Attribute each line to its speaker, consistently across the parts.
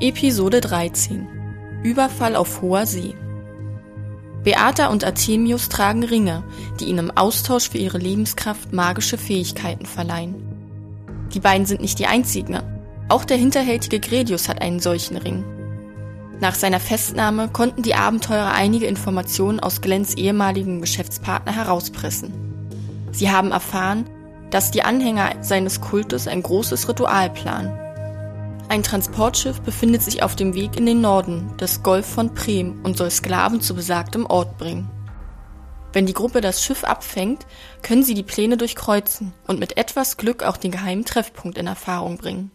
Speaker 1: Episode 13 Überfall auf hoher See Beata und Artemius tragen Ringe, die ihnen im Austausch für ihre Lebenskraft magische Fähigkeiten verleihen. Die beiden sind nicht die einzigen. Auch der hinterhältige Gredius hat einen solchen Ring. Nach seiner Festnahme konnten die Abenteurer einige Informationen aus Glens ehemaligem Geschäftspartner herauspressen. Sie haben erfahren, dass die Anhänger seines Kultes ein großes Ritual planen. Ein Transportschiff befindet sich auf dem Weg in den Norden des Golf von Prem und soll Sklaven zu besagtem Ort bringen. Wenn die Gruppe das Schiff abfängt, können sie die Pläne durchkreuzen und mit etwas Glück auch den geheimen Treffpunkt in Erfahrung bringen.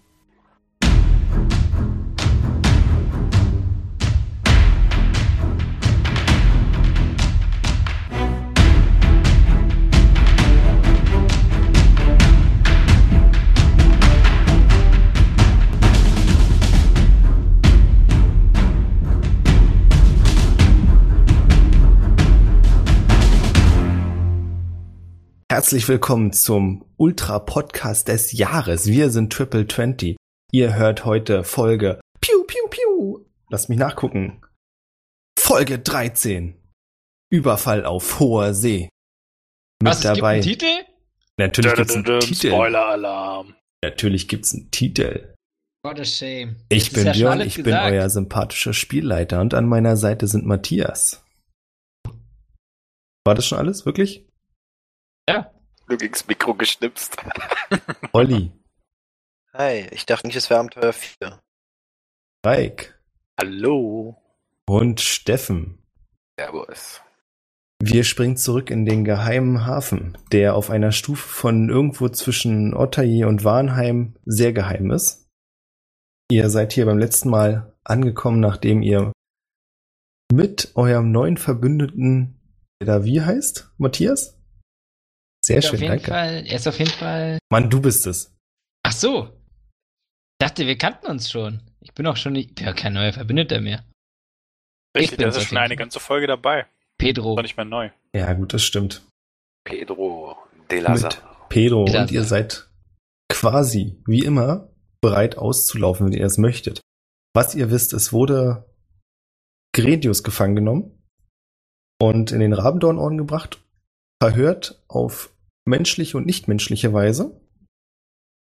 Speaker 2: Herzlich willkommen zum Ultra-Podcast des Jahres. Wir sind Triple 20. Ihr hört heute Folge Piu Piu Piu. Lass mich nachgucken. Folge 13. Überfall auf hoher See. Mit
Speaker 3: Was,
Speaker 2: dabei.
Speaker 3: Also Es gibt einen Titel?
Speaker 2: Natürlich gibt's einen Titel.
Speaker 4: Spoiler-Alarm.
Speaker 2: Natürlich gibt's einen Titel.
Speaker 3: What a shame.
Speaker 2: Ich
Speaker 3: Oh, Das
Speaker 2: bin
Speaker 3: ist ja schon
Speaker 2: Björn,
Speaker 3: alles
Speaker 2: ich
Speaker 3: gesagt.
Speaker 2: bin euer sympathischer Spielleiter und an meiner Seite sind Matthias. War das schon alles? Wirklich?
Speaker 4: Du ging's Mikro geschnipst.
Speaker 2: Olli,
Speaker 5: Hi, ich dachte nicht, es wäre Abenteuer 4.
Speaker 2: Reik
Speaker 4: Hallo.
Speaker 2: und Steffen.
Speaker 4: Servus.
Speaker 2: Wir springen zurück in den geheimen Hafen, der auf einer Stufe von irgendwo zwischen Otterje und Warnheim sehr geheim ist. Ihr seid hier beim letzten Mal angekommen, nachdem ihr mit eurem neuen Verbündeten, der da wie heißt, Matthias? Sehr
Speaker 3: Ist auf
Speaker 2: schön,
Speaker 3: jeden
Speaker 2: danke.
Speaker 3: Fall, er ist auf jeden Fall.
Speaker 2: Mann, du bist es.
Speaker 3: Ach so. Ich dachte, wir kannten uns schon. Ich bin auch schon nicht. Ja, kein neuer Verbündeter mehr.
Speaker 6: Richtig,
Speaker 3: bin
Speaker 6: das ist
Speaker 3: so
Speaker 6: schon eine
Speaker 3: sicher.
Speaker 6: ganze Folge dabei.
Speaker 3: Pedro.
Speaker 6: War nicht mehr neu.
Speaker 2: Ja, gut, das stimmt.
Speaker 4: Pedro de la
Speaker 2: Mit
Speaker 4: Sa-
Speaker 2: Pedro
Speaker 3: Pedro.
Speaker 2: und ihr seid quasi, wie immer, bereit auszulaufen, wenn ihr es möchtet. Was ihr wisst, es wurde Gredius gefangen genommen und in den Rabendornorden gebracht, verhört auf menschliche und nichtmenschliche Weise.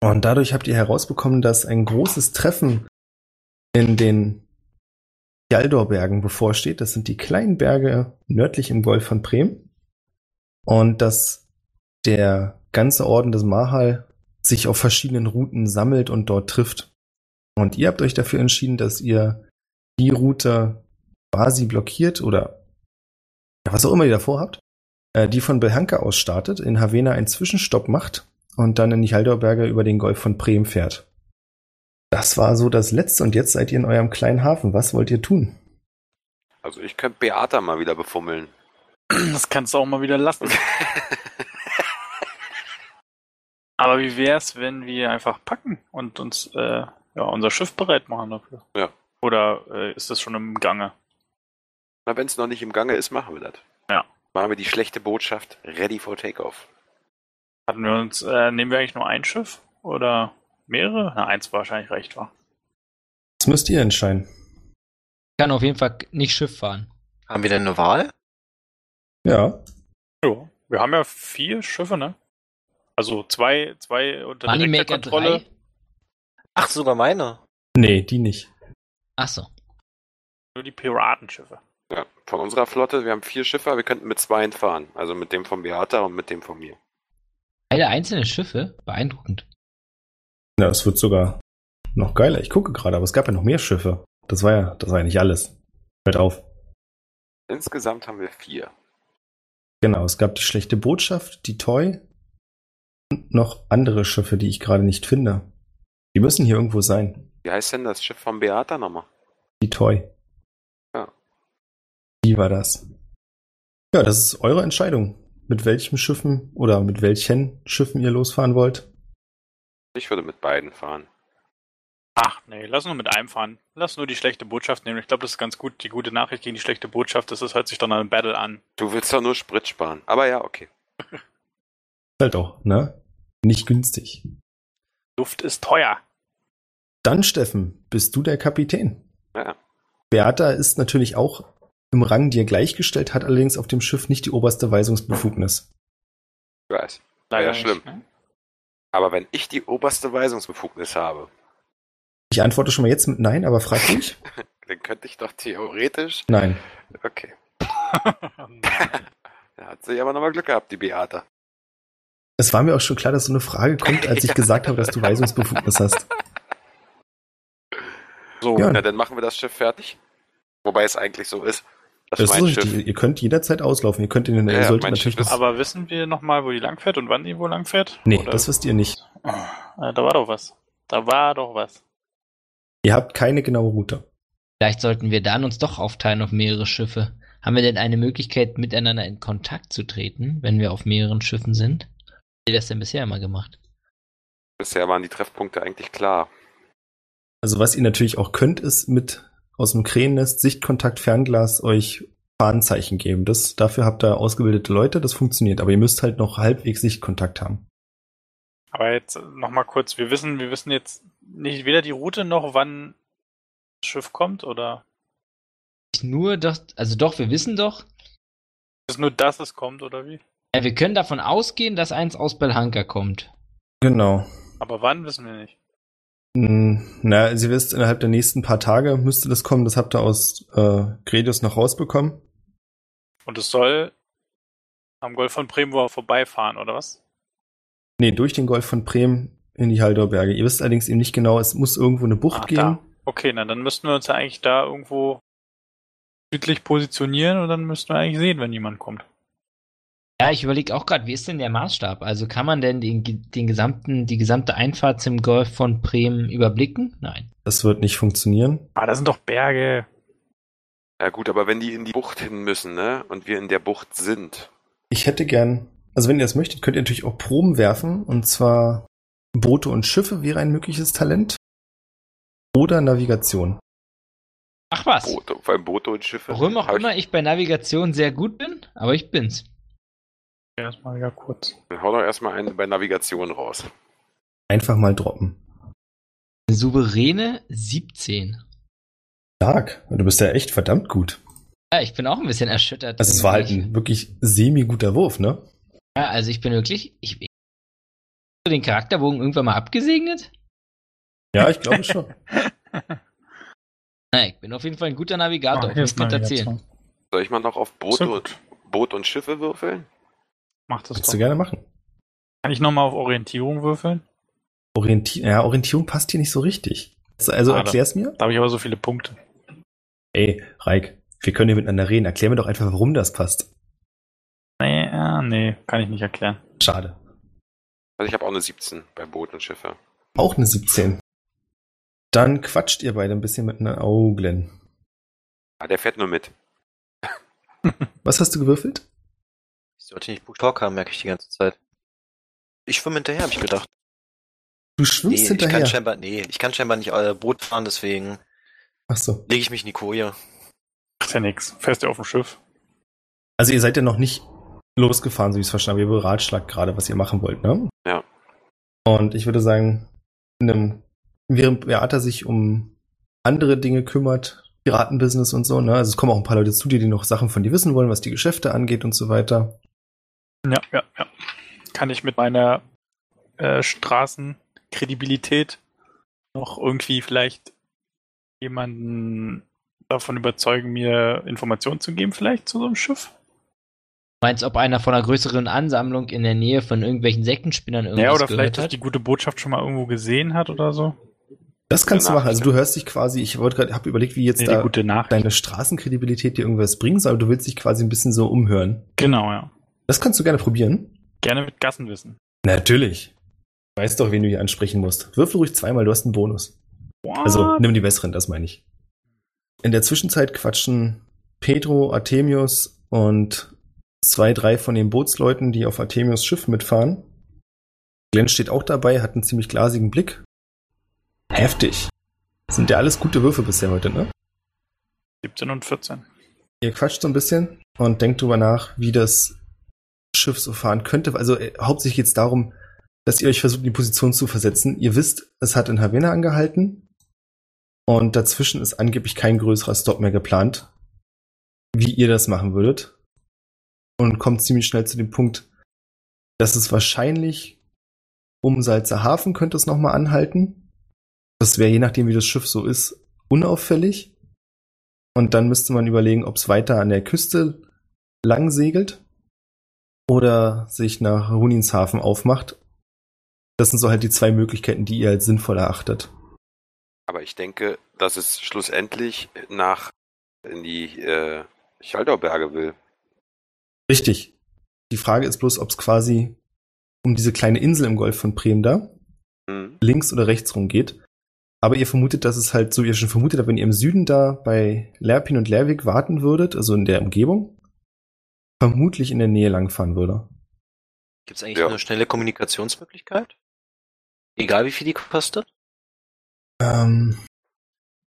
Speaker 2: Und dadurch habt ihr herausbekommen, dass ein großes Treffen in den Jaldorbergen bevorsteht. Das sind die kleinen Berge nördlich im Golf von Bremen. Und dass der ganze Orden des Mahal sich auf verschiedenen Routen sammelt und dort trifft. Und ihr habt euch dafür entschieden, dass ihr die Route quasi blockiert oder ja, was auch immer ihr davor habt, äh, die von Belhanka aus startet, in Havena einen Zwischenstopp macht und dann in die Haldorberge über den Golf von Bremen fährt. Das war so das Letzte und jetzt seid ihr in eurem kleinen Hafen. Was wollt ihr tun?
Speaker 5: Also ich könnte Beata mal wieder befummeln.
Speaker 6: Das kannst du auch mal wieder lassen. Aber wie wär's, wenn wir einfach packen und uns äh, ja, unser Schiff bereit machen dafür?
Speaker 5: Ja.
Speaker 6: Oder äh, ist das schon im Gange?
Speaker 5: Na, wenn es noch nicht im Gange ist, machen wir das.
Speaker 6: Ja.
Speaker 5: Machen wir die schlechte Botschaft ready for takeoff.
Speaker 6: Hatten wir uns, äh, nehmen wir eigentlich nur ein Schiff oder mehrere? Na, eins wahrscheinlich reicht war.
Speaker 2: Das müsst ihr entscheiden.
Speaker 3: kann auf jeden Fall nicht Schiff fahren.
Speaker 7: Haben wir denn eine Wahl?
Speaker 2: Ja.
Speaker 6: Ja. Wir haben ja vier Schiffe, ne? Also zwei, zwei unter direkter
Speaker 3: Moneymaker
Speaker 6: Kontrolle.
Speaker 3: 3.
Speaker 7: Ach, sogar meine.
Speaker 2: Nee, die nicht.
Speaker 3: Achso.
Speaker 6: Nur die Piratenschiffe.
Speaker 5: Ja, von unserer Flotte, wir haben vier Schiffer, wir könnten mit zweien fahren. Also mit dem von Beata und mit dem von mir.
Speaker 3: Beide einzelne Schiffe? Beeindruckend.
Speaker 2: Na, es wird sogar noch geiler. Ich gucke gerade, aber es gab ja noch mehr Schiffe. Das war ja, das war ja nicht alles. Hört auf.
Speaker 5: Insgesamt haben wir vier.
Speaker 2: Genau, es gab die schlechte Botschaft, die Toy und noch andere Schiffe, die ich gerade nicht finde. Die müssen hier irgendwo sein.
Speaker 5: Wie heißt denn das Schiff von Beata nochmal?
Speaker 2: Die Toy.
Speaker 5: Ja.
Speaker 2: Die war das. Ja, das ist eure Entscheidung, mit welchen Schiffen oder mit welchen Schiffen ihr losfahren wollt.
Speaker 5: Ich würde mit beiden fahren.
Speaker 6: Ach nee, lass nur mit einem fahren. Lass nur die schlechte Botschaft nehmen. Ich glaube, das ist ganz gut. Die gute Nachricht gegen die schlechte Botschaft, das ist, hört sich dann an einem Battle an.
Speaker 5: Du willst doch nur Sprit sparen. Aber ja, okay.
Speaker 2: Halt auch, ne? Nicht günstig.
Speaker 6: Luft ist teuer.
Speaker 2: Dann, Steffen, bist du der Kapitän.
Speaker 5: Ja.
Speaker 2: Beata ist natürlich auch im Rang dir gleichgestellt, hat allerdings auf dem Schiff nicht die oberste Weisungsbefugnis.
Speaker 5: Ich weiß.
Speaker 6: Leider
Speaker 5: ja,
Speaker 6: nicht.
Speaker 5: schlimm. Aber wenn ich die oberste Weisungsbefugnis habe,
Speaker 2: Ich antworte schon mal jetzt mit Nein, aber frag dich.
Speaker 5: dann könnte ich doch theoretisch.
Speaker 2: Nein.
Speaker 5: Okay.
Speaker 6: ne?
Speaker 5: Da hat sie aber nochmal Glück gehabt, die Beata.
Speaker 2: Es war mir auch schon klar, dass so eine Frage kommt, als ich
Speaker 5: Ja.
Speaker 2: gesagt habe, dass du Weisungsbefugnis hast.
Speaker 5: So,
Speaker 2: Ja.
Speaker 5: na, dann machen wir das Schiff fertig. Wobei es eigentlich so ist. Das,
Speaker 2: Das
Speaker 5: ist
Speaker 2: ist
Speaker 5: mein
Speaker 2: so richtig.
Speaker 5: Schiff.
Speaker 2: Ihr könnt jederzeit auslaufen. Ihr könnt in den,
Speaker 5: Ja,
Speaker 2: ihr
Speaker 5: ja,
Speaker 2: solltet
Speaker 5: mein
Speaker 2: natürlich
Speaker 5: Schiff ist-
Speaker 2: noch-
Speaker 6: Aber wissen wir nochmal, wo die langfährt und wann die wo langfährt?
Speaker 2: Nee,
Speaker 6: Oder-
Speaker 2: das wisst ihr nicht.
Speaker 6: Ah, Da war doch was. Da war doch was.
Speaker 2: Ihr habt keine genaue Route.
Speaker 3: Vielleicht sollten wir dann uns doch aufteilen auf mehrere Schiffe. Haben wir denn eine Möglichkeit, miteinander in Kontakt zu treten, wenn wir auf mehreren Schiffen sind? Wie habt ihr das denn bisher immer gemacht?
Speaker 5: Bisher waren die Treffpunkte eigentlich klar.
Speaker 2: Also was ihr natürlich auch könnt, ist mit aus dem Krähennest, Sichtkontakt, Fernglas euch Fahnenzeichen geben. Das, dafür habt ihr ausgebildete Leute, das funktioniert. Aber ihr müsst halt noch halbwegs Sichtkontakt haben.
Speaker 6: Aber jetzt nochmal kurz, wir wissen, wir wissen jetzt nicht weder die Route noch wann das Schiff kommt oder
Speaker 3: Nur das, also doch, wir wissen doch,
Speaker 6: ist nur, dass es kommt oder wie?
Speaker 3: ja, wir können davon ausgehen, dass eins aus Belhanka kommt.
Speaker 2: Genau.
Speaker 6: Aber wann wissen wir nicht.
Speaker 2: Hm, Na, also ihr wisst, innerhalb der nächsten paar Tage müsste das kommen. Das habt ihr aus äh, Gredius noch rausbekommen.
Speaker 6: Und es soll am Golf von Bremen vorbeifahren, oder was?
Speaker 2: Nee, durch den Golf von Bremen in die Haldorberge. Ihr wisst allerdings eben nicht genau, es muss irgendwo eine Bucht
Speaker 6: Ach,
Speaker 2: gehen.
Speaker 6: da. Okay, na dann müssten wir uns ja eigentlich da irgendwo südlich positionieren und dann müssten wir eigentlich sehen, wenn jemand kommt.
Speaker 3: Ja, ich überlege auch gerade, wie ist denn der Maßstab? Also kann man denn den, den gesamten, die gesamte Einfahrt zum Golf von Bremen überblicken? Nein.
Speaker 2: Das wird nicht funktionieren.
Speaker 6: Ah, das sind doch Berge.
Speaker 5: Ja gut, aber wenn die in die Bucht hin müssen, ne? Und wir in der Bucht sind.
Speaker 2: Ich hätte gern, also wenn ihr das möchtet, könnt ihr natürlich auch Proben werfen. Und zwar Boote und Schiffe wäre ein mögliches Talent. Oder Navigation.
Speaker 3: Ach was.
Speaker 5: Boote, vor allem Boote und Schiffe.
Speaker 3: Warum auch
Speaker 5: Hab
Speaker 3: immer ich bei Navigation sehr gut bin, aber ich bin's.
Speaker 6: Ja, das mal wieder kurz.
Speaker 5: Ich, hau doch erstmal einen bei Navigation raus.
Speaker 2: Einfach mal droppen.
Speaker 3: Eine souveräne 17.
Speaker 2: Stark. Du bist ja echt verdammt gut.
Speaker 3: Ja, ich bin auch ein bisschen erschüttert.
Speaker 2: Also es war halt ein wirklich semi-guter Wurf, ne?
Speaker 3: Ja, also ich bin wirklich. Ich, ich hast du den Charakterbogen irgendwann mal abgesegnet?
Speaker 2: Ja, ich glaube schon.
Speaker 3: Nein, ich bin auf jeden Fall ein guter Navigator.
Speaker 6: Ah,
Speaker 3: ich muss erzählen.
Speaker 5: Soll ich mal noch auf Boote und, Boot und Schiffe würfeln?
Speaker 6: Mach das
Speaker 2: Kannst
Speaker 6: doch.
Speaker 2: du gerne machen.
Speaker 6: Kann ich nochmal auf Orientierung würfeln?
Speaker 2: Orienti ja, Orientierung passt hier nicht so richtig. Also, also
Speaker 6: Schade.
Speaker 2: erklär's mir.
Speaker 6: Da habe ich aber so viele Punkte.
Speaker 2: Ey, Reik, wir können hier miteinander reden. Erklär mir doch einfach, warum das passt.
Speaker 6: Nee, äh, nee, kann ich nicht erklären.
Speaker 2: Schade.
Speaker 5: Also ich habe auch eine 17 bei Boot und Schiffe.
Speaker 2: Auch eine 17. Dann quatscht ihr beide ein bisschen miteinander. Oh, Glenn.
Speaker 5: Ah, der fährt nur mit.
Speaker 2: Was hast du gewürfelt?
Speaker 7: Ich sollte nicht Booktalk haben, merke ich die ganze Zeit. Ich schwimme hinterher, habe ich gedacht.
Speaker 2: Du schwimmst
Speaker 7: Nee, ich
Speaker 2: hinterher.
Speaker 7: kann scheinbar, nee, ich kann scheinbar nicht äh, Boot fahren, deswegen
Speaker 2: Ach so.
Speaker 7: lege ich mich in die Koje.
Speaker 6: Macht ja nix. Fährst ja auf dem Schiff.
Speaker 2: Also ihr seid ja noch nicht losgefahren, so wie ich es verstanden habe. Ihr beratschlagt gerade, was ihr machen wollt, ne?
Speaker 5: Ja.
Speaker 2: Und ich würde sagen, in einem, während Beata sich um andere Dinge kümmert, Piratenbusiness und so, ne? Also es kommen auch ein paar Leute zu dir, die noch Sachen von dir wissen wollen, was die Geschäfte angeht und so weiter.
Speaker 6: Ja, ja, ja. Kann ich mit meiner äh, Straßenkredibilität noch irgendwie vielleicht jemanden davon überzeugen, mir Informationen zu geben, vielleicht zu so einem Schiff?
Speaker 3: Meinst du, ob einer von einer größeren Ansammlung in der Nähe von irgendwelchen Sektenspinnern irgendwas
Speaker 6: Ja, oder
Speaker 3: gehört
Speaker 6: vielleicht, dass
Speaker 3: hat?
Speaker 6: die gute Botschaft schon mal irgendwo gesehen hat oder so.
Speaker 2: Das kannst du
Speaker 5: Danach,
Speaker 2: machen. Also du hörst dich quasi, ich wollte gerade, habe überlegt, wie jetzt
Speaker 6: Nee, die
Speaker 2: da
Speaker 6: gute Nachricht.
Speaker 2: deine Straßenkredibilität dir irgendwas bringen soll, aber du willst dich quasi ein bisschen so umhören.
Speaker 6: Genau, ja.
Speaker 2: Das kannst du gerne probieren.
Speaker 6: Gerne mit Gassenwissen.
Speaker 2: Natürlich. Du weißt doch, wen du hier ansprechen musst. Würfel ruhig zweimal, du hast einen Bonus.
Speaker 6: Ah.
Speaker 2: Also nimm die besseren, das meine ich. In der Zwischenzeit quatschen Pedro, Artemius und zwei, drei von den Bootsleuten, die auf Artemius Schiff mitfahren. Glenn steht auch dabei, hat einen ziemlich glasigen Blick. Heftig. Sind ja alles gute Würfe bisher heute, ne?
Speaker 6: 17 und 14.
Speaker 2: Ihr quatscht so ein bisschen und denkt drüber nach, wie das Schiff so fahren könnte. Also äh, hauptsächlich geht es darum, dass ihr euch versucht, in die Position zu versetzen. Ihr wisst, es hat in Havana angehalten. Und dazwischen ist angeblich kein größerer Stop mehr geplant, wie ihr das machen würdet. Und kommt ziemlich schnell zu dem Punkt, dass es wahrscheinlich um Salzerhafen könnte es nochmal anhalten. Das wäre je nachdem, wie das Schiff so ist, unauffällig. Und dann müsste man überlegen, ob es weiter an der Küste lang segelt oder sich nach Runinshafen aufmacht. Das sind so halt die zwei Möglichkeiten, die ihr als sinnvoll erachtet.
Speaker 5: Aber ich denke, dass es schlussendlich nach in die äh, Schaldauberge will.
Speaker 2: Richtig. Die Frage ist bloß, ob es quasi um diese kleine Insel im Golf von Bremen da
Speaker 5: Mhm.
Speaker 2: links oder rechts rum geht. Aber ihr vermutet, dass es halt, so wie ihr schon vermutet habt, wenn ihr im Süden da bei Lerpin und Lerwick warten würdet, also in der Umgebung, vermutlich in der Nähe langfahren würde.
Speaker 7: Gibt es eigentlich
Speaker 5: Ja.
Speaker 7: eine schnelle Kommunikationsmöglichkeit? Egal wie viel die kostet?
Speaker 2: Ähm,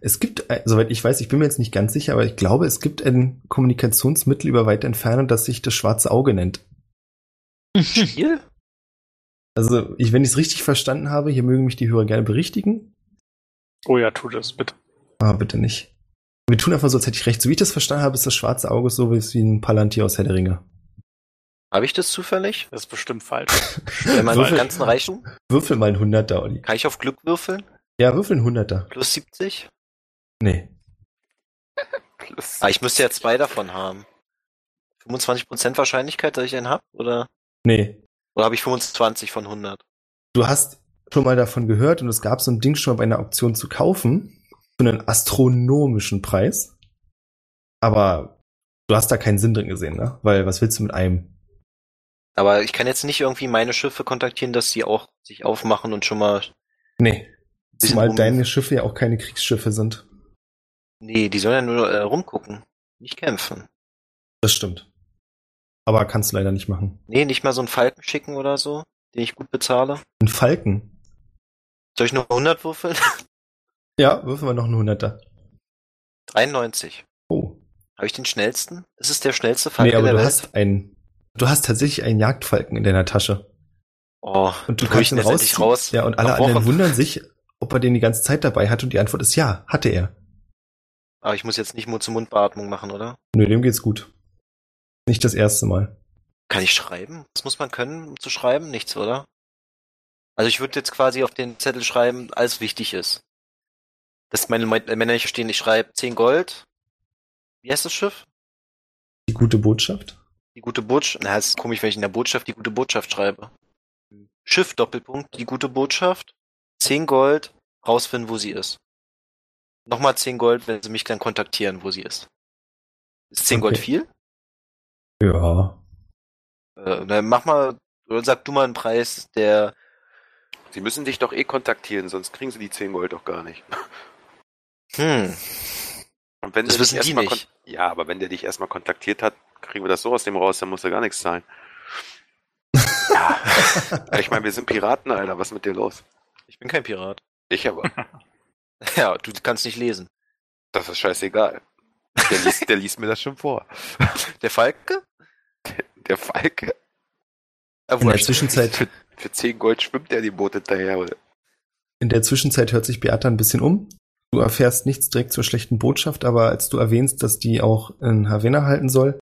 Speaker 2: es gibt, äh, soweit ich weiß, ich bin mir jetzt nicht ganz sicher, aber ich glaube, es gibt ein Kommunikationsmittel über weite Entfernung, das sich das schwarze Auge nennt.
Speaker 7: Viel?
Speaker 2: Also, ich, wenn ich es richtig verstanden habe, hier mögen mich die Hörer gerne berichtigen,
Speaker 6: Oh ja, tu das bitte.
Speaker 2: Ah, bitte nicht. Wir tun einfach so, als hätte ich recht. So wie ich das verstanden habe, ist das schwarze Auge so wie ein Palantir aus Herr der Ringe.
Speaker 7: Habe ich das zufällig?
Speaker 6: Das ist bestimmt falsch.
Speaker 7: Wenn man
Speaker 2: Würfel.
Speaker 7: den ganzen Reichtum?
Speaker 2: Würfel mal ein Hunderter, Olli.
Speaker 7: Kann ich auf Glück würfeln?
Speaker 2: Ja, würfel ein Hunderter.
Speaker 7: Plus 70?
Speaker 2: Nee.
Speaker 5: Plus-
Speaker 7: Ah, ich müsste ja zwei davon haben. 25% Wahrscheinlichkeit, dass ich einen hab? Oder,
Speaker 2: Nee.
Speaker 7: oder habe ich 25 von 100?
Speaker 2: Du hast schon mal davon gehört und es gab so ein Ding schon mal bei einer Auktion zu kaufen. Für einen astronomischen Preis. Aber du hast da keinen Sinn drin gesehen, ne? Weil was willst du mit einem?
Speaker 7: Aber ich kann jetzt nicht irgendwie meine Schiffe kontaktieren, dass die auch sich aufmachen und schon mal.
Speaker 2: Nee.
Speaker 7: bisschen
Speaker 2: Zumal
Speaker 7: rum-
Speaker 2: deine Schiffe ja auch keine Kriegsschiffe sind.
Speaker 7: Nee, die sollen ja nur äh, rumgucken. Nicht kämpfen.
Speaker 2: Das stimmt. Aber kannst du leider nicht machen.
Speaker 7: Nee, nicht mal so einen Falken schicken oder so, den ich gut bezahle.
Speaker 2: Ein Falken.
Speaker 7: Soll ich nur 100 würfeln?
Speaker 2: Ja, würfeln wir noch einen Hunderter.
Speaker 7: 93.
Speaker 2: Oh.
Speaker 7: Habe ich den schnellsten? Das ist der schnellste Falke
Speaker 2: Nee, aber
Speaker 7: der
Speaker 2: du
Speaker 7: Welt.
Speaker 2: hast einen. Du hast tatsächlich einen Jagdfalken in deiner Tasche.
Speaker 7: oh,
Speaker 2: Und du
Speaker 7: hol
Speaker 2: kannst
Speaker 7: ich den
Speaker 2: ihn
Speaker 7: jetzt endlich
Speaker 2: rausziehen.
Speaker 7: raus.
Speaker 2: Ja, und alle
Speaker 7: Nach
Speaker 2: anderen
Speaker 7: Wochen.
Speaker 2: wundern sich, ob er den die ganze Zeit dabei hat. Und die Antwort ist ja, hatte er.
Speaker 7: Aber Ah, ich muss jetzt nicht Mund-zu-Mund-Beatmung machen, oder?
Speaker 2: Nö, dem geht's gut. Nicht das erste Mal.
Speaker 7: Kann ich schreiben? Was muss man können, um zu schreiben? Nichts, oder? Also ich würde jetzt quasi auf den Zettel schreiben, alles wichtig ist. Dass meine Me- äh, Männer nicht verstehen, ich schreibe 10 Gold. Wie heißt das Schiff?
Speaker 2: Die gute Botschaft.
Speaker 7: Die gute Botschaft. Na, es ist komisch, wenn ich in der Botschaft die gute Botschaft schreibe. Schiff, Doppelpunkt, die gute Botschaft. 10 Gold, rausfinden, wo sie ist. Nochmal 10 Gold, wenn sie mich dann kontaktieren, wo sie ist. Ist 10 Gold
Speaker 2: Okay.
Speaker 7: viel?
Speaker 2: Ja.
Speaker 7: Äh, dann mach mal, oder sag du mal einen Preis, der
Speaker 5: Sie müssen dich doch eh kontaktieren, sonst kriegen sie die 10 Gold doch gar nicht.
Speaker 7: Hm.
Speaker 5: Und wenn
Speaker 7: Das
Speaker 5: der dich
Speaker 7: wissen die
Speaker 5: erstmal
Speaker 7: nicht.
Speaker 5: kon- Ja, aber wenn der dich erstmal kontaktiert hat, kriegen wir das so aus dem raus, dann muss er gar nichts zahlen. ja, ich meine, wir sind Piraten, Alter, was ist mit dir los?
Speaker 7: Ich bin kein Pirat.
Speaker 5: Ich aber.
Speaker 7: Ja, du kannst nicht lesen.
Speaker 5: Das ist scheißegal. Der liest, der liest mir das schon vor.
Speaker 7: Der Falke?
Speaker 5: Der Falke,
Speaker 7: Ah,
Speaker 2: In der
Speaker 7: wurscht.
Speaker 2: Zwischenzeit,
Speaker 5: für, für 10 Gold schwimmt er die Boote hinterher. oder?
Speaker 2: in der Zwischenzeit hört sich Beata ein bisschen um. Du erfährst nichts direkt zur schlechten Botschaft, aber als du erwähnst, dass die auch in Havana halten soll,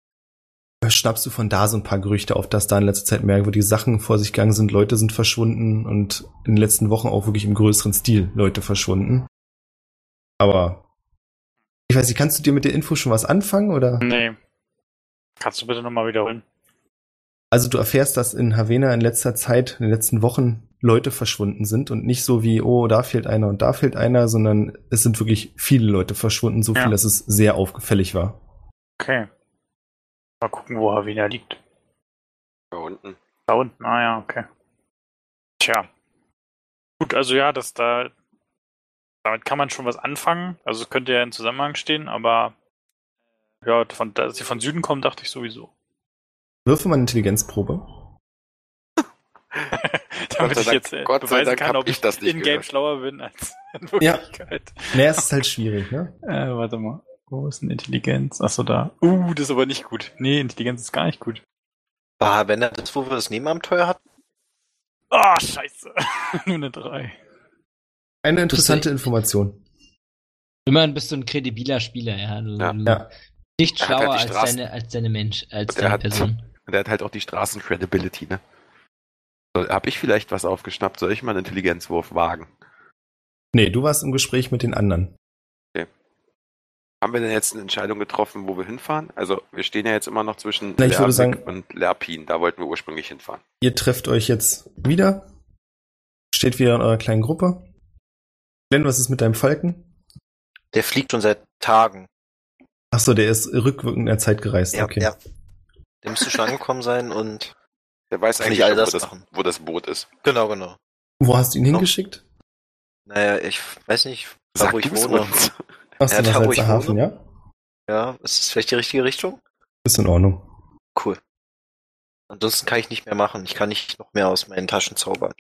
Speaker 2: äh, schnappst du von da so ein paar Gerüchte auf, dass da in letzter Zeit merkwürdige Sachen vor sich gegangen sind. Leute sind verschwunden und in den letzten Wochen auch wirklich im größeren Stil Leute verschwunden. Aber ich weiß nicht, kannst du dir mit der Info schon was anfangen oder?
Speaker 6: Nee. Kannst du bitte nochmal wiederholen?
Speaker 2: Also du erfährst, dass in Havana in letzter Zeit, in den letzten Wochen Leute verschwunden sind und nicht so wie, oh, da fehlt einer und da fehlt einer, sondern es sind wirklich viele Leute verschwunden, so
Speaker 6: Ja.
Speaker 2: viel, dass es sehr aufgefällig war.
Speaker 6: Okay. Mal gucken, wo Havina liegt.
Speaker 5: Da unten.
Speaker 6: Da unten, ah ja, okay. Tja. Gut, also ja, das da. Damit kann man schon was anfangen. Also es könnte ja in Zusammenhang stehen, aber ja, von, dass sie von Süden kommen, dachte ich sowieso.
Speaker 2: Würfe mal eine Intelligenzprobe.
Speaker 6: Damit
Speaker 5: sei
Speaker 6: ich
Speaker 5: Dank-
Speaker 6: jetzt äh,
Speaker 5: Gott sei
Speaker 6: beweisen
Speaker 5: Dank
Speaker 6: kann,
Speaker 5: hab
Speaker 6: ob
Speaker 5: ich
Speaker 6: ich
Speaker 5: das nicht
Speaker 6: in-game
Speaker 5: gehört.
Speaker 6: schlauer bin als in
Speaker 2: Ja.
Speaker 6: Wirklichkeit.
Speaker 2: Naja, es ist halt schwierig, ne?
Speaker 6: Äh, warte mal. Wo ist denn Intelligenz? Achso, da. Uh, das ist aber nicht gut. Nee, Intelligenz ist gar nicht gut.
Speaker 7: Bah, Ah, wenn er das, wo wir das Nebenabenteuer hatten?
Speaker 6: Ah, scheiße. Nur eine 3.
Speaker 2: Eine interessante Information.
Speaker 3: Immerhin bist du ein kredibiler Spieler, ja. Du,
Speaker 5: Ja.
Speaker 3: du
Speaker 2: Ja.
Speaker 3: Nicht
Speaker 5: Er hat halt
Speaker 3: schlauer
Speaker 5: die
Speaker 3: als,
Speaker 5: Straßen-
Speaker 3: deine, als deine Mensch, als
Speaker 5: Und er
Speaker 3: deine
Speaker 5: hat-
Speaker 3: Person.
Speaker 5: Und der hat halt auch die Straßen-Credibility, ne? So, hab ich vielleicht was aufgeschnappt? Soll ich mal einen Intelligenzwurf wagen?
Speaker 2: Nee, du warst im Gespräch mit den anderen.
Speaker 5: Haben wir denn jetzt eine Entscheidung getroffen, wo wir hinfahren? Also, wir stehen ja jetzt immer noch zwischen
Speaker 2: Na, ich würde sagen-
Speaker 5: und Lerpin. Da wollten wir ursprünglich hinfahren.
Speaker 2: Ihr trefft euch jetzt wieder. Steht wieder in eurer kleinen Gruppe. Glenn, was ist mit deinem Falken?
Speaker 7: Der fliegt schon seit Tagen.
Speaker 2: Ach so, der ist rückwirkend in der Zeit gereist.
Speaker 7: Ja,
Speaker 2: okay.
Speaker 7: ja. Der müsste schon angekommen sein und.
Speaker 5: Der weiß
Speaker 7: Kann
Speaker 5: eigentlich
Speaker 7: ich all
Speaker 5: schon,
Speaker 7: das
Speaker 5: wo, das,
Speaker 7: machen?
Speaker 5: wo das Boot ist.
Speaker 7: Genau, genau.
Speaker 2: Wo hast du ihn
Speaker 7: Noch-
Speaker 2: hingeschickt?
Speaker 7: Naja, ich weiß nicht, da
Speaker 5: Sag
Speaker 7: wo ich
Speaker 5: du's
Speaker 7: wohne.
Speaker 5: uns.
Speaker 2: Ach so,
Speaker 7: Ja,
Speaker 2: ja,
Speaker 7: da, wo ich
Speaker 2: Salzerhafen, Hafen,
Speaker 7: wohne.
Speaker 2: ja?
Speaker 7: Ja, ist das vielleicht die richtige Richtung?
Speaker 2: Ist in Ordnung.
Speaker 7: Cool. Ansonsten kann ich nicht mehr machen. Ich kann nicht noch mehr aus meinen Taschen zaubern.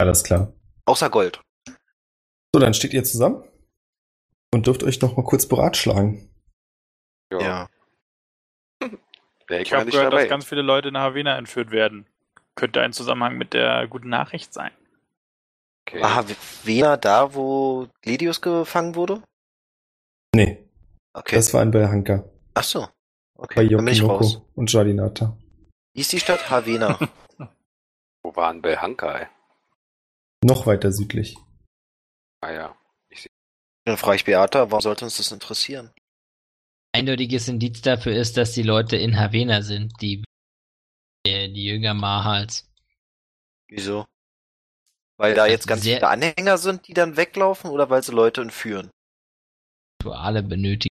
Speaker 2: Alles klar.
Speaker 7: Außer Gold.
Speaker 2: So, dann steht ihr zusammen und dürft euch noch mal kurz beratschlagen.
Speaker 5: Ja.
Speaker 7: Ja.
Speaker 5: Der
Speaker 6: Ich
Speaker 5: war
Speaker 6: habe
Speaker 5: nicht
Speaker 6: gehört,
Speaker 5: dabei.
Speaker 6: dass ganz viele Leute nach Havena entführt werden. Könnte ein Zusammenhang mit der guten Nachricht sein.
Speaker 5: okay.
Speaker 7: Aha, Ah, Wena da, wo Gledius gefangen wurde?
Speaker 2: Nee,
Speaker 7: Okay.
Speaker 2: das war in Belhanka.
Speaker 7: Ach so.
Speaker 2: Bei
Speaker 7: Okay, dann bin ich raus.
Speaker 2: Jokinoko und Jardinata.
Speaker 7: Wie ist die Stadt? Havena.
Speaker 5: Wo waren Belhanka, ey?
Speaker 2: Noch weiter südlich.
Speaker 5: Ah ja.
Speaker 7: dann frage ich Beata, warum sollte uns das interessieren?
Speaker 3: Eindeutiges Indiz dafür ist, dass die Leute in Havena sind, die, äh, die, die Jünger Mahals.
Speaker 7: Wieso? Weil da
Speaker 3: Das
Speaker 7: jetzt ganz
Speaker 3: sehr-
Speaker 7: viele Anhänger sind, die dann weglaufen oder weil sie Leute entführen?
Speaker 3: Rituale benötigen.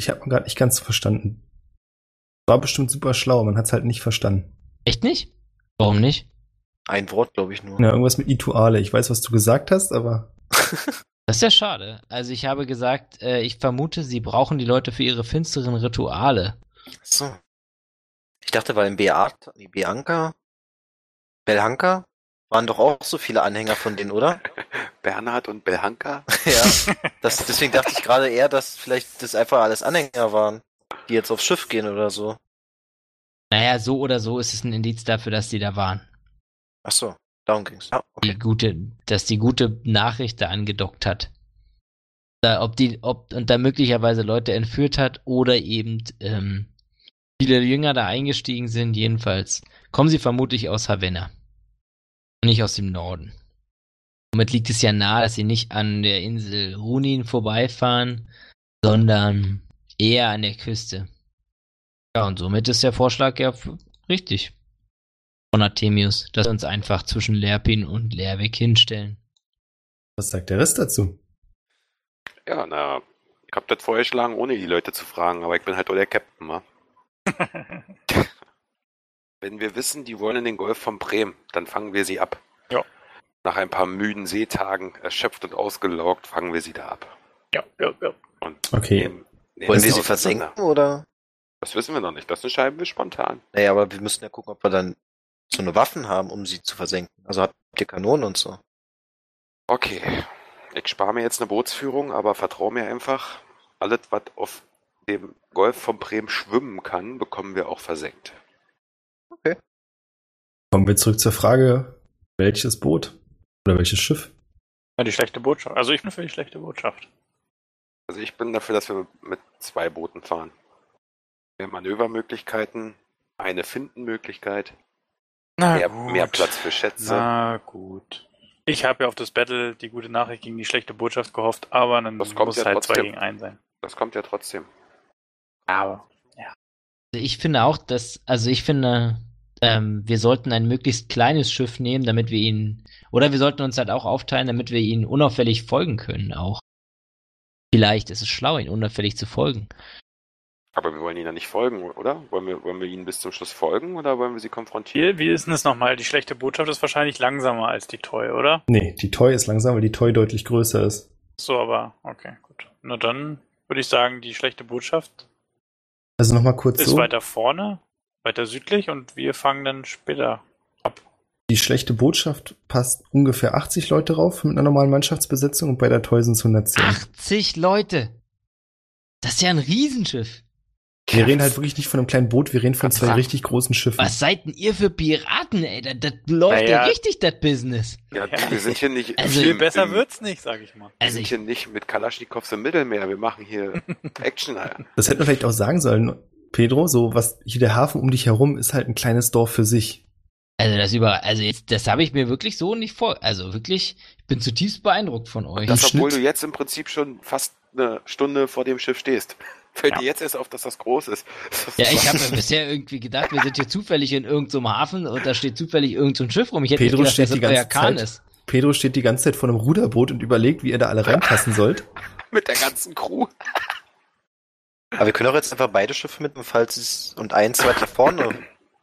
Speaker 2: Ich habe gerade nicht ganz verstanden. War bestimmt super schlau, man hat es halt nicht verstanden.
Speaker 3: Echt nicht? Warum nicht?
Speaker 7: Ein Wort, glaube ich, nur.
Speaker 2: Ja, irgendwas mit Ituale. Ich weiß, was du gesagt hast, aber
Speaker 3: Das ist ja schade. Also ich habe gesagt, äh, ich vermute, sie brauchen die Leute für ihre finsteren Rituale.
Speaker 7: Ach So. Ich dachte, weil in Beata, nee, Bianca, Belhanka, waren doch auch so viele Anhänger von denen, oder?
Speaker 5: Bernhard und Belhanka?
Speaker 7: ja. Das, deswegen dachte ich gerade eher, dass vielleicht das einfach alles Anhänger waren, die jetzt aufs Schiff gehen oder so.
Speaker 3: Naja, so oder so ist es ein Indiz dafür, dass die da waren.
Speaker 7: Ach so, darum ging's. Ah, okay.
Speaker 3: Die gute, dass die gute Nachricht da angedockt hat. Da, ob die, ob, und da möglicherweise Leute entführt hat oder eben ähm, viele Jünger da eingestiegen sind, jedenfalls kommen sie vermutlich aus Havanna. Und nicht aus dem Norden. Somit liegt es ja nahe, dass sie nicht an der Insel Runin vorbeifahren, sondern eher an der Küste. Ja, und somit ist der Vorschlag ja f- richtig von Artemius, dass wir uns einfach zwischen Lerpin und Lerwick hinstellen.
Speaker 2: was sagt der Rest dazu?
Speaker 5: Ja, na, ich hab das vorgeschlagen, ohne die Leute zu fragen, aber ich bin halt auch der Captain, wa? Wenn wir wissen, die wollen in den Golf von Bremen, dann fangen wir sie ab.
Speaker 6: Ja.
Speaker 5: Nach ein paar müden Seetagen, erschöpft und ausgelaugt, fangen wir sie da ab.
Speaker 6: ja, ja, ja.
Speaker 5: Und
Speaker 2: Okay.
Speaker 5: nehmen- nehmen
Speaker 7: Wollen wir sie
Speaker 5: auseinander.
Speaker 7: versenken oder?
Speaker 5: Das wissen wir noch nicht, das entscheiden wir spontan.
Speaker 7: Naja, aber wir müssen ja gucken, ob wir dann so eine Waffen haben, um sie zu versenken. Also habt ihr Kanonen und so.
Speaker 5: Okay, ich spare mir jetzt eine Bootsführung, aber vertraue mir einfach, alles, was auf dem Golf von Bremen schwimmen kann, bekommen wir auch versenkt.
Speaker 2: Kommen wir zurück zur Frage, welches Boot oder welches Schiff?
Speaker 6: Ja, die schlechte Botschaft. Also ich bin für die schlechte Botschaft.
Speaker 5: Also ich bin dafür, dass wir mit zwei Booten fahren. Mehr Manövermöglichkeiten, eine Findenmöglichkeit,
Speaker 6: Na
Speaker 5: mehr, mehr Platz für Schätze.
Speaker 6: Na gut. Ich habe ja auf das Battle die gute Nachricht gegen die schlechte Botschaft gehofft, aber dann
Speaker 5: Das kommt
Speaker 6: muss
Speaker 5: ja
Speaker 6: halt
Speaker 5: trotzdem.
Speaker 6: zwei gegen einen sein.
Speaker 5: Das kommt ja trotzdem.
Speaker 6: Aber
Speaker 3: Also Ich finde auch, dass, also ich finde, ähm, wir sollten ein möglichst kleines Schiff nehmen, damit wir ihn, oder wir sollten uns halt auch aufteilen, damit wir ihnen unauffällig folgen können auch. Vielleicht ist es schlau, ihnen unauffällig zu folgen.
Speaker 5: Aber wir wollen ihnen ja nicht folgen, oder? Wollen wir, wollen wir ihnen bis zum Schluss folgen oder wollen wir sie konfrontieren?
Speaker 6: wie, wie ist denn das nochmal? Die schlechte Botschaft ist wahrscheinlich langsamer als die Toy, oder?
Speaker 2: Nee, die Toy ist langsam, weil die Toy deutlich größer ist.
Speaker 6: So, aber okay, gut. Na dann würde ich sagen, die schlechte Botschaft
Speaker 2: Also nochmal kurz
Speaker 6: ist
Speaker 2: so.
Speaker 6: weiter vorne, weiter südlich und wir fangen dann später.
Speaker 2: Die schlechte Botschaft passt ungefähr 80 Leute drauf mit einer normalen Mannschaftsbesetzung und bei der Toy sind es 110.
Speaker 3: 80 Leute! Das ist ja ein Riesenschiff.
Speaker 2: Wir reden halt wirklich nicht von einem kleinen Boot, wir reden von
Speaker 3: Kannst
Speaker 2: zwei
Speaker 3: sagen.
Speaker 2: richtig großen Schiffen.
Speaker 3: Was seid denn ihr für Piraten, ey? Das, das läuft ja
Speaker 6: Naja.
Speaker 3: richtig, das Business.
Speaker 5: Ja,
Speaker 6: Ja.
Speaker 5: wir sind hier nicht.
Speaker 3: Also-
Speaker 6: Viel
Speaker 5: im-
Speaker 6: besser
Speaker 5: im-
Speaker 6: wird's nicht, sag ich mal.
Speaker 5: Wir
Speaker 3: Also
Speaker 5: sind
Speaker 3: ich,
Speaker 5: hier nicht mit Kalaschnikows im Mittelmeer. Wir machen hier Action. Alter.
Speaker 2: Das hätten wir vielleicht auch sagen sollen, Pedro, so was hier der Hafen um dich herum ist halt ein kleines Dorf für sich.
Speaker 3: also das über, also jetzt, das habe ich mir wirklich so nicht vor, also wirklich, ich bin zutiefst beeindruckt von euch.
Speaker 2: Im
Speaker 5: Das, obwohl
Speaker 2: Schnitt-
Speaker 5: du jetzt im Prinzip schon fast eine Stunde vor dem Schiff stehst. Fällt
Speaker 6: Ja.
Speaker 5: dir jetzt erst auf, dass das groß ist.
Speaker 3: ja, ich habe mir bisher irgendwie gedacht, wir sind hier zufällig in irgendeinem Hafen und da steht zufällig irgendein so ein Schiff rum. Ich hätte
Speaker 2: Pedro
Speaker 3: nicht
Speaker 2: steht
Speaker 3: gedacht, dass
Speaker 2: die
Speaker 3: das euer
Speaker 2: ganze
Speaker 3: Kahn
Speaker 2: Zeit-
Speaker 3: ist.
Speaker 2: Pedro steht die ganze Zeit vor einem Ruderboot und überlegt, wie ihr da alle reinpassen sollt.
Speaker 5: mit der ganzen Crew.
Speaker 7: Aber wir können auch jetzt einfach beide Schiffe mitnehmen, falls es und eins weiter vorne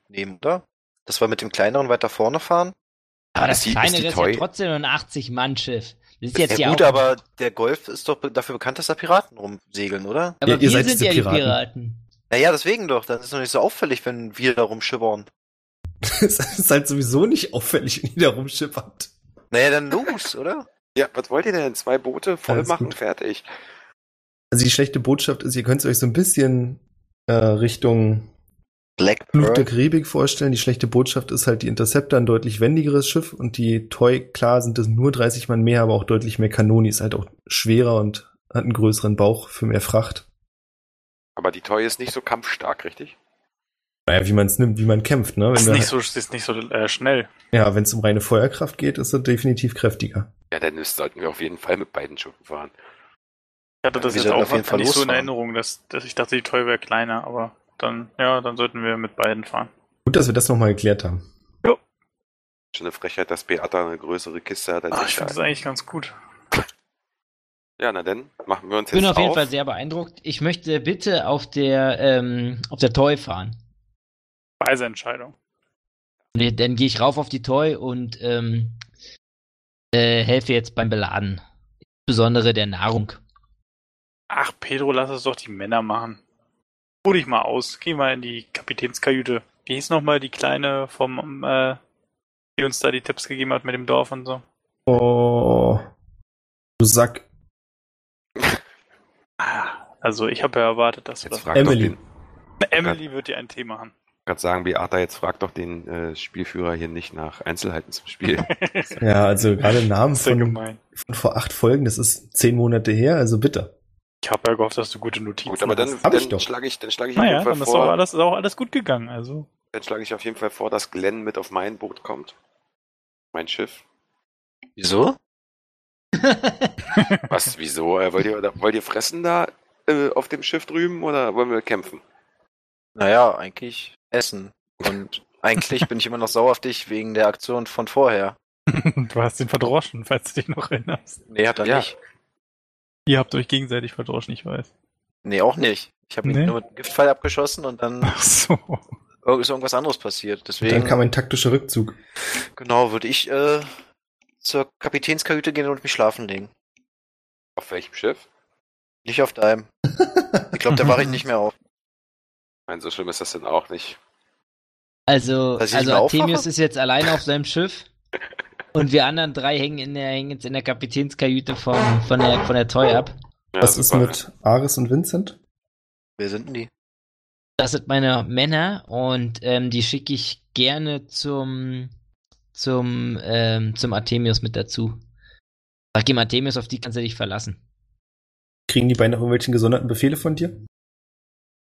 Speaker 7: nehmen, oder? Dass wir mit dem kleineren weiter vorne fahren.
Speaker 3: Aber das
Speaker 5: Ist die- ist
Speaker 3: kleinere
Speaker 5: die
Speaker 3: ist
Speaker 5: Toy-
Speaker 3: ja trotzdem ein 80-Mann-Schiff. Das ist jetzt
Speaker 7: ja
Speaker 3: ja
Speaker 7: gut,
Speaker 3: auch,
Speaker 7: aber der Golf ist doch be- dafür bekannt, dass da Piraten rumsegeln, oder?
Speaker 3: aber
Speaker 2: Ja, ihr
Speaker 3: wir
Speaker 2: seid
Speaker 3: sind
Speaker 2: diese
Speaker 3: ja die
Speaker 2: Piraten.
Speaker 3: Piraten.
Speaker 7: Naja, deswegen doch. Dann ist es noch nicht so auffällig, wenn wir da rumschibbern.
Speaker 2: Es ist halt sowieso nicht auffällig, wenn ihr da rumschippert.
Speaker 7: Naja, dann los, oder?
Speaker 5: Ja, was wollt ihr denn? Zwei Boote voll
Speaker 2: Alles
Speaker 5: machen,
Speaker 2: gut.
Speaker 5: fertig.
Speaker 2: Also die schlechte Botschaft ist, ihr könnt euch so ein bisschen äh, Richtung
Speaker 7: Black
Speaker 2: Flug der Karibik vorstellen. Die schlechte Botschaft ist halt die Interceptor ein deutlich wendigeres Schiff und die Toy, klar, sind es nur 30 Mann mehr, aber auch deutlich mehr Kanoni, ist halt auch schwerer und hat einen größeren Bauch für mehr Fracht.
Speaker 5: Aber die Toy ist nicht so kampfstark, richtig?
Speaker 2: Naja, wie man es nimmt, wie man kämpft, ne? Wenn
Speaker 6: Ist
Speaker 2: wir
Speaker 6: nicht
Speaker 2: halt-
Speaker 6: so, ist nicht so äh, schnell.
Speaker 2: Ja, wenn es um reine Feuerkraft geht, ist er definitiv kräftiger.
Speaker 5: Ja, dann ist, sollten wir auf jeden Fall mit beiden Schiffen fahren.
Speaker 6: Ich hatte das
Speaker 7: Wir
Speaker 6: jetzt
Speaker 7: sollten
Speaker 6: auch
Speaker 7: auf jeden Fall
Speaker 6: nicht so in
Speaker 7: losfahren.
Speaker 6: Erinnerung, dass, dass ich dachte, die Toy wäre kleiner, aber dann, ja, dann sollten wir mit beiden fahren.
Speaker 2: Gut, dass wir das nochmal geklärt haben.
Speaker 5: Schon eine Frechheit, dass Beata eine größere Kiste hat als
Speaker 3: Ah,
Speaker 6: Ach, Ah, ich finde das
Speaker 5: da.
Speaker 6: eigentlich ganz gut.
Speaker 5: Ja, na dann machen wir uns
Speaker 3: Ich bin
Speaker 5: jetzt
Speaker 3: auf jeden Fall sehr beeindruckt. Ich möchte bitte auf der, ähm, auf der Toy fahren.
Speaker 6: Weise Entscheidung.
Speaker 3: Nee, Dann gehe ich rauf auf die Toy und ähm, äh, helfe jetzt beim Beladen. Insbesondere der Nahrung.
Speaker 6: Ach, Pedro, lass es doch die Männer machen. Ruh dich mal aus. Geh mal in die Kapitänskajüte. Wie hieß nochmal die Kleine vom, äh, die uns da die Tipps gegeben hat mit dem Dorf und so?
Speaker 2: Oh. Du Sack.
Speaker 6: Ah, also ich habe ja erwartet, dass wir
Speaker 5: Jetzt
Speaker 6: das.
Speaker 5: frag
Speaker 2: Emily.
Speaker 5: doch den,
Speaker 6: Emily wird dir ein Thema haben.
Speaker 5: gerade sagen, Beata, jetzt frag doch den äh, Spielführer hier nicht nach Einzelheiten zum Spiel.
Speaker 2: Ja, also gerade Namen
Speaker 6: Sehr
Speaker 2: von,
Speaker 6: gemein.
Speaker 2: von vor acht Folgen, das ist zehn Monate her, also bitte.
Speaker 6: Ich habe ja gehofft, dass du gute Notizen
Speaker 5: Gut, aber dann,
Speaker 6: hast.
Speaker 2: Hab ich
Speaker 5: dann
Speaker 2: doch.
Speaker 5: schlage ich, dann schlage ich
Speaker 6: Naja,
Speaker 5: auf
Speaker 6: dann
Speaker 5: jeden Fall
Speaker 6: ist auch
Speaker 5: vor,
Speaker 6: alles, ist auch alles gut gegangen. Also,
Speaker 5: dann schlage ich auf jeden Fall vor, dass Glenn mit auf mein Boot kommt. Mein Schiff.
Speaker 7: Wieso?
Speaker 5: Was, wieso? Äh, wollt, ihr, oder- wollt ihr fressen da äh, auf dem Schiff drüben oder wollen wir kämpfen?
Speaker 7: Naja, eigentlich Essen. Und eigentlich bin ich immer noch sauer auf dich wegen der Aktion von vorher.
Speaker 6: du hast ihn verdroschen, falls du dich noch erinnerst.
Speaker 7: Nee, hat er
Speaker 5: Ja.
Speaker 7: nicht.
Speaker 6: Ihr habt euch gegenseitig verdroschen, ich weiß.
Speaker 7: Nee, auch nicht. Ich habe ihn
Speaker 6: Nee. Ah.
Speaker 7: nur mit einem Giftpfeil abgeschossen und dann
Speaker 6: Ach so.
Speaker 7: ist irgendwas anderes passiert.
Speaker 2: Dann
Speaker 7: Deswegen,
Speaker 2: kam ein taktischer Rückzug.
Speaker 7: genau, würde ich äh, zur Kapitänskajüte gehen und mich schlafen legen.
Speaker 5: Auf welchem Schiff?
Speaker 7: Nicht auf deinem. Ich glaube, da wache ich nicht mehr auf.
Speaker 5: Ich meine, so schlimm ist das denn auch nicht.
Speaker 3: Also,
Speaker 7: Dass ich
Speaker 3: also
Speaker 7: mal aufwache?
Speaker 3: Artemius ist jetzt alleine auf seinem Schiff und wir anderen drei hängen, in der, hängen jetzt in der Kapitänskajüte von, von, der, von der Toy ab.
Speaker 5: Ja,
Speaker 2: Was ist
Speaker 5: super.
Speaker 2: mit Ares und Vincent?
Speaker 7: Wer sind denn die?
Speaker 3: Das sind meine Männer und ähm, die schicke ich gerne zum, zum, ähm, zum Artemius mit dazu. Sag ihm Artemius, auf die kannst du dich verlassen.
Speaker 2: Kriegen die beiden noch irgendwelchen gesonderten Befehle von dir?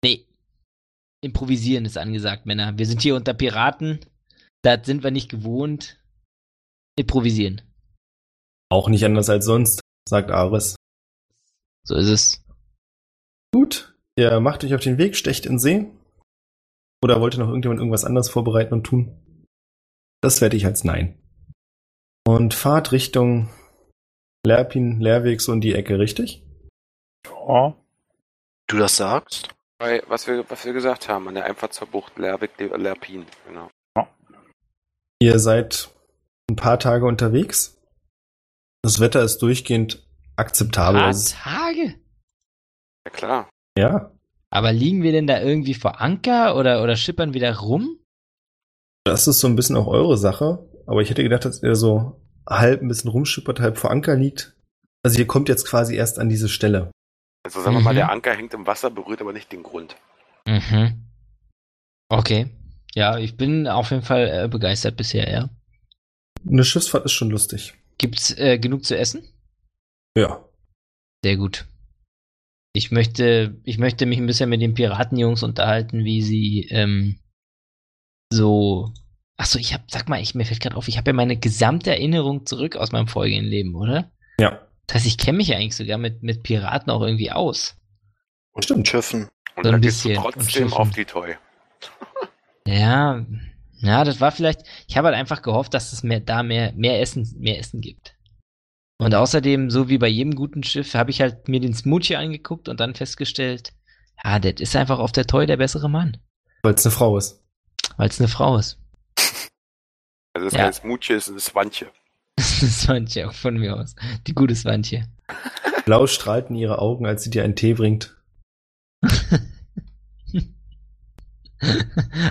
Speaker 3: Nee. Improvisieren ist angesagt, Männer. Wir sind hier unter Piraten. Da sind wir nicht gewohnt. Improvisieren.
Speaker 2: Auch nicht anders als sonst, sagt Ares.
Speaker 3: So ist es.
Speaker 2: Gut, ihr macht euch auf den Weg, stecht in See. Oder wollte noch irgendjemand irgendwas anderes vorbereiten und tun? Das werde ich als Nein. Und fahrt Richtung Lerpin, Lerweg, so in die Ecke, richtig?
Speaker 6: Ja.
Speaker 7: Du das sagst?
Speaker 5: Bei, was, wir, was wir gesagt haben, an der Einfahrt zur Bucht Lerwick, Le- Lerpin. Genau.
Speaker 2: Ihr seid ein paar Tage unterwegs. Das Wetter ist durchgehend akzeptabel.
Speaker 3: Paar
Speaker 2: Also es-
Speaker 3: Tage.
Speaker 5: Ja, klar.
Speaker 2: ja,
Speaker 3: Aber liegen wir denn da irgendwie vor Anker oder, oder schippern wir da rum?
Speaker 2: das ist so ein bisschen auch eure Sache. Aber ich hätte gedacht, dass ihr so halb ein bisschen rumschippert, halb vor Anker liegt. Also ihr kommt jetzt quasi erst an diese Stelle.
Speaker 5: Also sagen wir mal,
Speaker 3: Mhm.
Speaker 5: der Anker hängt im Wasser, berührt aber nicht den Grund.
Speaker 3: Mhm. Okay. Ja, ich bin auf jeden Fall äh, begeistert bisher, ja.
Speaker 2: Eine Schiffsfahrt ist schon lustig.
Speaker 3: Gibt's äh, genug zu essen?
Speaker 2: Ja.
Speaker 3: Sehr gut. Ich möchte, ich möchte mich ein bisschen mit den Piratenjungs unterhalten, wie sie ähm, so. Achso, ich hab, sag mal, ich, mir fällt gerade auf, ich habe ja meine gesamte Erinnerung zurück aus meinem vorigen Leben, oder?
Speaker 2: Ja.
Speaker 3: Das heißt, ich kenne mich ja eigentlich sogar mit, mit Piraten auch irgendwie aus.
Speaker 7: Und
Speaker 2: Stimmt.
Speaker 7: Schiffen.
Speaker 5: Und
Speaker 3: So ein
Speaker 5: dann gehst du
Speaker 3: bisschen. Und
Speaker 5: trotzdem
Speaker 3: schiffen.
Speaker 5: auf die Toy.
Speaker 3: Ja, ja, das war vielleicht. Ich habe halt einfach gehofft, dass es mehr da mehr mehr Essen mehr Essen gibt. Und außerdem, so wie bei jedem guten Schiff, habe ich halt mir den Smoochie angeguckt und dann festgestellt, ja, das ist einfach auf der Toy der bessere Mann,
Speaker 2: Weil es eine Frau ist.
Speaker 3: weil es eine Frau ist.
Speaker 5: Also es ist
Speaker 3: Ja.
Speaker 5: kein Smoochie, es ist ein Swantje.
Speaker 3: Das fand ich auch von mir aus. Die gute Swantje.
Speaker 2: Blau strahlten ihre Augen, als sie dir einen Tee bringt.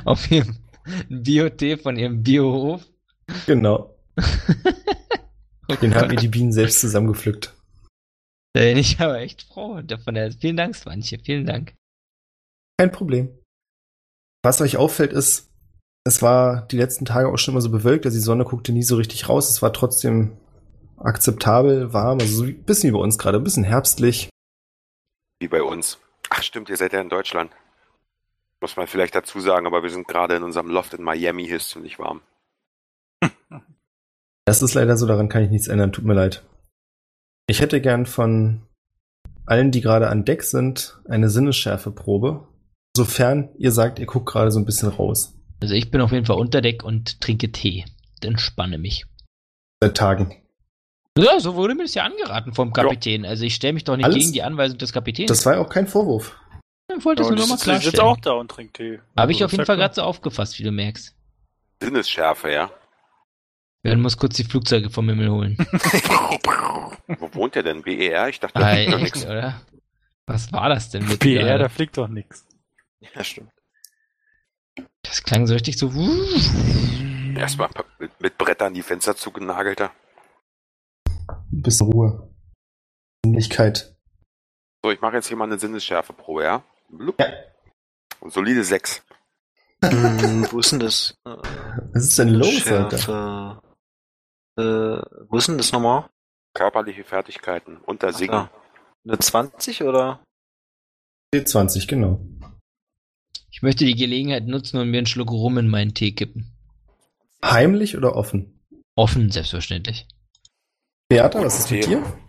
Speaker 3: auf ihrem Bio-Tee von ihrem Biohof.
Speaker 2: Genau.
Speaker 3: Oh
Speaker 2: Den haben
Speaker 3: Gott.
Speaker 2: ihr die Bienen selbst zusammengepflückt.
Speaker 3: Da bin ich aber echt froh davon. Vielen Dank, Swantje. Vielen Dank.
Speaker 2: Kein Problem. Was euch auffällt ist, es war die letzten Tage auch schon immer so bewölkt, also die Sonne guckte nie so richtig raus. Es war trotzdem akzeptabel, warm, also so ein bisschen wie bei uns gerade, ein bisschen herbstlich.
Speaker 5: Wie bei uns. Ach stimmt, ihr seid ja in Deutschland. Muss man vielleicht dazu sagen, aber wir sind gerade in unserem Loft in Miami, hier ist ziemlich warm.
Speaker 2: Das ist leider so, daran kann ich nichts ändern, tut mir leid. Ich hätte gern von allen, die gerade an Deck sind, eine Sinnesschärfeprobe. Sofern ihr sagt, ihr guckt gerade so ein bisschen raus.
Speaker 3: Also ich bin auf jeden Fall unter Deck und trinke Tee. Und Entspanne mich.
Speaker 2: Seit Tagen.
Speaker 3: Ja, so wurde mir das ja angeraten vom Kapitän. Also ich stelle mich doch nicht
Speaker 2: Alles-
Speaker 3: gegen die Anweisung des Kapitäns.
Speaker 2: Das war ja auch kein Vorwurf.
Speaker 3: ich wollte es nur nochmal
Speaker 6: Ich sitze
Speaker 3: klarstellen.
Speaker 6: auch da und trinke Tee.
Speaker 3: Habe ich
Speaker 6: Also,
Speaker 3: auf jeden
Speaker 6: ist
Speaker 3: Fall
Speaker 6: ja
Speaker 3: gerade so aufgefasst, wie du merkst.
Speaker 5: Sinnesschärfe, ja.
Speaker 3: Björn muss kurz die Flugzeuge vom Himmel holen.
Speaker 5: Wo wohnt ihr denn? BER? Ich dachte, da
Speaker 3: Ei,
Speaker 5: ist doch
Speaker 3: echt,
Speaker 5: nichts.
Speaker 3: oder? Was war das denn mit
Speaker 6: klar. PR,
Speaker 3: dir?
Speaker 6: da fliegt doch nichts.
Speaker 7: Ja, stimmt.
Speaker 3: Das klang so richtig so.
Speaker 5: Erstmal pa- mit, mit Brettern die Fenster zugenagelt. da.
Speaker 2: Ein bisschen Ruhe. Sinnlichkeit.
Speaker 5: So, ich mache jetzt hier mal eine Sinnesschärfeprobe, ja? Blub.
Speaker 2: Ja.
Speaker 5: Und solide 6.
Speaker 7: Hm, wo ist denn das? Äh,
Speaker 2: Was ist denn los, Alter?
Speaker 7: Schärfe. Äh, wo ist denn das nochmal?
Speaker 5: Körperliche Fertigkeiten. Unter
Speaker 7: Ach,
Speaker 5: Singen.
Speaker 7: da. Eine 20 oder?
Speaker 2: D20, genau.
Speaker 3: Ich möchte die Gelegenheit nutzen und mir einen Schluck Rum in meinen Tee kippen.
Speaker 2: Heimlich oder offen?
Speaker 3: Offen, selbstverständlich.
Speaker 2: Beata, was ist mit
Speaker 5: Tee.
Speaker 2: dir?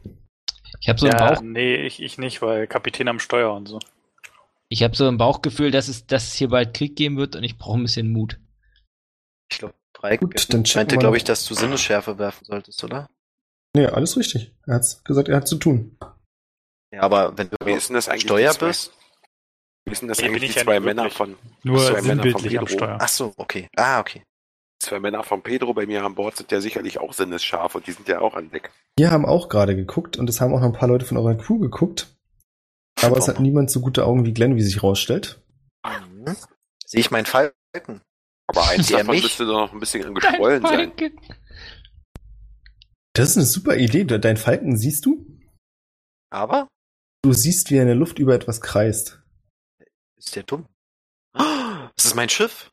Speaker 3: Ich habe so einen
Speaker 6: ja,
Speaker 3: Bauch.
Speaker 6: nee, ich, ich nicht, weil Kapitän am Steuer und so.
Speaker 3: Ich habe so ein Bauchgefühl, dass es, dass es hier bald Krieg geben wird und ich brauche ein bisschen Mut.
Speaker 7: Ich glaube, drei.
Speaker 2: Gut, dann checken
Speaker 7: meinte,
Speaker 2: wir
Speaker 7: glaube
Speaker 2: noch.
Speaker 7: ich, dass du Sinnesschärfe werfen solltest, oder?
Speaker 2: Nee, alles richtig. Er hat gesagt, er hat zu tun.
Speaker 7: Ja, aber wenn du
Speaker 5: Wie ist denn das eigentlich?
Speaker 7: Steuer
Speaker 5: die zwei-
Speaker 7: bist?
Speaker 5: Wie ist denn das
Speaker 6: Nee, bin
Speaker 5: eigentlich
Speaker 6: ich
Speaker 5: die
Speaker 6: ja
Speaker 5: zwei
Speaker 6: nicht
Speaker 5: Männer
Speaker 6: wirklich.
Speaker 5: von
Speaker 6: Nur
Speaker 5: Ach so, ein Männer vom
Speaker 6: sinnbildlich am
Speaker 5: Pedro.
Speaker 6: Steuer.
Speaker 7: Ach so, okay. Ah, okay.
Speaker 5: zwei Männer von Pedro bei mir an Bord sind ja sicherlich auch sinnesscharf und die sind ja auch an Deck.
Speaker 2: Wir haben auch gerade geguckt und es haben auch noch ein paar Leute von eurer Crew geguckt. Aber es hat niemand so gute Augen wie Glenn, wie sich rausstellt.
Speaker 7: Mhm. Sehe ich meinen Falken?
Speaker 5: Aber eins
Speaker 7: Ja,
Speaker 5: davon
Speaker 7: mich?
Speaker 5: müsste doch noch ein bisschen geschwollen sein.
Speaker 2: Das ist eine super Idee. De- Dein Falken siehst du?
Speaker 7: Aber
Speaker 2: Du siehst, wie er in der Luft über etwas kreist.
Speaker 7: ist der dumm? Oh, Das ist mein Schiff.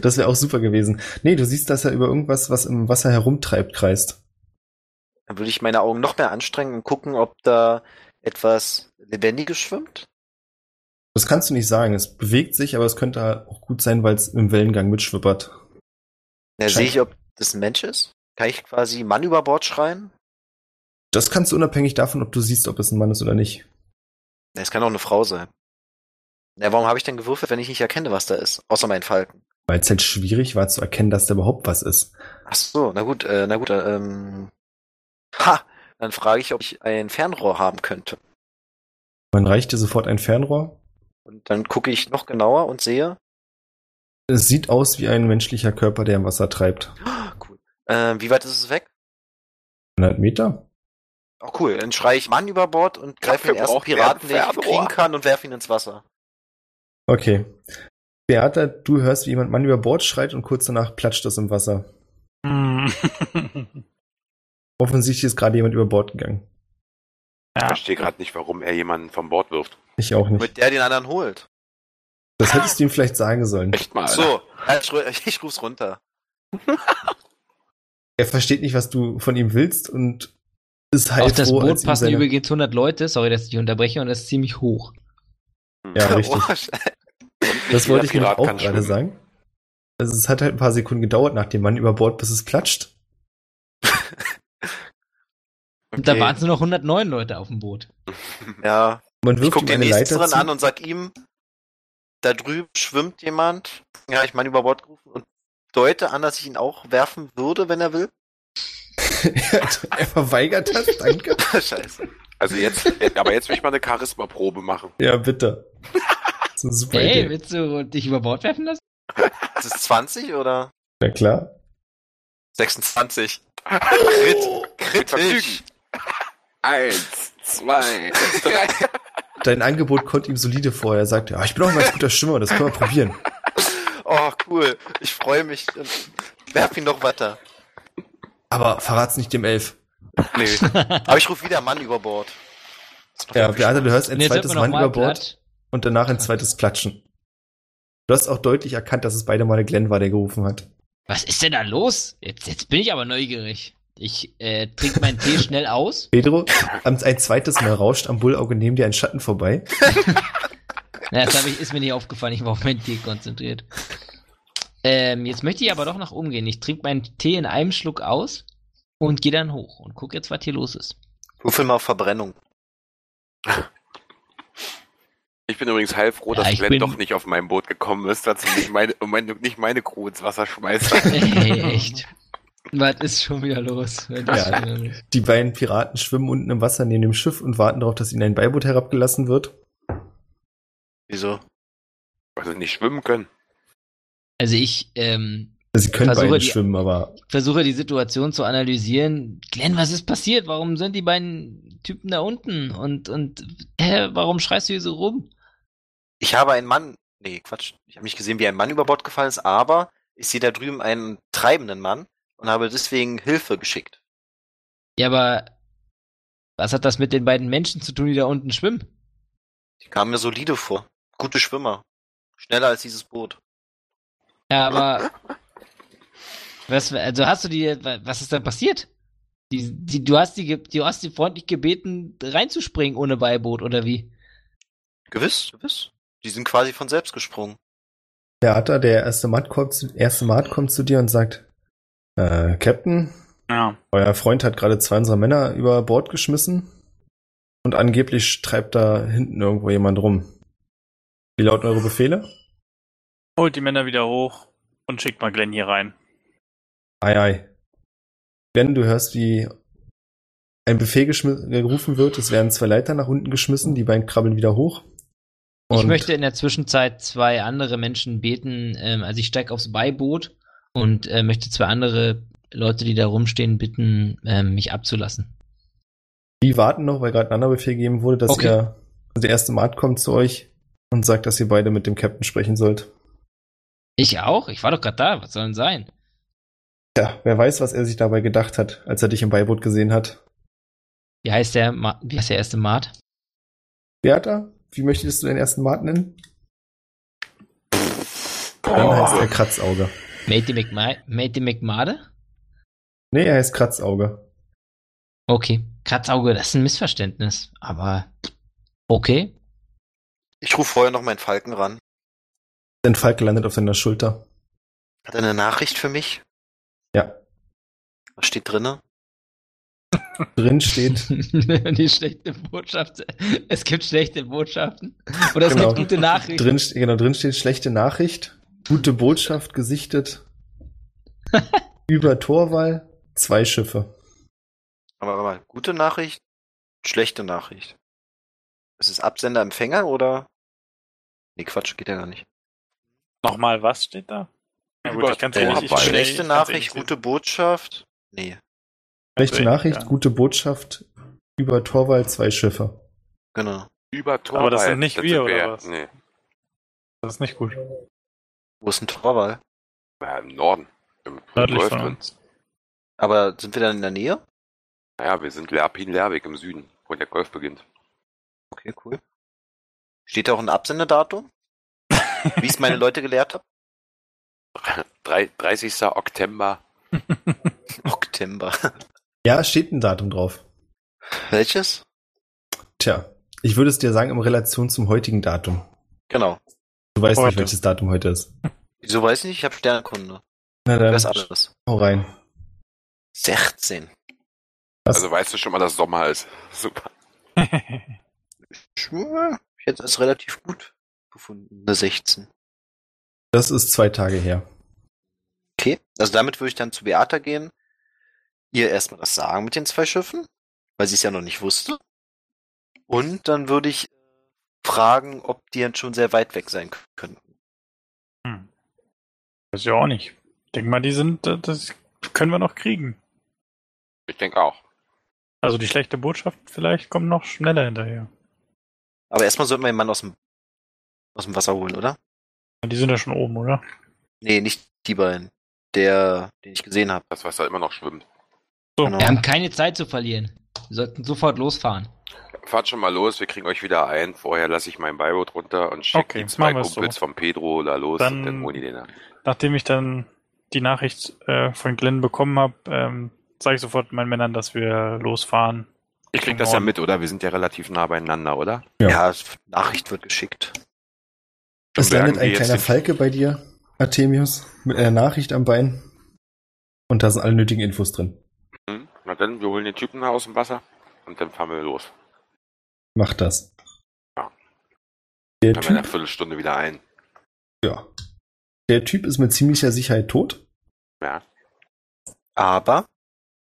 Speaker 2: das wäre auch super gewesen. Nee, du siehst, dass er über irgendwas, was im Wasser herumtreibt, kreist.
Speaker 7: Dann würde ich meine Augen noch mehr anstrengen und gucken, ob da etwas Lebendiges schwimmt.
Speaker 2: Das kannst du nicht sagen. Es bewegt sich, aber es könnte auch gut sein, weil es im Wellengang mitschwippert.
Speaker 7: Da
Speaker 2: Schein-
Speaker 7: sehe ich, ob das ein Mensch ist. Kann ich quasi Mann über Bord schreien?
Speaker 2: Das kannst du unabhängig davon, ob du siehst, ob es ein Mann ist oder nicht.
Speaker 7: Na, Es kann auch eine Frau sein. Na, warum habe ich denn gewürfelt, wenn ich nicht erkenne, was da ist? Außer meinen Falken.
Speaker 2: Weil es halt schwierig war zu erkennen, dass da überhaupt was ist.
Speaker 7: Ach so, na gut, äh, na gut, äh, ähm. Ha! Dann frage ich, ob ich ein Fernrohr haben könnte.
Speaker 2: Man reicht dir sofort ein Fernrohr.
Speaker 7: Und dann gucke ich noch genauer und sehe,
Speaker 2: Es sieht aus wie ein menschlicher Körper, der im Wasser treibt.
Speaker 7: Ah, cool. Äh, wie weit ist es weg?
Speaker 2: 100 Meter?
Speaker 7: Oh cool, dann schreie ich Mann über Bord und
Speaker 5: Dafür
Speaker 7: greife den ersten
Speaker 5: braucht der
Speaker 7: Piraten, den ich
Speaker 5: Fernrohr.
Speaker 7: kriegen kann und werfe ihn ins Wasser.
Speaker 2: Okay. Beata, du hörst, wie jemand Mann über Bord schreit und kurz danach platscht es im Wasser.
Speaker 6: Hm.
Speaker 2: Offensichtlich ist gerade jemand über Bord gegangen.
Speaker 5: Ich
Speaker 6: ja.
Speaker 5: verstehe gerade nicht, warum er jemanden vom Bord wirft.
Speaker 2: Ich auch nicht.
Speaker 7: damit der den anderen holt.
Speaker 2: Das hättest du ihm vielleicht sagen sollen.
Speaker 4: Echt mal.
Speaker 7: So, ja, ich, ru- ich ruf's runter.
Speaker 2: Er versteht nicht, was du von ihm willst und ist halt
Speaker 3: Auf das
Speaker 2: froh,
Speaker 3: Boot
Speaker 2: als ihm
Speaker 3: passen
Speaker 2: seine-
Speaker 3: übrigens 100 Leute, sorry, dass ich dich unterbreche, und das ist ziemlich hoch.
Speaker 2: Ja, richtig. Das wollte ich
Speaker 5: Jeder
Speaker 2: mir
Speaker 5: Pirat
Speaker 2: auch
Speaker 5: kann
Speaker 2: gerade
Speaker 5: schwimmen.
Speaker 2: sagen. Also es hat halt ein paar Sekunden gedauert nach dem Mann über Bord, bis es platscht.
Speaker 3: Und da waren es nur noch 109 Leute auf dem Boot.
Speaker 7: Ja,
Speaker 2: Man
Speaker 7: Ich
Speaker 2: wirft ihm
Speaker 7: gucke den
Speaker 2: eine
Speaker 7: nächsten
Speaker 2: Leiter
Speaker 7: drin
Speaker 2: zu.
Speaker 7: an und sag ihm, da drüben schwimmt jemand. Ja, ich meine über Bord gerufen und deute an, dass ich ihn auch werfen würde, wenn er will.
Speaker 2: er verweigert das, danke.
Speaker 7: Scheiße.
Speaker 5: Also jetzt, aber jetzt will ich mal eine Charisma-Probe machen.
Speaker 2: Ja, bitte. Das ist eine super
Speaker 3: Hey,
Speaker 2: Idee.
Speaker 3: willst du dich über Bord werfen lassen?
Speaker 7: Ist es 20 oder?
Speaker 2: Na klar.
Speaker 7: 26. Crit,
Speaker 5: Mit
Speaker 7: kritisch.
Speaker 5: Vergnügen.
Speaker 4: Eins, zwei, drei.
Speaker 2: Dein Angebot kommt ihm solide vor. Er sagt, ja, ich bin auch ein ganz guter Schwimmer, das können wir probieren.
Speaker 7: Oh, cool. Ich freue mich. Und werf ihn noch weiter.
Speaker 2: Aber verrat's nicht dem Elf.
Speaker 5: Nee.
Speaker 7: Aber ich rufe wieder Mann über Bord. Das macht
Speaker 2: Ja,
Speaker 7: irgendwie
Speaker 2: Beate, du hörst ein
Speaker 3: Und jetzt wird
Speaker 2: zweites Mann
Speaker 3: man nochmal
Speaker 2: über Bord
Speaker 3: platt.
Speaker 2: und danach ein zweites Platschen. Du hast auch deutlich erkannt, dass es beide Male Glenn war, der gerufen hat.
Speaker 3: Was ist denn da los? Jetzt, jetzt bin ich aber neugierig. Ich äh, trinke meinen Tee schnell aus.
Speaker 2: Pedro, am- ein zweites Mal rauscht am Bullauge neben dir ein Schatten vorbei.
Speaker 3: Na, das hab ich, ist mir nicht aufgefallen, ich war auf meinen Tee konzentriert. Ähm, jetzt möchte ich aber doch nach oben gehen. Ich trinke meinen Tee in einem Schluck aus und gehe dann hoch und gucke jetzt, was hier los ist.
Speaker 7: Würfel mal auf Verbrennung.
Speaker 5: Ich bin übrigens heilfroh, dass
Speaker 3: Ja, ich
Speaker 5: Glenn
Speaker 3: bin-
Speaker 5: doch nicht auf meinem Boot gekommen ist, dass er nicht meine, meine, nicht meine Crew ins Wasser schmeißt.
Speaker 3: Ey, echt. Was ist schon wieder los? Was ist
Speaker 2: Ja.
Speaker 3: schon wieder los?
Speaker 2: Die beiden Piraten schwimmen unten im Wasser neben dem Schiff und warten darauf, dass ihnen ein Beiboot herabgelassen wird.
Speaker 7: Wieso?
Speaker 5: Weil sie nicht schwimmen können.
Speaker 3: Also ich ähm,
Speaker 2: Sie können
Speaker 3: Versuche
Speaker 2: beide
Speaker 3: die-
Speaker 2: schwimmen, aber
Speaker 3: versuche die Situation zu analysieren. Glenn, was ist passiert? Warum sind die beiden Typen da unten? Und, und hä, warum schreist du hier so rum?
Speaker 7: Ich habe einen Mann. Nee, Quatsch. Ich habe nicht gesehen, wie ein Mann über Bord gefallen ist, aber ich sehe da drüben einen treibenden Mann und habe deswegen Hilfe geschickt.
Speaker 3: Ja, aber was hat das mit den beiden Menschen zu tun, die da unten schwimmen?
Speaker 7: Die kamen mir solide vor. Gute Schwimmer. Schneller als dieses Boot.
Speaker 3: Ja, aber was, also hast du die, was ist dann passiert? Die, die, du hast die, ge- du hast die freundlich gebeten, reinzuspringen ohne Beiboot oder wie?
Speaker 7: Gewiss, gewiss. Die sind quasi von selbst gesprungen.
Speaker 2: Theater, der erste Mat kommt zu, erste Mat kommt zu dir und sagt, äh, Captain,
Speaker 6: Ja.
Speaker 2: euer Freund hat gerade zwei unserer Männer über Bord geschmissen und angeblich treibt da hinten irgendwo jemand rum. Wie lauten eure Befehle?
Speaker 6: Holt die Männer wieder hoch und schickt mal Glenn hier rein.
Speaker 2: Ei, ei. Wenn du hörst, wie ein Befehl geschmi- gerufen wird, es werden zwei Leiter nach unten geschmissen, die beiden krabbeln wieder hoch.
Speaker 3: Ich
Speaker 2: Und-
Speaker 3: möchte in der Zwischenzeit zwei andere Menschen beten, ähm, also ich steige aufs Beiboot und äh, möchte zwei andere Leute, die da rumstehen, bitten, ähm, mich abzulassen.
Speaker 2: Die warten noch, weil gerade ein anderer Befehl gegeben wurde, dass
Speaker 3: Okay.
Speaker 2: ihr, also der erste Mart kommt zu euch und sagt, dass ihr beide mit dem Captain sprechen sollt.
Speaker 3: Ich auch? Ich war doch gerade da, was soll denn sein?
Speaker 2: Ja, wer weiß, was er sich dabei gedacht hat, als er dich im Beiboot gesehen hat.
Speaker 3: Wie heißt der, Ma wie heißt der erste Mart?
Speaker 2: Beata, wie möchtest du den ersten Mart nennen? Dann heißt er Kratzauge.
Speaker 3: Matey McMa- Matey McMade?
Speaker 2: Nee, er heißt Kratzauge.
Speaker 3: Okay, Kratzauge, das ist ein Missverständnis, aber okay.
Speaker 7: Ich rufe vorher noch meinen Falken ran.
Speaker 2: Denn Falke landet auf seiner Schulter.
Speaker 7: Hat er eine Nachricht für mich?
Speaker 2: Ja.
Speaker 7: Was steht drinne?
Speaker 2: Drin steht,
Speaker 3: Die schlechte Botschaft. Es gibt schlechte Botschaften. Oder es
Speaker 2: Genau.
Speaker 3: gibt gute Nachrichten.
Speaker 2: drin, ste- genau, drin steht schlechte Nachricht, gute Botschaft gesichtet, über Torwall, zwei Schiffe.
Speaker 7: Aber warte mal, gute Nachricht, schlechte Nachricht. Ist es Absender, Empfänger oder? Nee, Quatsch, geht ja gar nicht.
Speaker 6: Nochmal, was steht da? Ja, gut,
Speaker 4: Über-
Speaker 6: ich kann's
Speaker 4: Äh,
Speaker 6: ehrlich, ich
Speaker 4: Schlechte
Speaker 6: schnell- ich
Speaker 7: schlechte
Speaker 6: kann's
Speaker 7: Nachricht,
Speaker 6: ehrlich
Speaker 7: gute Botschaft? Nee,
Speaker 6: sehen.
Speaker 2: Schlechte Nachricht,
Speaker 6: Ja.
Speaker 2: gute Botschaft, über Torwall, zwei Schiffe.
Speaker 7: genau.
Speaker 5: Über Torwald.
Speaker 6: Aber das sind nicht wir, oder was?
Speaker 5: Nee,
Speaker 6: Das ist nicht gut.
Speaker 7: Wo ist ein Torwall?
Speaker 5: Na, im Norden. Im
Speaker 6: Nördlich
Speaker 5: Golf
Speaker 6: von
Speaker 5: drin.
Speaker 6: uns.
Speaker 7: Aber sind wir dann in der Nähe?
Speaker 5: Naja, wir sind Lerpin-Lerwig im Süden, wo der Golf beginnt.
Speaker 7: Okay, cool. Steht da auch ein Absendedatum? Wie es meine Leute gelehrt haben?
Speaker 5: Drei- 30. Oktober.
Speaker 7: Oktober.
Speaker 2: Ja, steht ein Datum drauf.
Speaker 7: Welches?
Speaker 2: Tja, ich würde es dir sagen in Relation zum heutigen Datum.
Speaker 7: Genau.
Speaker 2: Du weißt nicht,
Speaker 6: Heute.
Speaker 2: welches Datum heute ist.
Speaker 7: Wieso weiß ich nicht? Ich habe Sternkunde.
Speaker 2: Na dann,
Speaker 7: Das anderes.
Speaker 2: hau rein.
Speaker 7: 16.
Speaker 2: Was?
Speaker 5: Also weißt du schon mal, dass Sommer ist. Super.
Speaker 7: Ich hätte es relativ gut gefunden. Eine 16.
Speaker 2: Das ist zwei Tage her.
Speaker 7: Okay, also damit würde ich dann zu Beata gehen, ihr erstmal das sagen mit den zwei Schiffen, weil sie es ja noch nicht wusste. Und dann würde ich äh, fragen, ob die dann schon sehr weit weg sein k- könnten.
Speaker 6: Hm. Weiß ich auch nicht. Denk mal, die sind, äh, das können wir noch kriegen.
Speaker 5: Ich denke auch.
Speaker 6: Also die schlechte Botschaft vielleicht kommt noch schneller hinterher.
Speaker 7: Aber erstmal sollten wir den Mann aus dem, aus dem Wasser holen, oder?
Speaker 6: Die sind ja schon oben, oder?
Speaker 7: Nee, nicht die beiden. Der, den ich gesehen habe.
Speaker 5: Das Wasser immer noch schwimmt.
Speaker 6: So.
Speaker 7: Genau.
Speaker 3: Wir haben keine Zeit zu verlieren. Wir sollten sofort losfahren.
Speaker 5: Fahrt schon mal los, wir kriegen euch wieder ein. Vorher lasse ich mein Beiboot runter und schicke
Speaker 6: Okay,
Speaker 5: die zwei
Speaker 6: machen wir's so.
Speaker 5: Kumpels von Pedro da los
Speaker 6: Dann-
Speaker 5: und dann holen die den ab.
Speaker 6: Nachdem ich dann die Nachricht äh, von Glenn bekommen habe, ähm, sage ich sofort meinen Männern, dass wir losfahren.
Speaker 5: Ich krieg
Speaker 6: Richtung
Speaker 5: das ja
Speaker 6: Norden.
Speaker 5: mit, oder? Wir sind ja relativ nah beieinander, oder?
Speaker 2: Ja.
Speaker 7: Ja, f- Nachricht wird geschickt.
Speaker 2: Es
Speaker 5: Dann
Speaker 2: landet
Speaker 5: bergen
Speaker 2: ein
Speaker 5: wir jetzt
Speaker 2: kleiner
Speaker 5: den-
Speaker 2: Falke bei dir, Artemius, mit einer Nachricht am Bein. Und da sind alle nötigen Infos drin.
Speaker 5: Hm? Na dann, wir holen den Typen aus dem Wasser und dann fahren wir los.
Speaker 2: Mach das.
Speaker 5: Ja.
Speaker 2: Der
Speaker 5: Dann haben wir in einer
Speaker 2: typ,
Speaker 5: Viertelstunde wieder ein.
Speaker 2: ja. der typ ist mit ziemlicher Sicherheit tot,
Speaker 5: Ja.
Speaker 7: Aber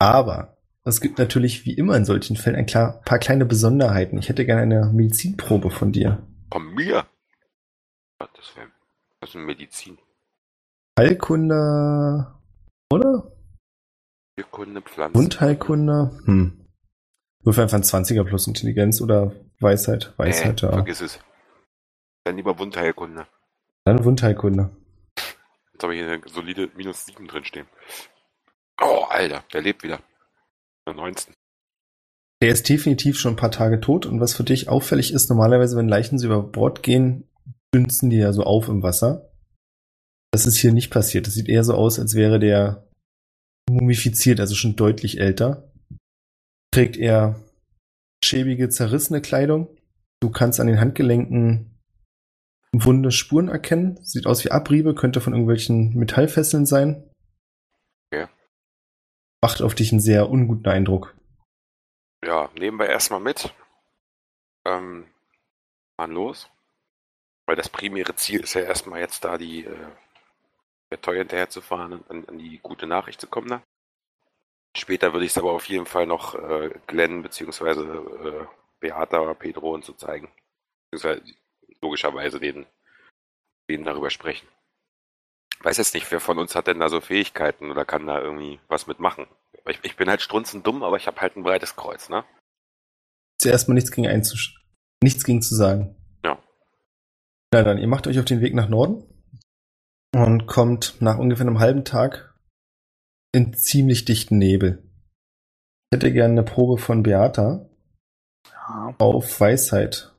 Speaker 2: aber es gibt natürlich wie immer in solchen Fällen ein klar, paar kleine Besonderheiten. Ich hätte gerne eine Medizinprobe von dir.
Speaker 5: Von mir? Gottes Willen. Das ist eine Medizin.
Speaker 2: Heilkunde, oder?
Speaker 5: Heilkunde, Pflanzen.
Speaker 2: Wundheilkunde? Hm. Würfel einfach ein 20er plus Intelligenz oder Weisheit?
Speaker 5: Nee,
Speaker 2: Weisheit, ja.
Speaker 5: vergiss es. Dann lieber Wundheilkunde.
Speaker 2: Dann Wundheilkunde.
Speaker 5: Jetzt habe ich hier eine solide minus 7 drinstehen. Oh, Alter, der lebt wieder. Eine 19.
Speaker 2: Der ist definitiv schon ein paar Tage tot und was für dich auffällig ist, normalerweise, wenn Leichen so über Bord gehen, dünsten die ja so auf im Wasser. Das ist hier nicht passiert. Das sieht eher so aus, als wäre der mumifiziert, also schon deutlich älter. Trägt er schäbige, zerrissene Kleidung. Du kannst an den Handgelenken wunde Spuren erkennen. Sieht aus wie Abriebe, könnte von irgendwelchen Metallfesseln sein.
Speaker 5: Okay.
Speaker 2: Macht auf dich einen sehr unguten Eindruck.
Speaker 5: Ja, nehmen wir erstmal mit. Ähm, fahren los. Weil das primäre Ziel ist ja erstmal jetzt da, die äh, der Teuer hinterher zu fahren und an, an die gute Nachricht zu kommen. Ne? Später würde ich es aber auf jeden Fall noch äh, Glenn beziehungsweise äh, Beata, Pedro und so zeigen. Beziehungsweise logischerweise denen, denen darüber sprechen. Weiß jetzt nicht, wer von uns hat denn da so Fähigkeiten oder kann da irgendwie was mitmachen. Ich, ich bin halt strunzend dumm, aber ich habe halt ein breites Kreuz, ne?
Speaker 2: ist ja erstmal nichts gegen einzusch nichts gegen zu sagen.
Speaker 5: Ja.
Speaker 2: Na dann, ihr macht euch auf den Weg nach Norden und kommt nach ungefähr einem halben Tag in ziemlich dichten Nebel. Ich hätte gerne eine Probe von Beata auf Weisheit.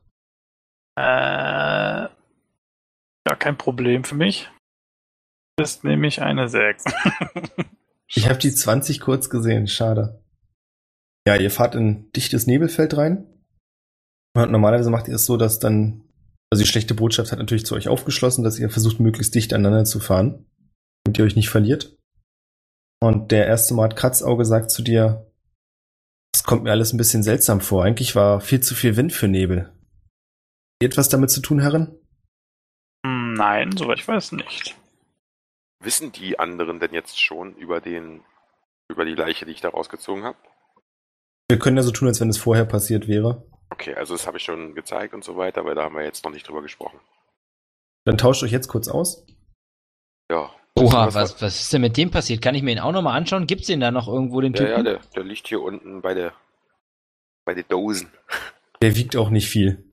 Speaker 6: Äh, ja, kein Problem für mich. Das ist nämlich eine 6.
Speaker 2: Ich habe die 20 kurz gesehen, schade. Ja, ihr fahrt in dichtes Nebelfeld rein. Und normalerweise macht ihr es so, dass dann, also die schlechte Botschaft hat natürlich zu euch aufgeschlossen, dass ihr versucht, möglichst dicht aneinander zu fahren, damit ihr euch nicht verliert. Und der erste Mart Kratzauge sagt zu dir, das kommt mir alles ein bisschen seltsam vor. Eigentlich war viel zu viel Wind für Nebel. Etwas damit zu tun, Herren?
Speaker 6: Hm, Nein, soweit ich weiß nicht.
Speaker 5: Wissen die anderen denn jetzt schon über den, über die Leiche, die ich da rausgezogen habe?
Speaker 2: Wir können ja so tun, als wenn es vorher passiert wäre.
Speaker 5: Okay, also das habe ich schon gezeigt und so weiter, aber da haben wir jetzt noch nicht drüber gesprochen.
Speaker 2: Dann tauscht euch jetzt kurz aus.
Speaker 5: Ja.
Speaker 3: Oha,
Speaker 5: Das-
Speaker 3: was, was ist denn mit dem passiert? Kann ich mir ihn auch nochmal anschauen? Gibt's den da noch irgendwo, den
Speaker 5: Ja, ja,
Speaker 3: Typen?
Speaker 5: der, der liegt hier unten bei der, bei den Dosen.
Speaker 2: Der wiegt auch nicht viel.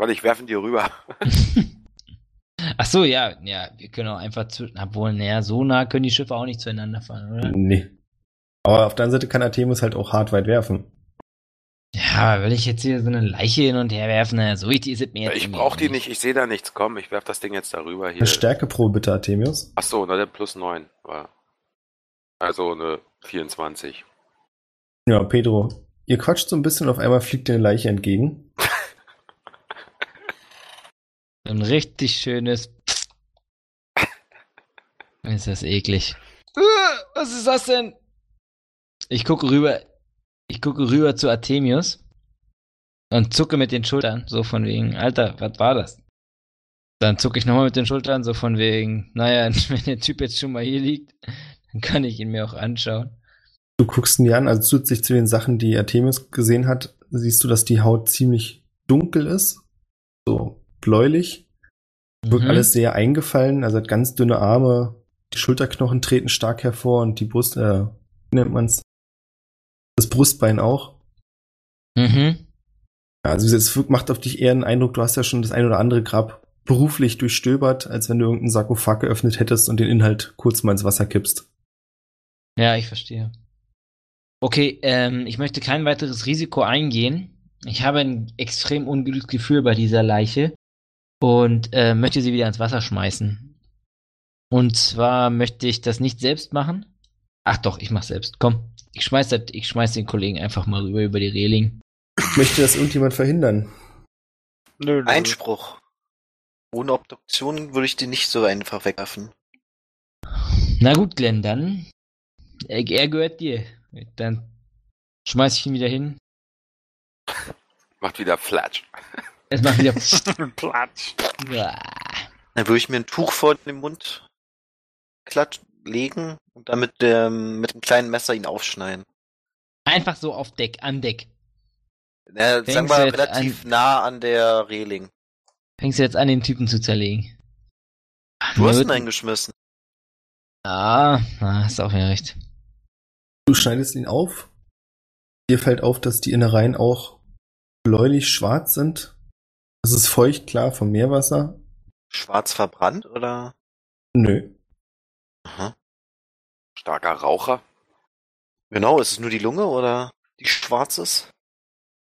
Speaker 5: Warte, ich werfen dir rüber.
Speaker 3: Ach so, ja, ja, wir können auch einfach zu, obwohl, naja, so nah können die Schiffe auch nicht
Speaker 5: Hm.
Speaker 3: zueinander fahren, oder?
Speaker 2: Nee. Aber auf der anderen Seite kann Artemis halt auch hart weit werfen.
Speaker 3: Ja, will ich jetzt hier so eine Leiche hin und her werfen? Na, so wichtig ist es mir jetzt.
Speaker 5: Ich
Speaker 3: irgendwie
Speaker 5: brauche
Speaker 3: auch
Speaker 5: die nicht, ich sehe da nichts. Komm, ich werf das Ding jetzt darüber hier.
Speaker 2: Eine Stärkeprobe bitte, Artemius.
Speaker 5: Achso, na dann plus 9 war. Also eine 24.
Speaker 2: Ja, Pedro, ihr quatscht so ein bisschen und auf einmal fliegt dir eine Leiche entgegen.
Speaker 3: So Ein richtig schönes. ist das eklig. Äh, Was ist das denn? Ich gucke rüber. Ich gucke rüber zu Artemius und zucke mit den Schultern, so von wegen, Alter, was war das? Dann zucke ich nochmal mit den Schultern, so von wegen, naja, wenn der Typ jetzt schon mal hier liegt, dann kann ich ihn mir auch anschauen.
Speaker 2: Du guckst ihn dir an, also zusätzlich zu den Sachen, die Artemius gesehen hat, siehst du, dass die Haut ziemlich dunkel ist. So bläulich. Wirkt
Speaker 3: Mhm.
Speaker 2: alles sehr eingefallen, also hat ganz dünne Arme, die Schulterknochen treten stark hervor und die Brust, äh, wie nennt man's? Das Brustbein auch.
Speaker 3: Mhm.
Speaker 2: Ja, also es wirkt- macht auf dich eher einen Eindruck, du hast ja schon das ein oder andere Grab beruflich durchstöbert, als wenn du irgendeinen Sarkophag geöffnet hättest und den Inhalt kurz mal ins Wasser kippst.
Speaker 3: Ja, ich verstehe. Okay, ähm, ich möchte kein weiteres Risiko eingehen. Ich habe ein extrem ungutes Gefühl bei dieser Leiche und äh, möchte sie wieder ins Wasser schmeißen. Und zwar möchte ich das nicht selbst machen. Ach doch, ich mach's selbst. Komm, ich schmeiß, das, ich schmeiß den Kollegen einfach mal rüber über die Reling.
Speaker 2: Möchte das irgendjemand verhindern?
Speaker 6: Nö, nö.
Speaker 7: Einspruch. Ohne Obduktion würde ich die nicht so einfach wegwerfen.
Speaker 3: Na gut, Glenn, dann. Er, er gehört dir. Dann schmeiß ich ihn wieder hin.
Speaker 5: Macht wieder Flatsch.
Speaker 3: Es macht wieder.
Speaker 6: Platsch.
Speaker 7: Dann würde ich mir ein Tuch vor den Mund klatsch legen und dann mit, dem, mit dem kleinen Messer ihn aufschneiden.
Speaker 3: Einfach so auf Deck, an Deck.
Speaker 7: Ja, sagen
Speaker 3: Fängst du
Speaker 7: wir
Speaker 3: jetzt
Speaker 7: relativ nah an der Reling.
Speaker 3: Fängst du jetzt an, den Typen zu zerlegen?
Speaker 7: Du hast ihn
Speaker 3: Nö.
Speaker 7: eingeschmissen.
Speaker 3: Ah, na, hast auch wieder recht.
Speaker 2: Du schneidest ihn auf. Dir fällt auf, dass die Innereien auch bläulich schwarz sind. Es ist feucht, klar, vom Meerwasser.
Speaker 7: Schwarz verbrannt oder?
Speaker 2: Nö.
Speaker 7: Aha.
Speaker 5: Starker Raucher.
Speaker 7: Genau, ist es nur die Lunge oder die schwarz ist?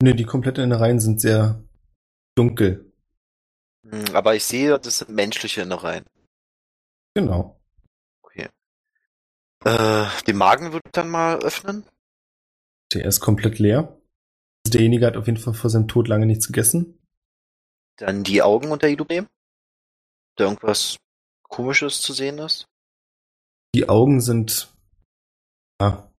Speaker 2: Nö, die kompletten Innereien sind sehr dunkel.
Speaker 7: Hm, Aber ich sehe, das sind menschliche Innereien.
Speaker 2: Genau.
Speaker 7: Äh, den Magen würde ich dann mal öffnen.
Speaker 2: Der ist komplett leer. Also Derjenige hat auf jeden Fall vor seinem Tod lange nichts gegessen.
Speaker 7: Dann die Augen unter die Lupe nehmen. Ob Da irgendwas komisches zu sehen ist.
Speaker 2: Die Augen sind. Ja.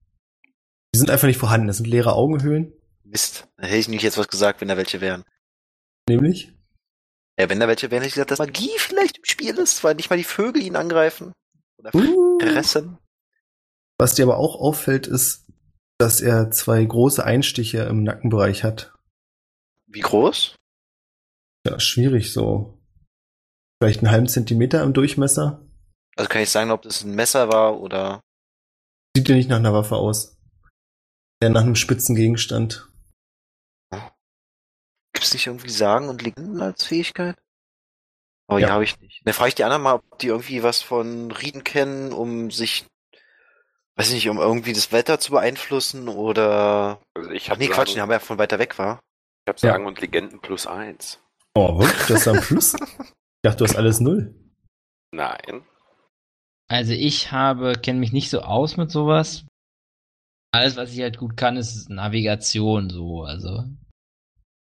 Speaker 2: Die sind einfach nicht vorhanden. Das sind leere Augenhöhlen,
Speaker 7: Mist, da hätte ich nicht jetzt was gesagt, wenn da welche wären.
Speaker 2: nämlich.
Speaker 7: Ja, wenn da welche wären, hätte ich gesagt, dass Magie vielleicht im Spiel ist, weil nicht mal die Vögel ihn angreifen. Oder
Speaker 3: Uh.
Speaker 7: fressen.
Speaker 2: Was dir aber auch auffällt, ist, dass er zwei große Einstiche im Nackenbereich hat.
Speaker 7: Wie groß?
Speaker 2: Ja, schwierig so. Vielleicht einen halben Zentimeter im Durchmesser.
Speaker 7: Also kann ich sagen, ob das ein Messer war oder
Speaker 2: Sieht dir nicht nach einer Waffe aus. Eher nach einem spitzen Gegenstand.
Speaker 7: gibt es nicht irgendwie Sagen und Legenden als Fähigkeit? Aber die
Speaker 2: Ja.
Speaker 7: habe ich nicht. Dann frage ich die anderen mal, ob die irgendwie was von Riten kennen, um sich, weiß nicht, um irgendwie das Wetter zu beeinflussen oder.
Speaker 5: Also ich
Speaker 7: Ach
Speaker 5: habe
Speaker 7: nee, Quatsch, die
Speaker 5: sagen,
Speaker 7: haben ja von weiter weg war.
Speaker 5: ich hab
Speaker 2: Ja.
Speaker 5: sagen und Legenden plus 1.
Speaker 2: Oh, wirklich? Das ist am Plus? Ich dachte, du hast alles null.
Speaker 5: Nein.
Speaker 3: Also ich habe, kenne mich nicht so aus mit sowas. Alles, was ich halt gut kann, ist Navigation so. Also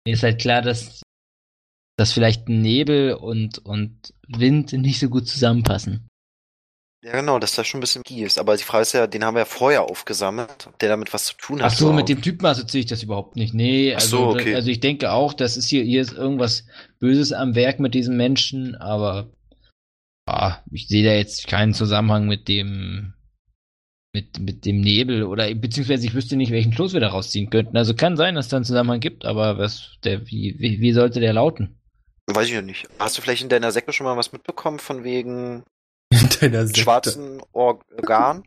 Speaker 3: mir ist halt klar, dass, dass vielleicht Nebel und, und Wind nicht so gut zusammenpassen.
Speaker 7: Ja, genau, dass da schon ein bisschen Magie ist. Aber die Frage ist ja, den haben wir ja vorher aufgesammelt, ob der damit was zu tun hat.
Speaker 3: Ach so, mit
Speaker 7: überhaupt.
Speaker 3: dem Typen assoziiere ich das überhaupt nicht. Nee,
Speaker 7: Ach
Speaker 3: also,
Speaker 7: so, okay.
Speaker 3: also ich denke auch, das ist hier, hier ist irgendwas Böses am Werk mit diesem Menschen, aber ah, ich sehe da jetzt keinen Zusammenhang mit dem mit, mit dem Nebel oder beziehungsweise ich wüsste nicht, welchen Schluss wir da rausziehen könnten. Also kann sein, dass es da einen Zusammenhang gibt, aber was der, wie, wie, wie sollte der lauten?
Speaker 7: Weiß ich ja nicht. Hast du vielleicht in deiner Sekte schon mal was mitbekommen von wegen
Speaker 2: In deiner Sekte.
Speaker 7: schwarzen Organ?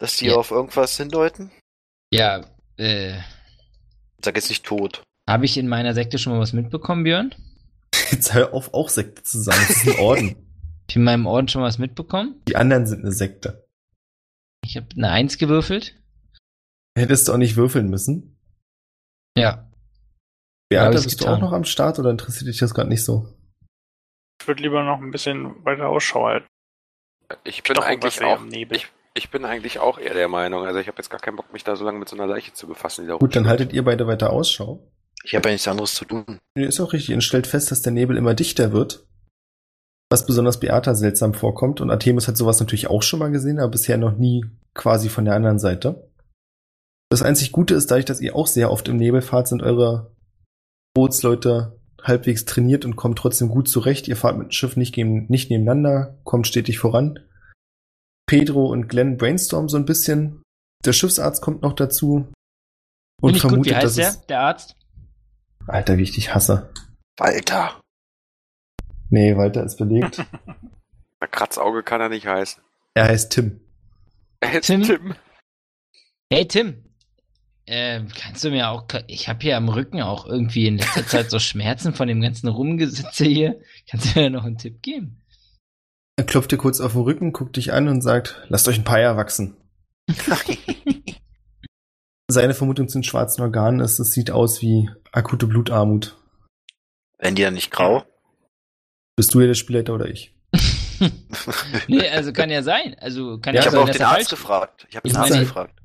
Speaker 7: Dass die
Speaker 3: Ja.
Speaker 7: auf irgendwas hindeuten?
Speaker 3: Ja, äh,
Speaker 7: Ich sag jetzt nicht tot.
Speaker 3: habe ich in meiner Sekte schon mal was mitbekommen, Björn?
Speaker 2: Jetzt hör auf, auch Sekte zu sein. Das ist ein Orden.
Speaker 3: Hab ich in meinem Orden schon mal was mitbekommen?
Speaker 2: Die anderen sind eine Sekte.
Speaker 3: Ich habe eine Eins gewürfelt.
Speaker 2: Hättest du auch nicht würfeln müssen.
Speaker 3: Ja. Hab
Speaker 2: Beate,
Speaker 3: ich's
Speaker 2: bist du
Speaker 3: getan.
Speaker 2: auch noch am Start oder interessiert dich das gerade nicht so?
Speaker 6: Ich würde lieber noch ein bisschen weiter Ausschau halten.
Speaker 5: Ich bin
Speaker 6: Doch,
Speaker 5: eigentlich
Speaker 6: was wir
Speaker 5: auch.
Speaker 6: im Nebel.
Speaker 5: Ich, ich bin eigentlich auch eher der Meinung. Also ich habe jetzt gar keinen Bock, mich da so lange mit so einer Leiche zu befassen, die da
Speaker 2: Gut, dann
Speaker 5: rumsteht.
Speaker 2: haltet ihr beide weiter Ausschau.
Speaker 7: Ich habe ja nichts anderes zu tun.
Speaker 2: Ihr ist auch richtig und stellt fest, dass der Nebel immer dichter wird. Was besonders Beata seltsam vorkommt. Und Artemis hat sowas natürlich auch schon mal gesehen, aber bisher noch nie quasi von der anderen Seite. Das einzig Gute ist, dadurch, dass ihr auch sehr oft im Nebel fahrt, sind eure Bootsleute halbwegs trainiert und kommen trotzdem gut zurecht. Ihr fahrt mit dem Schiff nicht, gegen, nicht nebeneinander, kommt stetig voran. Pedro und Glenn brainstormen so ein bisschen. Der Schiffsarzt kommt noch dazu. Und
Speaker 3: Finde ich gut,
Speaker 2: vermutet,
Speaker 3: wie heißt
Speaker 2: dass
Speaker 3: der?
Speaker 2: es.
Speaker 3: Der Arzt?
Speaker 2: Alter, wie ich dich hasse.
Speaker 7: Walter.
Speaker 2: Nee, Walter ist belegt.
Speaker 5: Na, Kratzauge kann er nicht heißen. Äh,
Speaker 2: er heißt Tim.
Speaker 3: Tim? Hey Tim, äh, kannst du mir auch, ich habe hier am Rücken auch irgendwie in letzter Zeit so Schmerzen von dem ganzen Rumgesitze hier. Kannst du mir noch einen Tipp geben?
Speaker 2: Er klopft dir kurz auf den Rücken, guckt dich an und sagt, lasst euch ein paar Eier wachsen. Seine Vermutung zu den schwarzen Organen ist, es sieht aus wie akute Blutarmut.
Speaker 7: Werden die dann nicht grau?
Speaker 2: Bist du hier der Spielleiter oder ich?
Speaker 3: nee, also kann ja sein. Also kann
Speaker 2: Ja,
Speaker 3: ja,
Speaker 7: ich
Speaker 3: sein,
Speaker 7: habe auch
Speaker 3: dass
Speaker 7: den
Speaker 3: er
Speaker 7: Arzt
Speaker 3: falsch-
Speaker 7: gefragt. Ich habe
Speaker 3: Ich
Speaker 7: den Arzt
Speaker 3: meine-
Speaker 7: gefragt.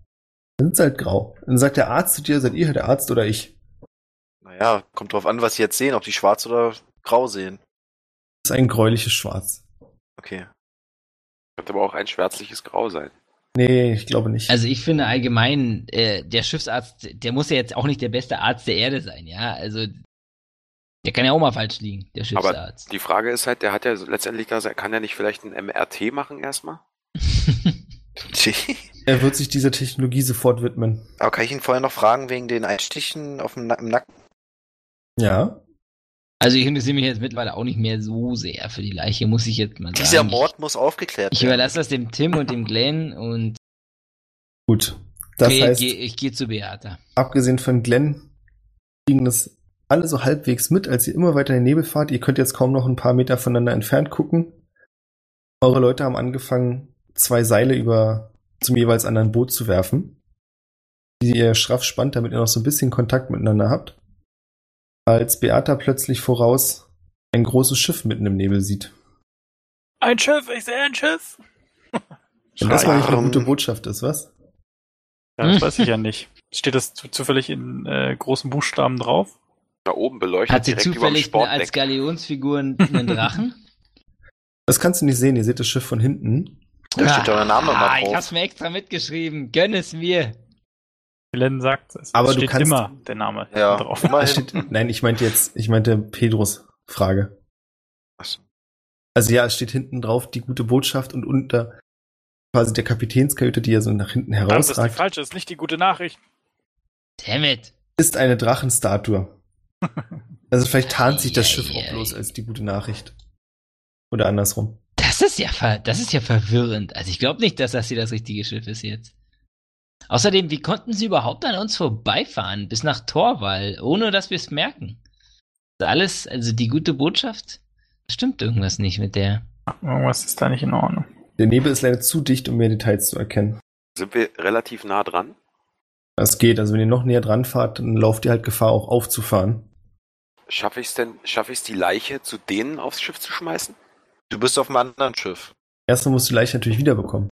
Speaker 2: Dann ist halt grau. Dann sagt der Arzt zu dir, seid ihr hier der Arzt oder ich?
Speaker 7: Naja, kommt drauf an, was sie jetzt sehen, ob die schwarz oder grau sehen.
Speaker 2: Das ist ein gräuliches Schwarz.
Speaker 7: Okay.
Speaker 5: Könnte aber auch ein schwärzliches Grau sein.
Speaker 2: Nee, ich glaube nicht.
Speaker 3: Also ich finde allgemein, äh, der Schiffsarzt, der muss ja jetzt auch nicht der beste Arzt der Erde sein, ja? Also der kann ja auch mal falsch liegen, der Schiffsarzt.
Speaker 5: Die Frage ist halt, der hat ja so- letztendlich da, sein- kann er nicht vielleicht ein MRT machen erstmal?
Speaker 2: er wird sich dieser Technologie sofort widmen.
Speaker 7: Aber kann ich ihn vorher noch fragen wegen den Einstichen auf dem Na im Nacken?
Speaker 2: Ja?
Speaker 3: also ich interessiere mich jetzt mittlerweile auch nicht mehr so sehr für die Leiche, muss ich jetzt mal sagen.
Speaker 7: Dieser Mord muss aufgeklärt
Speaker 3: Ich
Speaker 7: werden.
Speaker 3: überlasse das dem Tim und dem Glenn und
Speaker 2: Gut. Das
Speaker 3: geh,
Speaker 2: heißt,
Speaker 3: geh, ich gehe zu Beata.
Speaker 2: abgesehen von Glenn, kriegen das alle so halbwegs mit, als ihr immer weiter in den Nebel fahrt. Ihr könnt jetzt kaum noch ein paar Meter voneinander entfernt gucken. Eure Leute haben angefangen, zwei Seile über zum jeweils anderen Boot zu werfen, die ihr straff spannt, damit ihr noch so ein bisschen Kontakt miteinander habt. Als Beata plötzlich voraus ein großes Schiff mitten im Nebel sieht.
Speaker 6: Ein Schiff, ich sehe ein Schiff.
Speaker 2: Wenn das mal nicht eine
Speaker 7: Schrei.
Speaker 2: gute Botschaft ist, was?
Speaker 6: Ja,
Speaker 2: Hm.
Speaker 6: das weiß ich ja nicht. Steht das zu- zufällig in äh, großen Buchstaben drauf?
Speaker 5: Da oben beleuchtet
Speaker 3: Hat sie
Speaker 5: direkt über dem
Speaker 3: zufällig ne- als
Speaker 5: Sportdeck.
Speaker 3: Galionsfigur einen Drachen?
Speaker 2: Das kannst du nicht sehen, ihr seht das Schiff von hinten.
Speaker 7: Da steht doch der Name
Speaker 3: ah,
Speaker 7: mal
Speaker 3: Ich
Speaker 7: drauf.
Speaker 3: hab's mir extra mitgeschrieben. Gönn es mir.
Speaker 6: Glenn sagt, es
Speaker 2: Aber du
Speaker 6: steht
Speaker 2: kannst-
Speaker 6: immer der Name
Speaker 7: Ja,
Speaker 6: drauf.
Speaker 2: Da
Speaker 7: immerhin.
Speaker 2: steht, nein, ich meinte jetzt, ich meinte Pedros Frage.
Speaker 7: Ach so.
Speaker 2: Also ja, es steht hinten drauf die gute Botschaft und unter quasi der Kapitänskajüte, die ja so nach hinten
Speaker 6: Das ist die
Speaker 2: herausragt,
Speaker 6: falsche, ist nicht die gute Nachricht.
Speaker 3: Dammit.
Speaker 2: ist eine Drachenstatue. Also vielleicht tarnt sich das
Speaker 3: Ei,
Speaker 2: Schiff
Speaker 3: ei,
Speaker 2: auch
Speaker 3: ei.
Speaker 2: bloß als die gute Nachricht. Oder andersrum.
Speaker 3: Das ist ja ver das ist ja verwirrend. Also ich glaube nicht, dass das hier das richtige Schiff ist jetzt. Außerdem, wie konnten sie überhaupt an uns vorbeifahren bis nach Torwall, ohne dass wir es merken? Alles, also die gute Botschaft, stimmt irgendwas nicht mit der.
Speaker 6: Irgendwas ist da nicht in Ordnung.
Speaker 2: Der Nebel ist leider zu dicht, um mehr Details zu erkennen.
Speaker 5: Sind wir relativ nah dran?
Speaker 2: Das geht, also wenn ihr noch näher dran fahrt, dann lauft ihr halt Gefahr, auch aufzufahren.
Speaker 5: Schaffe ich es denn, schaffe ich es, die Leiche zu denen aufs Schiff zu schmeißen?
Speaker 7: Du bist auf einem anderen Schiff.
Speaker 2: Erstmal musst du die Leiche natürlich wiederbekommen.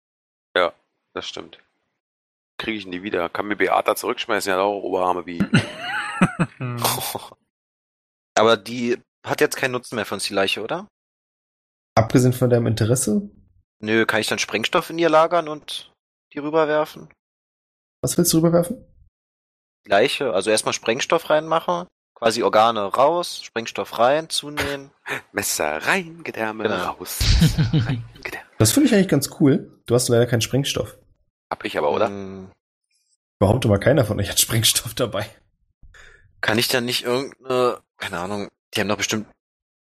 Speaker 5: Das stimmt. Kriege ich nie wieder. Kann mir Beata zurückschmeißen, ja auch Oberarme wie.
Speaker 6: Hm.
Speaker 7: Aber die hat jetzt keinen Nutzen mehr für uns, die Leiche, oder?
Speaker 2: Abgesehen von deinem Interesse,
Speaker 7: Nö, kann ich dann Sprengstoff in ihr lagern und die rüberwerfen?
Speaker 2: was willst du rüberwerfen?
Speaker 7: Leiche, also erstmal Sprengstoff reinmache, quasi Organe raus, Sprengstoff rein, zunehmen.
Speaker 5: Messer rein, Gedärme
Speaker 7: Genau.
Speaker 5: raus. Messer rein, Gedärme.
Speaker 2: Das finde ich eigentlich ganz cool. Du hast leider keinen Sprengstoff.
Speaker 5: Hab ich aber, oder?
Speaker 7: Ähm,
Speaker 2: Behaupte mal, keiner von euch hat Sprengstoff dabei.
Speaker 7: Kann ich dann nicht irgendeine, keine Ahnung, die haben doch bestimmt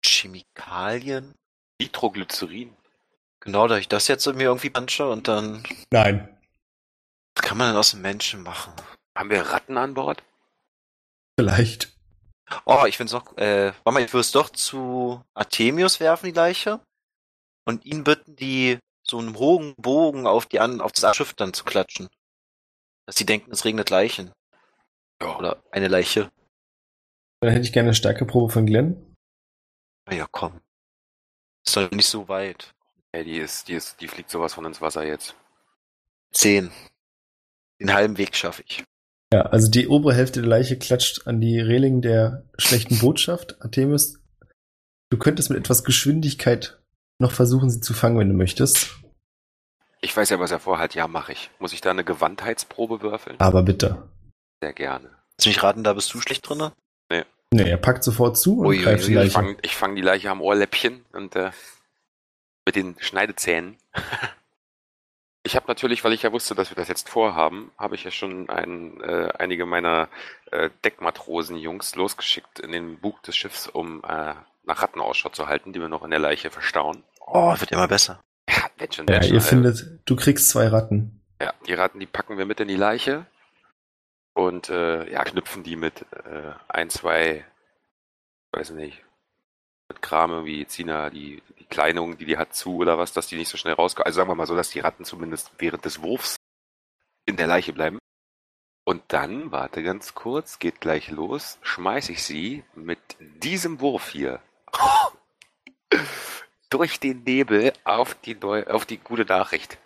Speaker 7: Chemikalien?
Speaker 5: Nitroglycerin.
Speaker 7: Genau, dass ich das jetzt mir irgendwie punche und dann,
Speaker 2: Nein.
Speaker 7: was kann man denn aus dem Menschen machen?
Speaker 5: Haben wir Ratten an Bord?
Speaker 2: Vielleicht.
Speaker 7: Oh, ich find's noch, äh, warte mal, ich würde es doch zu Artemius werfen, die Leiche, und ihn bitten, die so einen hohen Bogen auf die an, auf das Schiff dann zu klatschen. Dass die denken, es regnet Leichen.
Speaker 5: Ja.
Speaker 7: Oder eine Leiche.
Speaker 2: Dann hätte ich gerne eine Stärkeprobe von Glenn.
Speaker 7: Na Ah ja, komm. Ist doch nicht so weit.
Speaker 5: Ey, die ist, die ist, die fliegt sowas von ins Wasser jetzt.
Speaker 7: Zehn. Den halben Weg schaffe ich.
Speaker 2: Ja, also die obere Hälfte der Leiche klatscht an die Reling der schlechten Botschaft. Artemis, du könntest mit etwas Geschwindigkeit noch versuchen, sie zu fangen, wenn du möchtest.
Speaker 5: Ich weiß ja, was er vorhat. Ja, mache ich. Muss ich da eine Gewandtheitsprobe würfeln?
Speaker 2: Aber bitte.
Speaker 5: Sehr gerne.
Speaker 7: Lass mich raten, da bist du schlecht drinne.
Speaker 2: Nee, er packt sofort zu und
Speaker 7: Ui, ui,
Speaker 2: greift die
Speaker 7: ui,
Speaker 5: Ich
Speaker 2: Leiche.
Speaker 5: fange ich fang die Leiche am Ohrläppchen und äh, mit den Schneidezähnen. Ich habe natürlich, weil ich ja wusste, dass wir das jetzt vorhaben, habe ich ja schon einen, äh, einige meiner äh, Deckmatrosen-Jungs losgeschickt in den Bug des Schiffs, um äh, nach Ratten Ausschau zu halten, die wir noch in der Leiche verstauen.
Speaker 7: Oh, wird immer besser.
Speaker 5: Ja, wird schon,
Speaker 2: Ja,
Speaker 5: wird schon,
Speaker 2: ihr
Speaker 5: Alter.
Speaker 2: findet, du kriegst zwei Ratten.
Speaker 5: Ja, die Ratten, die packen wir mit in die Leiche und äh, ja, knüpfen die mit äh, ein, zwei, weiß nicht, mit Kram irgendwie, ziehen da die, die Kleidung, die die hat, zu oder was, dass die nicht so schnell rauskommen. Also sagen wir mal so, dass die Ratten zumindest während des Wurfs in der Leiche bleiben. Und dann, warte ganz kurz, geht gleich los, schmeiß ich sie mit diesem Wurf hier durch den Nebel auf die, neu, auf die gute Nachricht.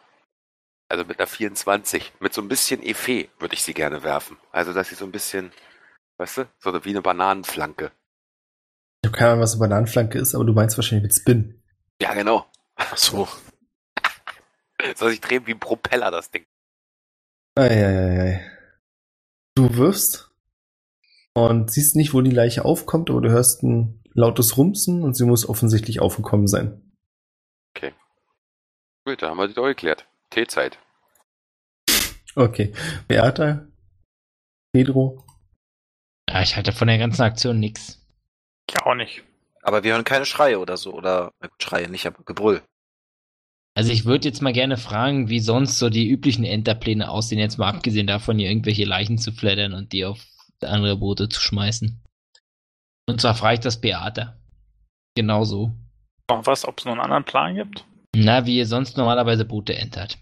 Speaker 5: Also mit einer 24, mit so ein bisschen Effet würde ich sie gerne werfen. Also, dass sie so ein bisschen, weißt du, so wie eine Bananenflanke.
Speaker 2: Ich habe keine Ahnung, was eine Bananenflanke ist, aber du meinst wahrscheinlich mit Spin.
Speaker 5: Ja, genau.
Speaker 7: Ach so.
Speaker 5: Soll sich drehen wie ein Propeller, das Ding.
Speaker 2: Eieiei. Du wirfst und siehst nicht, wo die Leiche aufkommt, aber du hörst ein lautes Rumsen und sie muss offensichtlich aufgekommen sein.
Speaker 5: Gut, da haben wir die doch geklärt. Teezeit.
Speaker 2: Okay. Beata, Pedro,
Speaker 3: Ja, Ah, ich halte von der ganzen Aktion nix.
Speaker 6: Ich auch nicht.
Speaker 7: Aber wir hören keine Schreie oder so. Oder na gut, Schreie nicht, aber Gebrüll.
Speaker 3: Also ich würde jetzt mal gerne fragen, wie sonst so die üblichen Enterpläne aussehen, jetzt mal abgesehen davon, hier irgendwelche Leichen zu flattern und die auf andere Boote zu schmeißen. Und zwar frage ich das Beata. Genau so.
Speaker 6: Noch was, ob es noch einen anderen Plan gibt?
Speaker 3: Na, wie ihr sonst normalerweise Boote entert.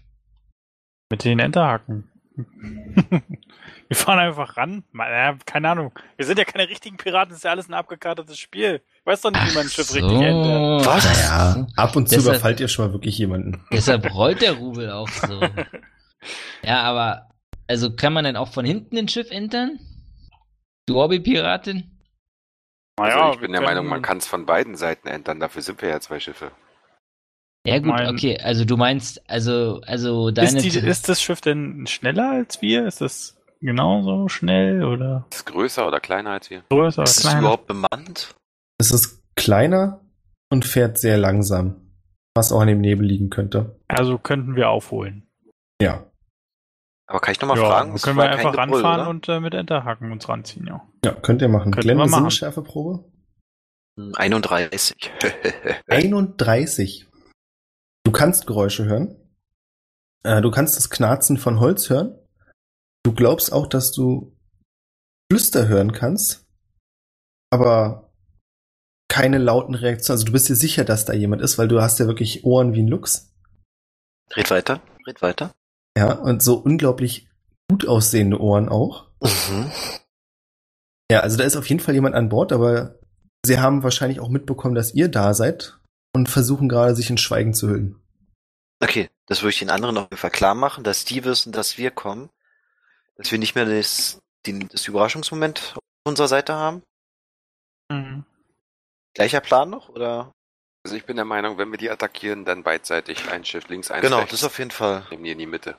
Speaker 6: Mit den Enterhaken. wir fahren einfach ran. Ma- Naja, keine Ahnung. Wir sind ja keine richtigen Piraten, das ist ja alles ein abgekartetes Spiel. Weiß doch nicht, wie man ein Schiff richtig entert.
Speaker 7: Was?
Speaker 2: ja, ab und zu
Speaker 3: Deshalb-
Speaker 2: überfallt ihr schon mal wirklich jemanden.
Speaker 3: Deshalb rollt der Rubel auch so. Ja, aber, also kann man denn auch von hinten ein Schiff entern? Du Hobby-Piratin?
Speaker 5: Also
Speaker 6: Naja,
Speaker 5: ich bin
Speaker 6: wir
Speaker 5: der Meinung,
Speaker 6: können-
Speaker 5: man kann es von beiden Seiten ändern. Dafür sind wir ja zwei Schiffe.
Speaker 3: Ja gut,
Speaker 6: Mein-
Speaker 3: okay, also du meinst, also, also deine...
Speaker 6: Ist, die, ist das Schiff denn schneller als wir? Ist das genauso schnell oder
Speaker 5: Ist es größer oder kleiner als wir?
Speaker 6: größer?
Speaker 7: Ist es
Speaker 6: kleiner?
Speaker 7: überhaupt bemannt?
Speaker 2: Es ist kleiner und fährt sehr langsam. Was auch an dem Nebel liegen könnte.
Speaker 6: Also könnten wir aufholen.
Speaker 2: Ja.
Speaker 7: Aber kann ich nochmal
Speaker 6: ja,
Speaker 7: fragen?
Speaker 6: dann
Speaker 7: Es
Speaker 6: können
Speaker 7: war
Speaker 6: wir
Speaker 7: kein
Speaker 6: einfach
Speaker 7: Gebrüll, ne?
Speaker 6: ranfahren
Speaker 7: oder?
Speaker 6: und äh, mit Enterhaken uns ranziehen, ja.
Speaker 2: Ja, könnt ihr machen.
Speaker 6: Könnten
Speaker 2: Glenn,
Speaker 6: wir
Speaker 2: eine
Speaker 6: machen.
Speaker 2: Sinneschärfeprobe?
Speaker 7: 31.
Speaker 2: 31. Du kannst Geräusche hören. Äh, Du kannst das Knarzen von Holz hören. Du glaubst auch, dass du Flüster hören kannst, aber keine lauten Reaktionen. Also du bist dir sicher, dass da jemand ist, weil du hast ja wirklich Ohren wie ein Luchs.
Speaker 7: Red weiter. Red weiter.
Speaker 2: Ja, und so unglaublich gut aussehende Ohren auch.
Speaker 7: Mhm.
Speaker 2: Ja, also da ist auf jeden Fall jemand an Bord, aber sie haben wahrscheinlich auch mitbekommen, dass ihr da seid und versuchen gerade, sich in Schweigen zu hüllen.
Speaker 7: Okay, das würde ich den anderen auf jeden Fall klar machen, dass die wissen, dass wir kommen. Dass wir nicht mehr das, den, das Überraschungsmoment auf unserer Seite haben. Gleicher Plan noch? Oder?
Speaker 5: Also ich bin der Meinung, wenn wir die attackieren, dann beidseitig. Ein Schiff links, ein
Speaker 7: Genau, das
Speaker 5: rechts.
Speaker 7: ist auf jeden Fall.
Speaker 5: Nehmen die in die Mitte.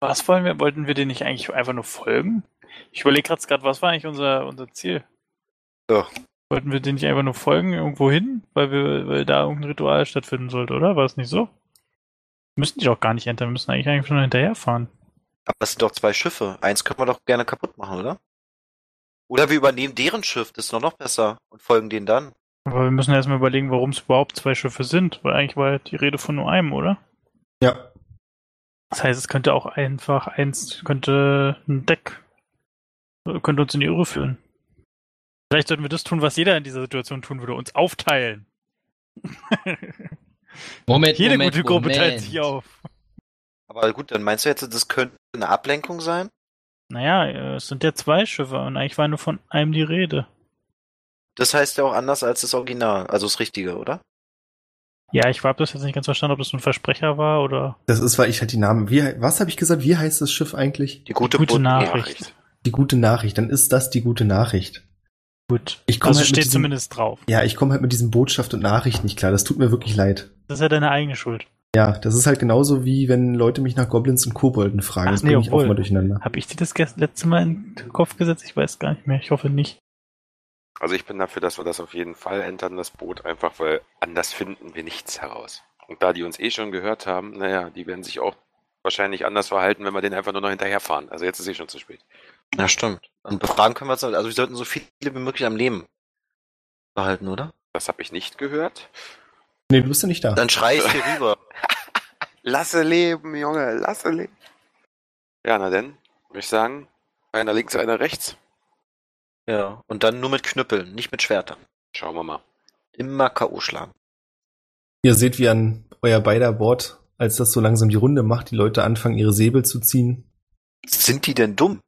Speaker 6: Was wollen wir? Wollten wir denen nicht eigentlich einfach nur folgen? Ich überlege gerade, was war eigentlich unser, unser Ziel?
Speaker 7: Ja.
Speaker 6: Wollten wir denen nicht einfach nur folgen irgendwo hin, weil, wir, weil da irgendein Ritual stattfinden sollte, oder? War es nicht so? Müssen die doch gar nicht entern, müssen eigentlich einfach nur hinterherfahren.
Speaker 7: Aber es sind doch zwei Schiffe. Eins können wir doch gerne kaputt machen, oder? Oder wir übernehmen deren Schiff, das ist doch noch besser. Und folgen denen dann.
Speaker 6: Aber wir müssen erstmal überlegen, warum es überhaupt zwei Schiffe sind, weil eigentlich war ja die Rede von nur einem, oder?
Speaker 2: Ja,
Speaker 6: Das heißt, es könnte auch einfach eins, könnte ein Deck, äh, könnte uns in die Irre führen. Vielleicht sollten wir das tun, was jeder in dieser Situation tun würde, uns aufteilen.
Speaker 3: Moment,
Speaker 6: Jede
Speaker 3: Moment,
Speaker 6: gute Gruppe
Speaker 3: Moment.
Speaker 6: teilt sich auf.
Speaker 7: Aber gut, dann meinst du jetzt, das könnte eine Ablenkung sein?
Speaker 6: Naja, äh, es sind ja zwei Schiffe und eigentlich war nur von einem die Rede.
Speaker 7: Das heißt ja auch anders als das Original, also das Richtige, oder?
Speaker 6: Ja, ich habe das jetzt nicht ganz verstanden, ob das nur ein Versprecher war oder
Speaker 2: Das ist, weil ich halt die Namen. Wie, he- was habe ich gesagt? Wie heißt das Schiff eigentlich?
Speaker 7: Die gute,
Speaker 6: gute
Speaker 7: Boot-
Speaker 6: Nachricht.
Speaker 2: Die gute Nachricht. Dann ist das die gute Nachricht.
Speaker 6: Gut.
Speaker 2: Ich komm
Speaker 6: also
Speaker 2: halt mit
Speaker 6: steht
Speaker 2: diesem-
Speaker 6: zumindest drauf.
Speaker 2: Ja, ich komme halt mit diesen Botschaft und Nachricht nicht klar. Das tut mir wirklich leid.
Speaker 6: Das ist ja deine eigene Schuld.
Speaker 2: Ja, das ist halt genauso wie wenn Leute mich nach Goblins und Kobolden fragen.
Speaker 6: Ach
Speaker 2: Das
Speaker 6: nee,
Speaker 2: bringe ich auch
Speaker 6: obwohl.
Speaker 2: mal durcheinander.
Speaker 6: Habe ich dir das gest- letzte Mal in den Kopf gesetzt? Ich weiß gar nicht mehr. Ich hoffe nicht.
Speaker 5: Also ich bin dafür, dass wir das auf jeden Fall ändern, das Boot, einfach weil anders finden wir nichts heraus. Und da die uns eh schon gehört haben, naja, die werden sich auch wahrscheinlich anders verhalten, wenn wir den einfach nur noch hinterherfahren. Also jetzt ist eh schon zu spät.
Speaker 7: Ja, stimmt. Und befragen können wir uns, also wir sollten so viele wie möglich am Leben behalten, oder?
Speaker 5: Das habe ich nicht gehört.
Speaker 2: Nee, du bist ja nicht da.
Speaker 7: Dann schrei ich hier rüber.
Speaker 5: Lasse leben, Junge, lasse leben. Ja, na denn, würde ich sagen, einer links, einer rechts.
Speaker 7: Ja. Und dann nur mit Knüppeln, nicht mit Schwertern.
Speaker 5: Schauen wir mal.
Speaker 7: Immer K.O. schlagen.
Speaker 2: Ihr seht, wie an euer beider Bord, als das so langsam die Runde macht, die Leute anfangen, ihre Säbel zu ziehen.
Speaker 7: Sind die denn dumm?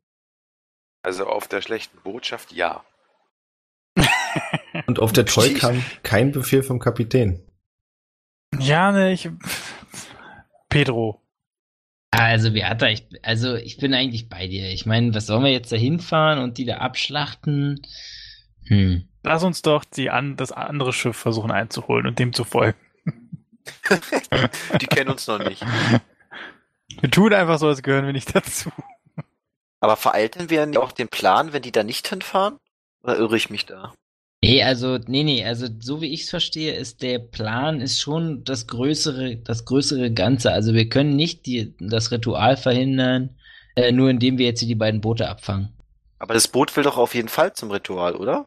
Speaker 5: Also auf der schlechten Botschaft, ja.
Speaker 2: Und auf der Toy
Speaker 7: Jeez.
Speaker 2: kam kein Befehl vom Kapitän.
Speaker 6: Ja, ne, ich. Pedro.
Speaker 3: Ja, also Beata, ich, also ich bin eigentlich bei dir. Ich meine, was sollen wir jetzt da hinfahren und die da abschlachten? Hm.
Speaker 6: Lass uns doch die an, das andere Schiff versuchen einzuholen und dem zu folgen.
Speaker 7: Die kennen uns noch nicht.
Speaker 6: Wir tun einfach so, als gehören wir nicht dazu.
Speaker 7: Aber vereiteln wir auch den Plan, wenn die da nicht hinfahren? Oder irre ich mich da?
Speaker 3: Nee, also, nee, nee, also so wie ich es verstehe, ist der Plan ist schon das größere, das größere Ganze. Also wir können nicht die, das Ritual verhindern, äh, nur indem wir jetzt hier die beiden Boote abfangen.
Speaker 7: Aber das Boot will doch auf jeden Fall zum Ritual, oder?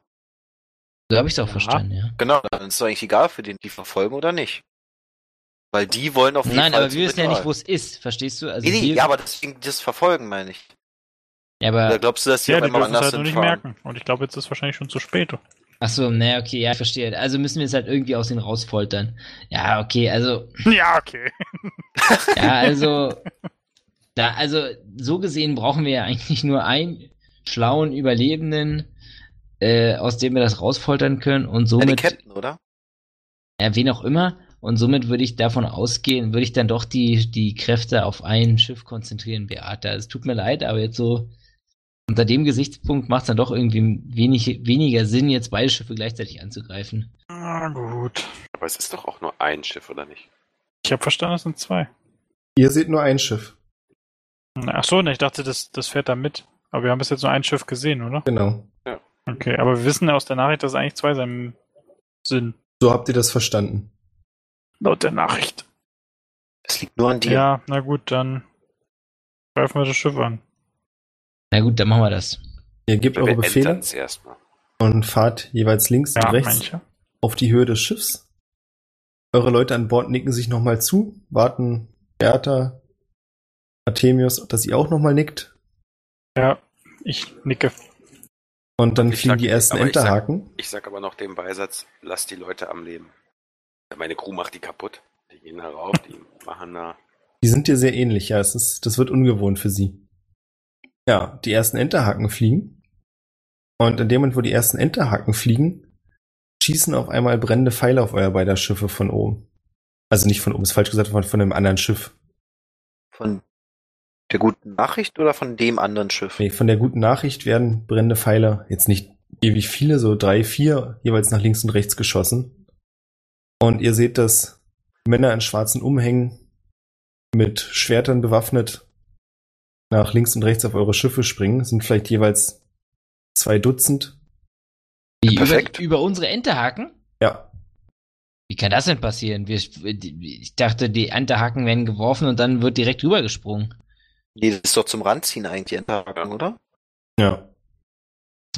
Speaker 3: So habe ich es auch
Speaker 6: Ja.
Speaker 3: verstanden, ja.
Speaker 7: Genau, dann ist doch eigentlich egal, für den die verfolgen oder nicht. Weil die wollen auf jeden
Speaker 3: Nein,
Speaker 7: Fall
Speaker 3: aber
Speaker 7: zum
Speaker 3: wir wissen ja
Speaker 7: Ritual.
Speaker 3: nicht, wo es ist, verstehst du? Also
Speaker 7: Nee, nee,
Speaker 3: wir,
Speaker 7: ja, aber deswegen das verfolgen, meine ich.
Speaker 3: ja,
Speaker 7: Oder
Speaker 3: aber,
Speaker 7: glaubst du, dass die auf einmal anders
Speaker 6: halt nur nicht
Speaker 7: hinfahren?
Speaker 6: merken. Und ich glaube, jetzt ist wahrscheinlich schon zu spät.
Speaker 3: ach so, naja, okay, ja, ich verstehe. Also müssen wir es halt irgendwie aus ihnen rausfoltern. Ja, okay, also,
Speaker 6: Ja, okay.
Speaker 3: Ja, also, da, also so gesehen brauchen wir ja eigentlich nur einen schlauen Überlebenden, äh, aus dem wir das rausfoltern können und
Speaker 7: Ja, den
Speaker 3: somit,
Speaker 7: Captain, oder?
Speaker 3: ja, wen auch immer, und somit würde ich davon ausgehen, würde ich dann doch die, die Kräfte auf ein Schiff konzentrieren, Beata. Es tut mir leid, aber jetzt so unter dem Gesichtspunkt macht es dann doch irgendwie wenig, weniger Sinn, jetzt beide Schiffe gleichzeitig anzugreifen.
Speaker 6: Na gut.
Speaker 5: Aber es ist doch auch nur ein Schiff, oder nicht?
Speaker 6: Ich habe verstanden, es sind zwei.
Speaker 2: Ihr seht nur ein Schiff.
Speaker 6: Ach so, ne, ich dachte, das, das fährt da mit. Aber wir haben bis jetzt nur ein Schiff gesehen, oder?
Speaker 2: Genau.
Speaker 6: Okay, aber wir wissen aus der Nachricht, dass es eigentlich zwei sein sind.
Speaker 2: So habt ihr das verstanden.
Speaker 6: Laut der Nachricht.
Speaker 7: Es liegt nur an dir.
Speaker 6: Ja, na gut, dann greifen wir das Schiff an.
Speaker 3: Na gut, dann machen wir das.
Speaker 2: Ihr gebt
Speaker 5: Wir
Speaker 2: eure Befehle
Speaker 5: entern's erstmal.
Speaker 2: und fahrt jeweils links und
Speaker 6: Ja,
Speaker 2: rechts
Speaker 6: manche.
Speaker 2: auf die Höhe des Schiffs. Eure Leute an Bord nicken sich nochmal zu, warten Bertha, Artemius, dass ihr auch nochmal nickt.
Speaker 6: Ja, ich nicke.
Speaker 2: Und dann
Speaker 5: Ich
Speaker 2: fliegen
Speaker 5: sag-
Speaker 2: die ersten
Speaker 5: aber ich sag-
Speaker 2: Enterhaken.
Speaker 5: Ich sag aber noch den Beisatz, lass die Leute am Leben. Meine Crew macht die kaputt. Die gehen da rauf, die machen da.
Speaker 2: Die sind dir sehr ähnlich, ja. Es ist, das wird ungewohnt für sie. Ja, die ersten Enterhaken fliegen. Und in dem Moment, wo die ersten Enterhaken fliegen, schießen auf einmal brennende Pfeile auf euer beider Schiffe von oben. Also nicht von oben, ist falsch gesagt, von, von einem anderen Schiff.
Speaker 7: Von der guten Nachricht oder von dem anderen Schiff?
Speaker 2: Nee, von der guten Nachricht werden brennende Pfeile jetzt nicht ewig viele, so drei, vier jeweils nach links und rechts geschossen. Und ihr seht, dass Männer in schwarzen Umhängen mit Schwertern bewaffnet nach links und rechts auf eure Schiffe springen. Es Sind vielleicht jeweils zwei Dutzend.
Speaker 3: Wie,
Speaker 7: Perfekt.
Speaker 3: über, über unsere Enterhaken?
Speaker 2: Ja,
Speaker 3: Wie kann das denn passieren? Wir, ich dachte, die Enterhaken werden geworfen und dann wird direkt rübergesprungen.
Speaker 7: Nee, das ist doch zum Ranziehen eigentlich, die Enterhaken, oder?
Speaker 2: ja.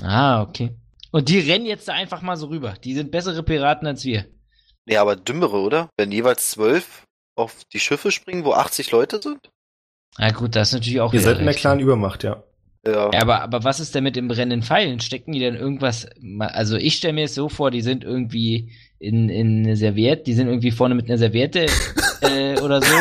Speaker 3: Ah, okay. Und die rennen jetzt da einfach mal so rüber. Die sind bessere Piraten als wir.
Speaker 7: Nee, aber dümmere, oder? Wenn jeweils zwölf auf die Schiffe springen, wo 80 Leute sind?
Speaker 3: Na gut, das ist natürlich auch
Speaker 2: Ihr
Speaker 3: wieder
Speaker 2: seid in der
Speaker 3: recht.
Speaker 2: klaren Übermacht, ja.
Speaker 7: Ja.
Speaker 3: Ja, aber, aber was ist denn mit den brennenden Pfeilen? Stecken die denn irgendwas? ma- Also ich stelle mir es so vor, die sind irgendwie in, in eine Serviette, die sind irgendwie vorne mit einer Serviette äh, oder so.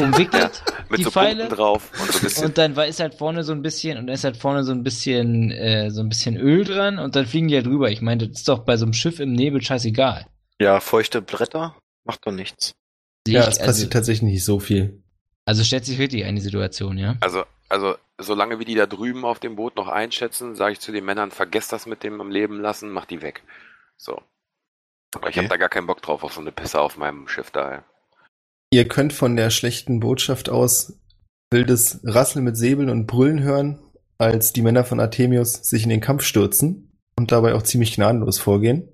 Speaker 3: umwickelt,
Speaker 5: Mit
Speaker 3: die
Speaker 5: so
Speaker 3: Pfeile.
Speaker 5: Punkten drauf und so ein bisschen.
Speaker 3: Und dann war- ist halt vorne so ein bisschen, und da ist halt vorne so ein bisschen, äh, so ein bisschen Öl dran und dann fliegen die halt rüber. Ich meine, das ist doch bei so einem Schiff im Nebel scheißegal.
Speaker 7: Ja, feuchte Bretter macht doch nichts.
Speaker 3: Sehe
Speaker 2: Ja,
Speaker 3: ich,
Speaker 2: es
Speaker 3: also,
Speaker 2: passiert tatsächlich nicht so viel.
Speaker 3: also stellt sich wirklich eine Situation, ja.
Speaker 5: also, also, solange wir die da drüben auf dem Boot noch einschätzen, sage ich zu den Männern, vergesst das mit dem am Leben lassen, macht die weg. So. Aber ich
Speaker 7: Okay.
Speaker 5: habe da gar keinen Bock drauf auf so eine Pisse auf meinem Schiff da. ey.
Speaker 2: Ihr könnt von der schlechten Botschaft aus wildes Rasseln mit Säbeln und Brüllen hören, als die Männer von Artemius sich in den Kampf stürzen und dabei auch ziemlich gnadenlos vorgehen.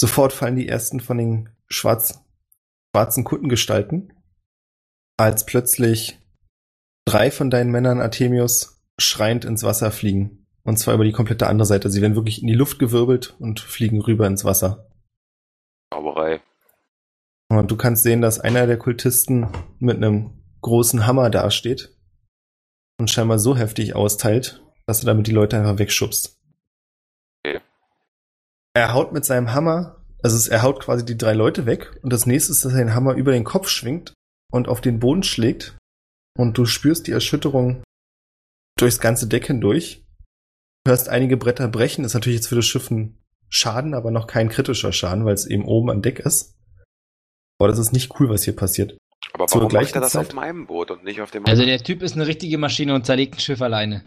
Speaker 2: Sofort fallen die ersten von den schwarz, schwarzen Kuttengestalten, als plötzlich drei von deinen Männern Artemius schreiend ins Wasser fliegen. Und zwar über die komplette andere Seite. Sie werden wirklich in die Luft gewirbelt und fliegen rüber ins Wasser.
Speaker 5: Zauberei.
Speaker 2: Und du kannst sehen, dass einer der Kultisten mit einem großen Hammer dasteht und scheinbar so heftig austeilt, dass er damit die Leute einfach wegschubst.
Speaker 5: Okay.
Speaker 2: Er haut mit seinem Hammer, also es- er haut quasi die drei Leute weg und das nächste ist, dass er den Hammer über den Kopf schwingt und auf den Boden schlägt und du spürst die Erschütterung durchs ganze Deck hindurch. Du hörst einige Bretter brechen, ist natürlich jetzt für das Schiff ein Schaden, aber noch kein kritischer Schaden, weil es eben oben an Deck ist. Boah, das ist nicht cool, was hier passiert.
Speaker 5: Aber
Speaker 2: Zur
Speaker 5: warum macht
Speaker 2: gleichen
Speaker 5: er das
Speaker 2: Zeit-
Speaker 5: auf meinem Boot und nicht auf dem
Speaker 3: Also
Speaker 5: anderen?
Speaker 3: der Typ ist eine richtige Maschine und zerlegt ein Schiff alleine.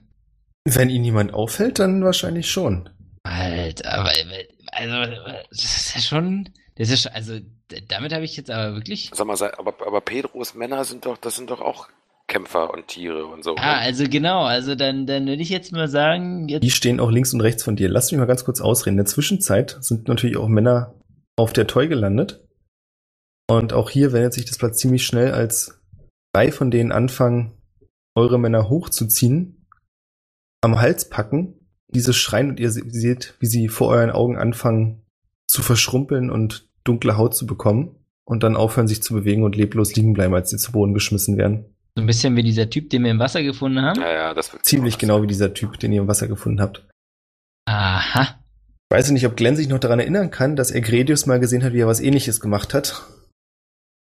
Speaker 2: Wenn ihn jemand auffällt, dann wahrscheinlich schon.
Speaker 3: Alter, aber, also, das ist ja schon, das ist, ja schon- also, d- damit habe ich jetzt aber wirklich,
Speaker 5: Sag mal, sei- aber, aber Pedros Männer sind doch, das sind doch auch Kämpfer und Tiere und so.
Speaker 3: ah,
Speaker 5: ne?
Speaker 3: also genau, also dann, dann würde ich jetzt mal sagen,
Speaker 2: Die
Speaker 3: jetzt,
Speaker 2: stehen auch links und rechts von dir. Lass mich mal ganz kurz ausreden. In der Zwischenzeit sind natürlich auch Männer auf der Toy gelandet. Und auch hier wendet sich das Blatt ziemlich schnell, als drei von denen anfangen, eure Männer hochzuziehen, am Hals packen, diese schreien und ihr se- seht, wie sie vor euren Augen anfangen zu verschrumpeln und dunkle Haut zu bekommen und dann aufhören, sich zu bewegen und leblos liegen bleiben, als sie zu Boden geschmissen werden.
Speaker 3: so ein bisschen wie dieser Typ, den wir im Wasser gefunden haben.
Speaker 5: Ja, ja, das wird
Speaker 2: Ziemlich
Speaker 5: genau
Speaker 2: genau wie dieser Typ, den ihr im Wasser gefunden habt.
Speaker 3: Aha.
Speaker 2: Ich weiß nicht, ob Glenn sich noch daran erinnern kann, dass er Gredius mal gesehen hat, wie er was ähnliches gemacht hat.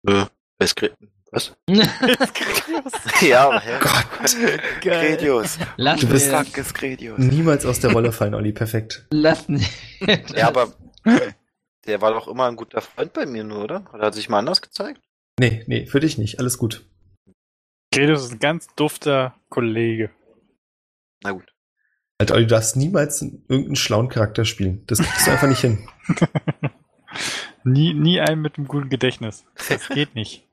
Speaker 7: Wer ist Gre
Speaker 5: das.
Speaker 7: ja, aber hä?
Speaker 2: Gott,
Speaker 5: Gredius.
Speaker 3: Lass
Speaker 2: Du bist-
Speaker 3: mir,
Speaker 5: Fuck ist Gredius.
Speaker 2: niemals aus der Rolle fallen, Olli, perfekt.
Speaker 3: lass mir.
Speaker 7: Ja, aber der war doch immer ein guter Freund bei mir nur, oder? Oder hat sich mal anders gezeigt?
Speaker 2: Nee, nee, für dich nicht, alles gut.
Speaker 6: Gredius ist ein ganz dufter Kollege.
Speaker 7: Na gut.
Speaker 2: Alter, Halt, Olli, du darfst niemals irgendeinen schlauen Charakter spielen. Das kriegst du einfach nicht hin.
Speaker 6: nie, nie einen mit einem guten Gedächtnis. Das geht nicht.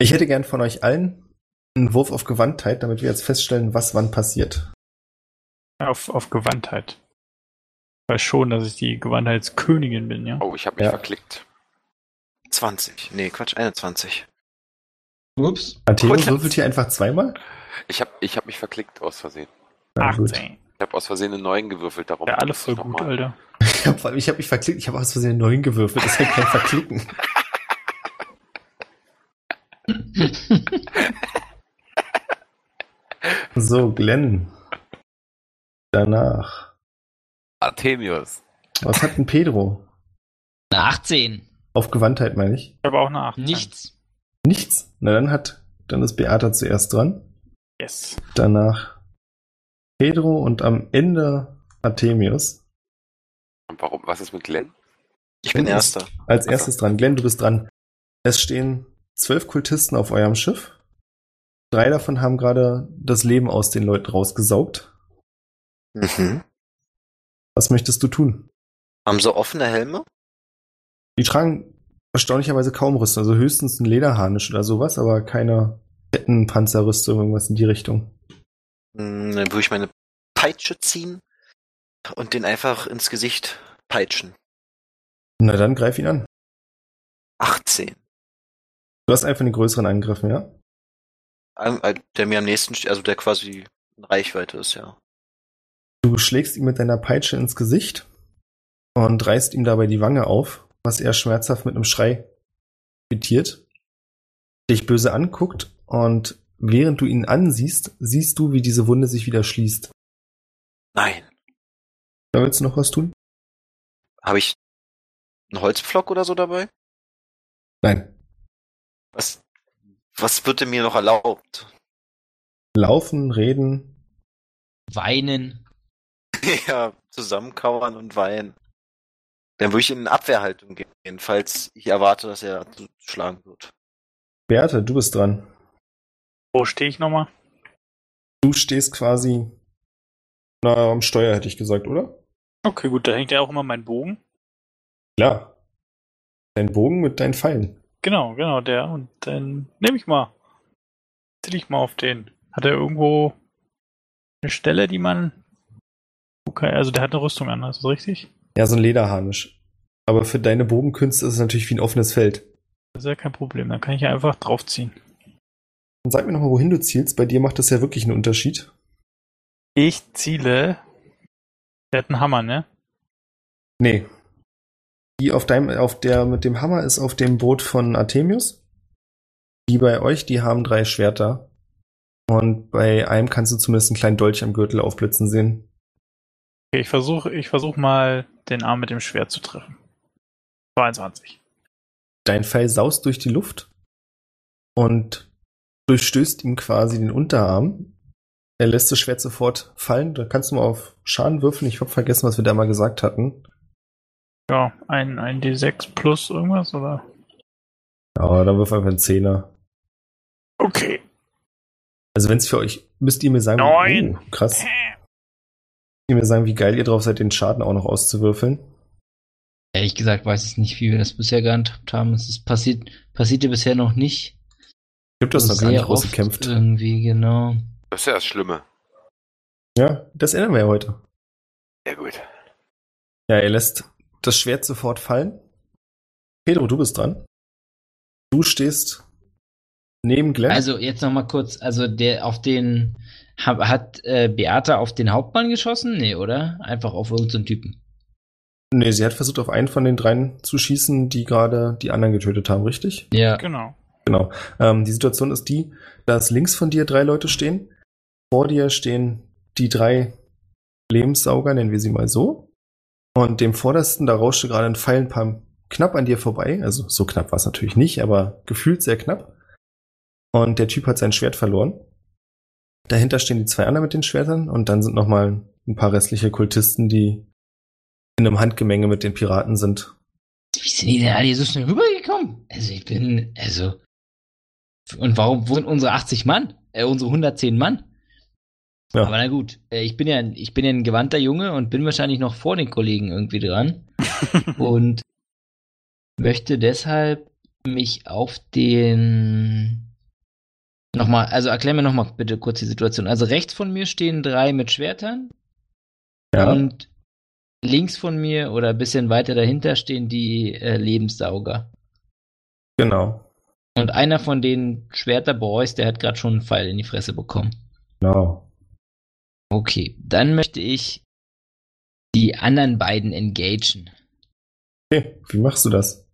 Speaker 2: Ich hätte gern von euch allen einen Wurf auf Gewandtheit, damit wir jetzt feststellen, was wann passiert.
Speaker 6: Auf, auf Gewandtheit. Ich weiß schon, dass ich die Gewandtheitskönigin bin, ja.
Speaker 5: Oh, ich habe mich
Speaker 2: Ja.
Speaker 5: verklickt.
Speaker 7: 20. Nee, Quatsch, 21.
Speaker 3: Ups.
Speaker 2: Anteo
Speaker 5: Gut.
Speaker 2: würfelt hier einfach zweimal?
Speaker 5: Ich habe ich hab mich verklickt aus Versehen.
Speaker 2: Na gut.
Speaker 6: 18.
Speaker 5: Ich habe aus Versehen eine 9 gewürfelt. Darum
Speaker 6: Ja, alle
Speaker 5: muss ich
Speaker 6: voll
Speaker 5: noch
Speaker 6: gut,
Speaker 5: mal-
Speaker 6: Alter.
Speaker 2: Ich habe ich hab mich verklickt, ich habe aus Versehen neun gewürfelt, das ist ja kein Verklicken. So, Glenn. Danach.
Speaker 5: Artemius.
Speaker 2: Was hat denn Pedro?
Speaker 3: Na, 18.
Speaker 2: Auf Gewandtheit meine ich.
Speaker 6: Ich habe auch eine 18.
Speaker 3: Nichts.
Speaker 2: Nichts. Na dann hat, dann ist Beata zuerst dran.
Speaker 6: Yes.
Speaker 2: Danach Pedro und am Ende Artemius.
Speaker 5: Und warum? Was ist mit Glenn?
Speaker 7: Ich bin
Speaker 2: Mhm.
Speaker 7: Erster.
Speaker 2: Als erstes dran. Glenn, du bist dran. Es stehen zwölf Kultisten auf eurem Schiff. Drei davon haben gerade das Leben aus den Leuten rausgesaugt.
Speaker 7: Mhm.
Speaker 2: Was möchtest du tun?
Speaker 7: Haben sie offene Helme?
Speaker 2: Die tragen erstaunlicherweise kaum Rüstung, also höchstens einen Lederharnisch oder sowas, aber keine fetten Panzerrüstung, irgendwas in die Richtung.
Speaker 7: Hm, Dann würde ich meine Peitsche ziehen und den einfach ins Gesicht peitschen.
Speaker 2: Na dann greif ihn an.
Speaker 7: 18.
Speaker 2: Du hast einfach den größeren Angriffen, ja?
Speaker 7: Am- äh, Der mir am nächsten, steht, also der quasi in Reichweite ist, ja.
Speaker 2: Du schlägst ihm mit deiner Peitsche ins Gesicht und reißt ihm dabei die Wange auf, was er schmerzhaft mit einem Schrei quittiert, dich böse anguckt und während du ihn ansiehst, siehst du, wie diese Wunde sich wieder schließt.
Speaker 7: Nein.
Speaker 2: Da willst du noch was tun?
Speaker 7: Habe ich einen Holzpflock oder so dabei?
Speaker 2: Nein.
Speaker 7: Was? Was wird denn mir noch erlaubt?
Speaker 2: Laufen, reden,
Speaker 3: Weinen.
Speaker 7: ja, zusammenkauern und weinen. Dann würde ich in Abwehrhaltung gehen, falls ich erwarte, dass er zuschlagen wird.
Speaker 2: Beate, du bist dran.
Speaker 6: Wo stehe ich nochmal?
Speaker 2: Du stehst quasi na, am Steuer, hätte ich gesagt, oder?
Speaker 6: Okay, gut, da hängt ja auch immer mein Bogen.
Speaker 2: Klar. Dein Bogen mit deinen Pfeilen.
Speaker 6: Genau, genau, der. Und dann nehme ich mal. Zill ich mal auf den. Hat er irgendwo eine Stelle, die man. Okay, also der hat eine Rüstung an, ist das richtig?
Speaker 2: Ja, so ein Lederharnisch. Aber für deine Bogenkünste ist es natürlich wie ein offenes Feld.
Speaker 6: Das ist ja kein Problem, dann kann ich ja einfach draufziehen.
Speaker 2: Dann sag mir nochmal, wohin du zielst. Bei dir macht das ja wirklich einen Unterschied.
Speaker 6: Ich ziele. Der hat einen Hammer, ne?
Speaker 2: Nee. Die auf deinem, auf der mit dem Hammer ist auf dem Boot von Artemius. Die bei euch, die haben drei Schwerter. Und bei einem kannst du zumindest einen kleinen Dolch am Gürtel aufblitzen sehen.
Speaker 6: Okay, ich versuche ich versuch mal, den Arm mit dem Schwert zu treffen. 22.
Speaker 2: Dein Pfeil saust durch die Luft und durchstößt ihm quasi den Unterarm. Er lässt das Schwert sofort fallen. Da kannst du mal auf Schaden würfeln. Ich habe vergessen, was wir da mal gesagt hatten.
Speaker 6: Ja, ein, ein D6 plus irgendwas, oder?
Speaker 2: Ja, dann wirf einfach einen Zehner.
Speaker 6: Okay.
Speaker 2: Also wenn es für euch, müsst ihr mir sagen,
Speaker 6: Neun.
Speaker 2: Oh, krass. Müsst ihr mir sagen, wie geil ihr drauf seid, den Schaden auch noch auszuwürfeln.
Speaker 3: Ehrlich gesagt weiß ich nicht, wie wir das bisher gehandhabt haben. Es ist passiert, passierte bisher noch nicht. Also
Speaker 2: Ich hab das noch gar
Speaker 3: Sehr
Speaker 2: nicht
Speaker 3: oft äh,
Speaker 2: ausgekämpft.
Speaker 3: Irgendwie, genau.
Speaker 5: Das ist ja das Schlimme.
Speaker 2: Ja, das ändern wir ja heute.
Speaker 5: Sehr gut.
Speaker 2: Ja, er lässt das Schwert sofort fallen. Pedro, du bist dran. Du stehst neben Glenn.
Speaker 3: Also jetzt nochmal kurz, also der auf den hab- hat äh, Beata auf den Hauptmann geschossen? Nee, oder? Einfach auf irgendeinen Typen.
Speaker 2: nee, sie hat versucht, auf einen von den dreien zu schießen, die gerade die anderen getötet haben, richtig?
Speaker 3: Ja.
Speaker 6: Genau.
Speaker 2: Genau. Ähm, die Situation ist die, dass links von dir drei Leute stehen. Vor dir stehen die drei Lebenssauger, nennen wir sie mal so. Und dem vordersten, da rauschte gerade ein Pfeil ein paar knapp an dir vorbei. Also so knapp war es natürlich nicht, aber gefühlt sehr knapp. Und der Typ hat sein Schwert verloren. Dahinter stehen die zwei anderen mit den Schwertern und dann sind nochmal ein paar restliche Kultisten, die in einem Handgemenge mit den Piraten sind.
Speaker 3: Wie sind die denn alle hier so schnell rübergekommen? Also ich bin, also. Und warum wo sind unsere 80 Mann? Äh, unsere 110 Mann?
Speaker 2: Ja.
Speaker 3: Aber na gut, äh, ich bin ja, ein- ich bin ja ein gewandter Junge und bin wahrscheinlich noch vor den Kollegen irgendwie dran und möchte deshalb mich auf den nochmal, also erklär mir nochmal bitte kurz die Situation. Also rechts von mir stehen drei mit Schwertern und links von mir oder ein bisschen weiter dahinter stehen die äh, Lebenssauger.
Speaker 2: genau.
Speaker 3: Und einer von den Schwerterboys, der hat gerade schon einen Pfeil in die Fresse bekommen.
Speaker 2: Genau.
Speaker 3: Okay, dann möchte ich die anderen beiden engagen.
Speaker 2: Okay, wie machst du das?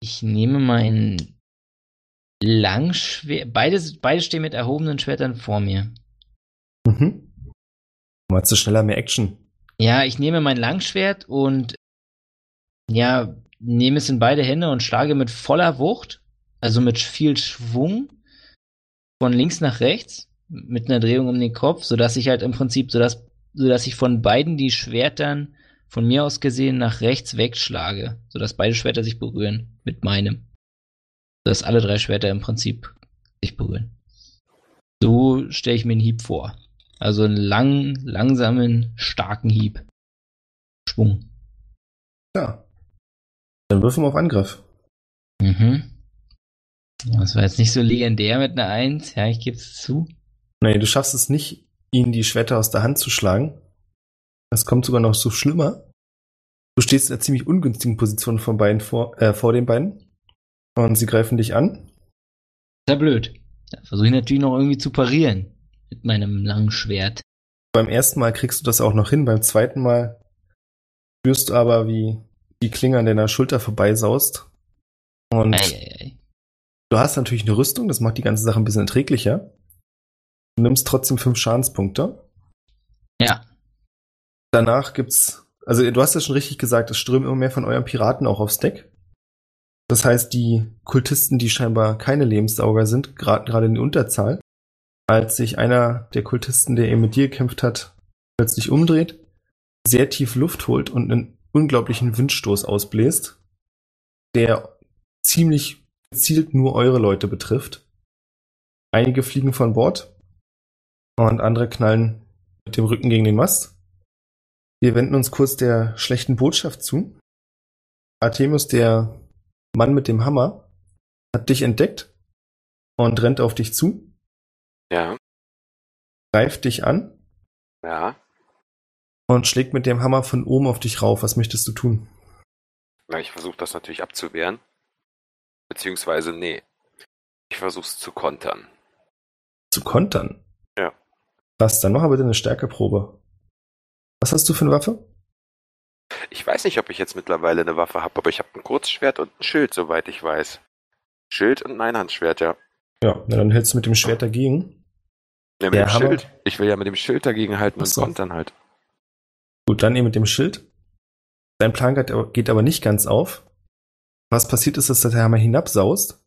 Speaker 3: Ich nehme mein Langschwert. Beide, beide stehen mit erhobenen Schwertern vor mir.
Speaker 2: Mhm. Mal zu schneller mehr Action.
Speaker 3: Ja, ich nehme mein Langschwert und ja, nehme es in beide Hände und schlage mit voller Wucht, also mit viel Schwung von links nach rechts mit einer Drehung um den Kopf, sodass ich halt im Prinzip, sodass, sodass ich von beiden die Schwertern von mir aus gesehen nach rechts wegschlage, sodass beide Schwerter sich berühren mit meinem. Dass alle drei Schwerter im Prinzip sich berühren. So stelle ich mir einen Hieb vor. Also einen langen, langsamen, starken Hieb. Schwung.
Speaker 2: Ja. Dann würfen wir auf Angriff.
Speaker 3: Mhm. Das war jetzt nicht so legendär mit einer Eins. ja, ich gebe es zu.
Speaker 2: Nee, du schaffst es nicht, ihnen die Schwerter aus der Hand zu schlagen. Das kommt sogar noch so schlimmer. Du stehst in einer ziemlich ungünstigen Position von beiden vor, äh, vor den beiden. Und sie greifen dich an.
Speaker 3: Ist ja blöd. Da versuche ich natürlich noch irgendwie zu parieren. Mit meinem langen Schwert.
Speaker 2: Beim ersten Mal kriegst du das auch noch hin, beim zweiten Mal spürst du aber, wie die Klinge an deiner Schulter vorbeisaust. Und
Speaker 3: Eieiei.
Speaker 2: Du hast natürlich eine Rüstung, das macht die ganze Sache ein bisschen erträglicher. Du nimmst trotzdem fünf Schadenspunkte.
Speaker 3: Ja.
Speaker 2: Danach gibt's, also du hast ja schon richtig gesagt, es strömen immer mehr von euren Piraten auch aufs Deck. Das heißt, die Kultisten, die scheinbar keine Lebenssauger sind, geraten gerade in die Unterzahl. Als sich einer der Kultisten, der eben mit dir gekämpft hat, plötzlich umdreht, sehr tief Luft holt und einen unglaublichen Windstoß ausbläst, der ziemlich gezielt nur eure Leute betrifft. Einige fliegen von Bord und andere knallen mit dem Rücken gegen den Mast. Wir wenden uns kurz der schlechten Botschaft zu. Artemis, der Mann mit dem Hammer, hat dich entdeckt und rennt auf dich zu,
Speaker 5: Ja,
Speaker 2: greift dich an
Speaker 5: ja.
Speaker 2: und schlägt mit dem Hammer von oben auf dich rauf. Was möchtest du tun?
Speaker 5: Na, ich versuche das natürlich abzuwehren. Beziehungsweise, nee. Ich versuche es zu kontern.
Speaker 2: Zu kontern?
Speaker 5: Ja.
Speaker 2: Was? Dann mach mal bitte eine Stärkeprobe. Was hast du für eine Waffe?
Speaker 5: Ich weiß nicht, ob ich jetzt mittlerweile eine Waffe habe, aber ich habe ein Kurzschwert und ein Schild, soweit ich weiß. Schild und ein Einhandschwert, ja.
Speaker 2: Ja, na, dann hältst du mit dem Schwert dagegen.
Speaker 5: ja mit
Speaker 2: Der
Speaker 5: dem
Speaker 2: Hammer.
Speaker 5: Schild. Ich will ja mit dem Schild dagegen halten
Speaker 2: Ach
Speaker 5: und
Speaker 2: so.
Speaker 5: kontern halt.
Speaker 2: Gut, dann eben mit dem Schild. Dein Plan geht aber- geht aber nicht ganz auf. Was passiert ist, dass der Hammer hinabsaust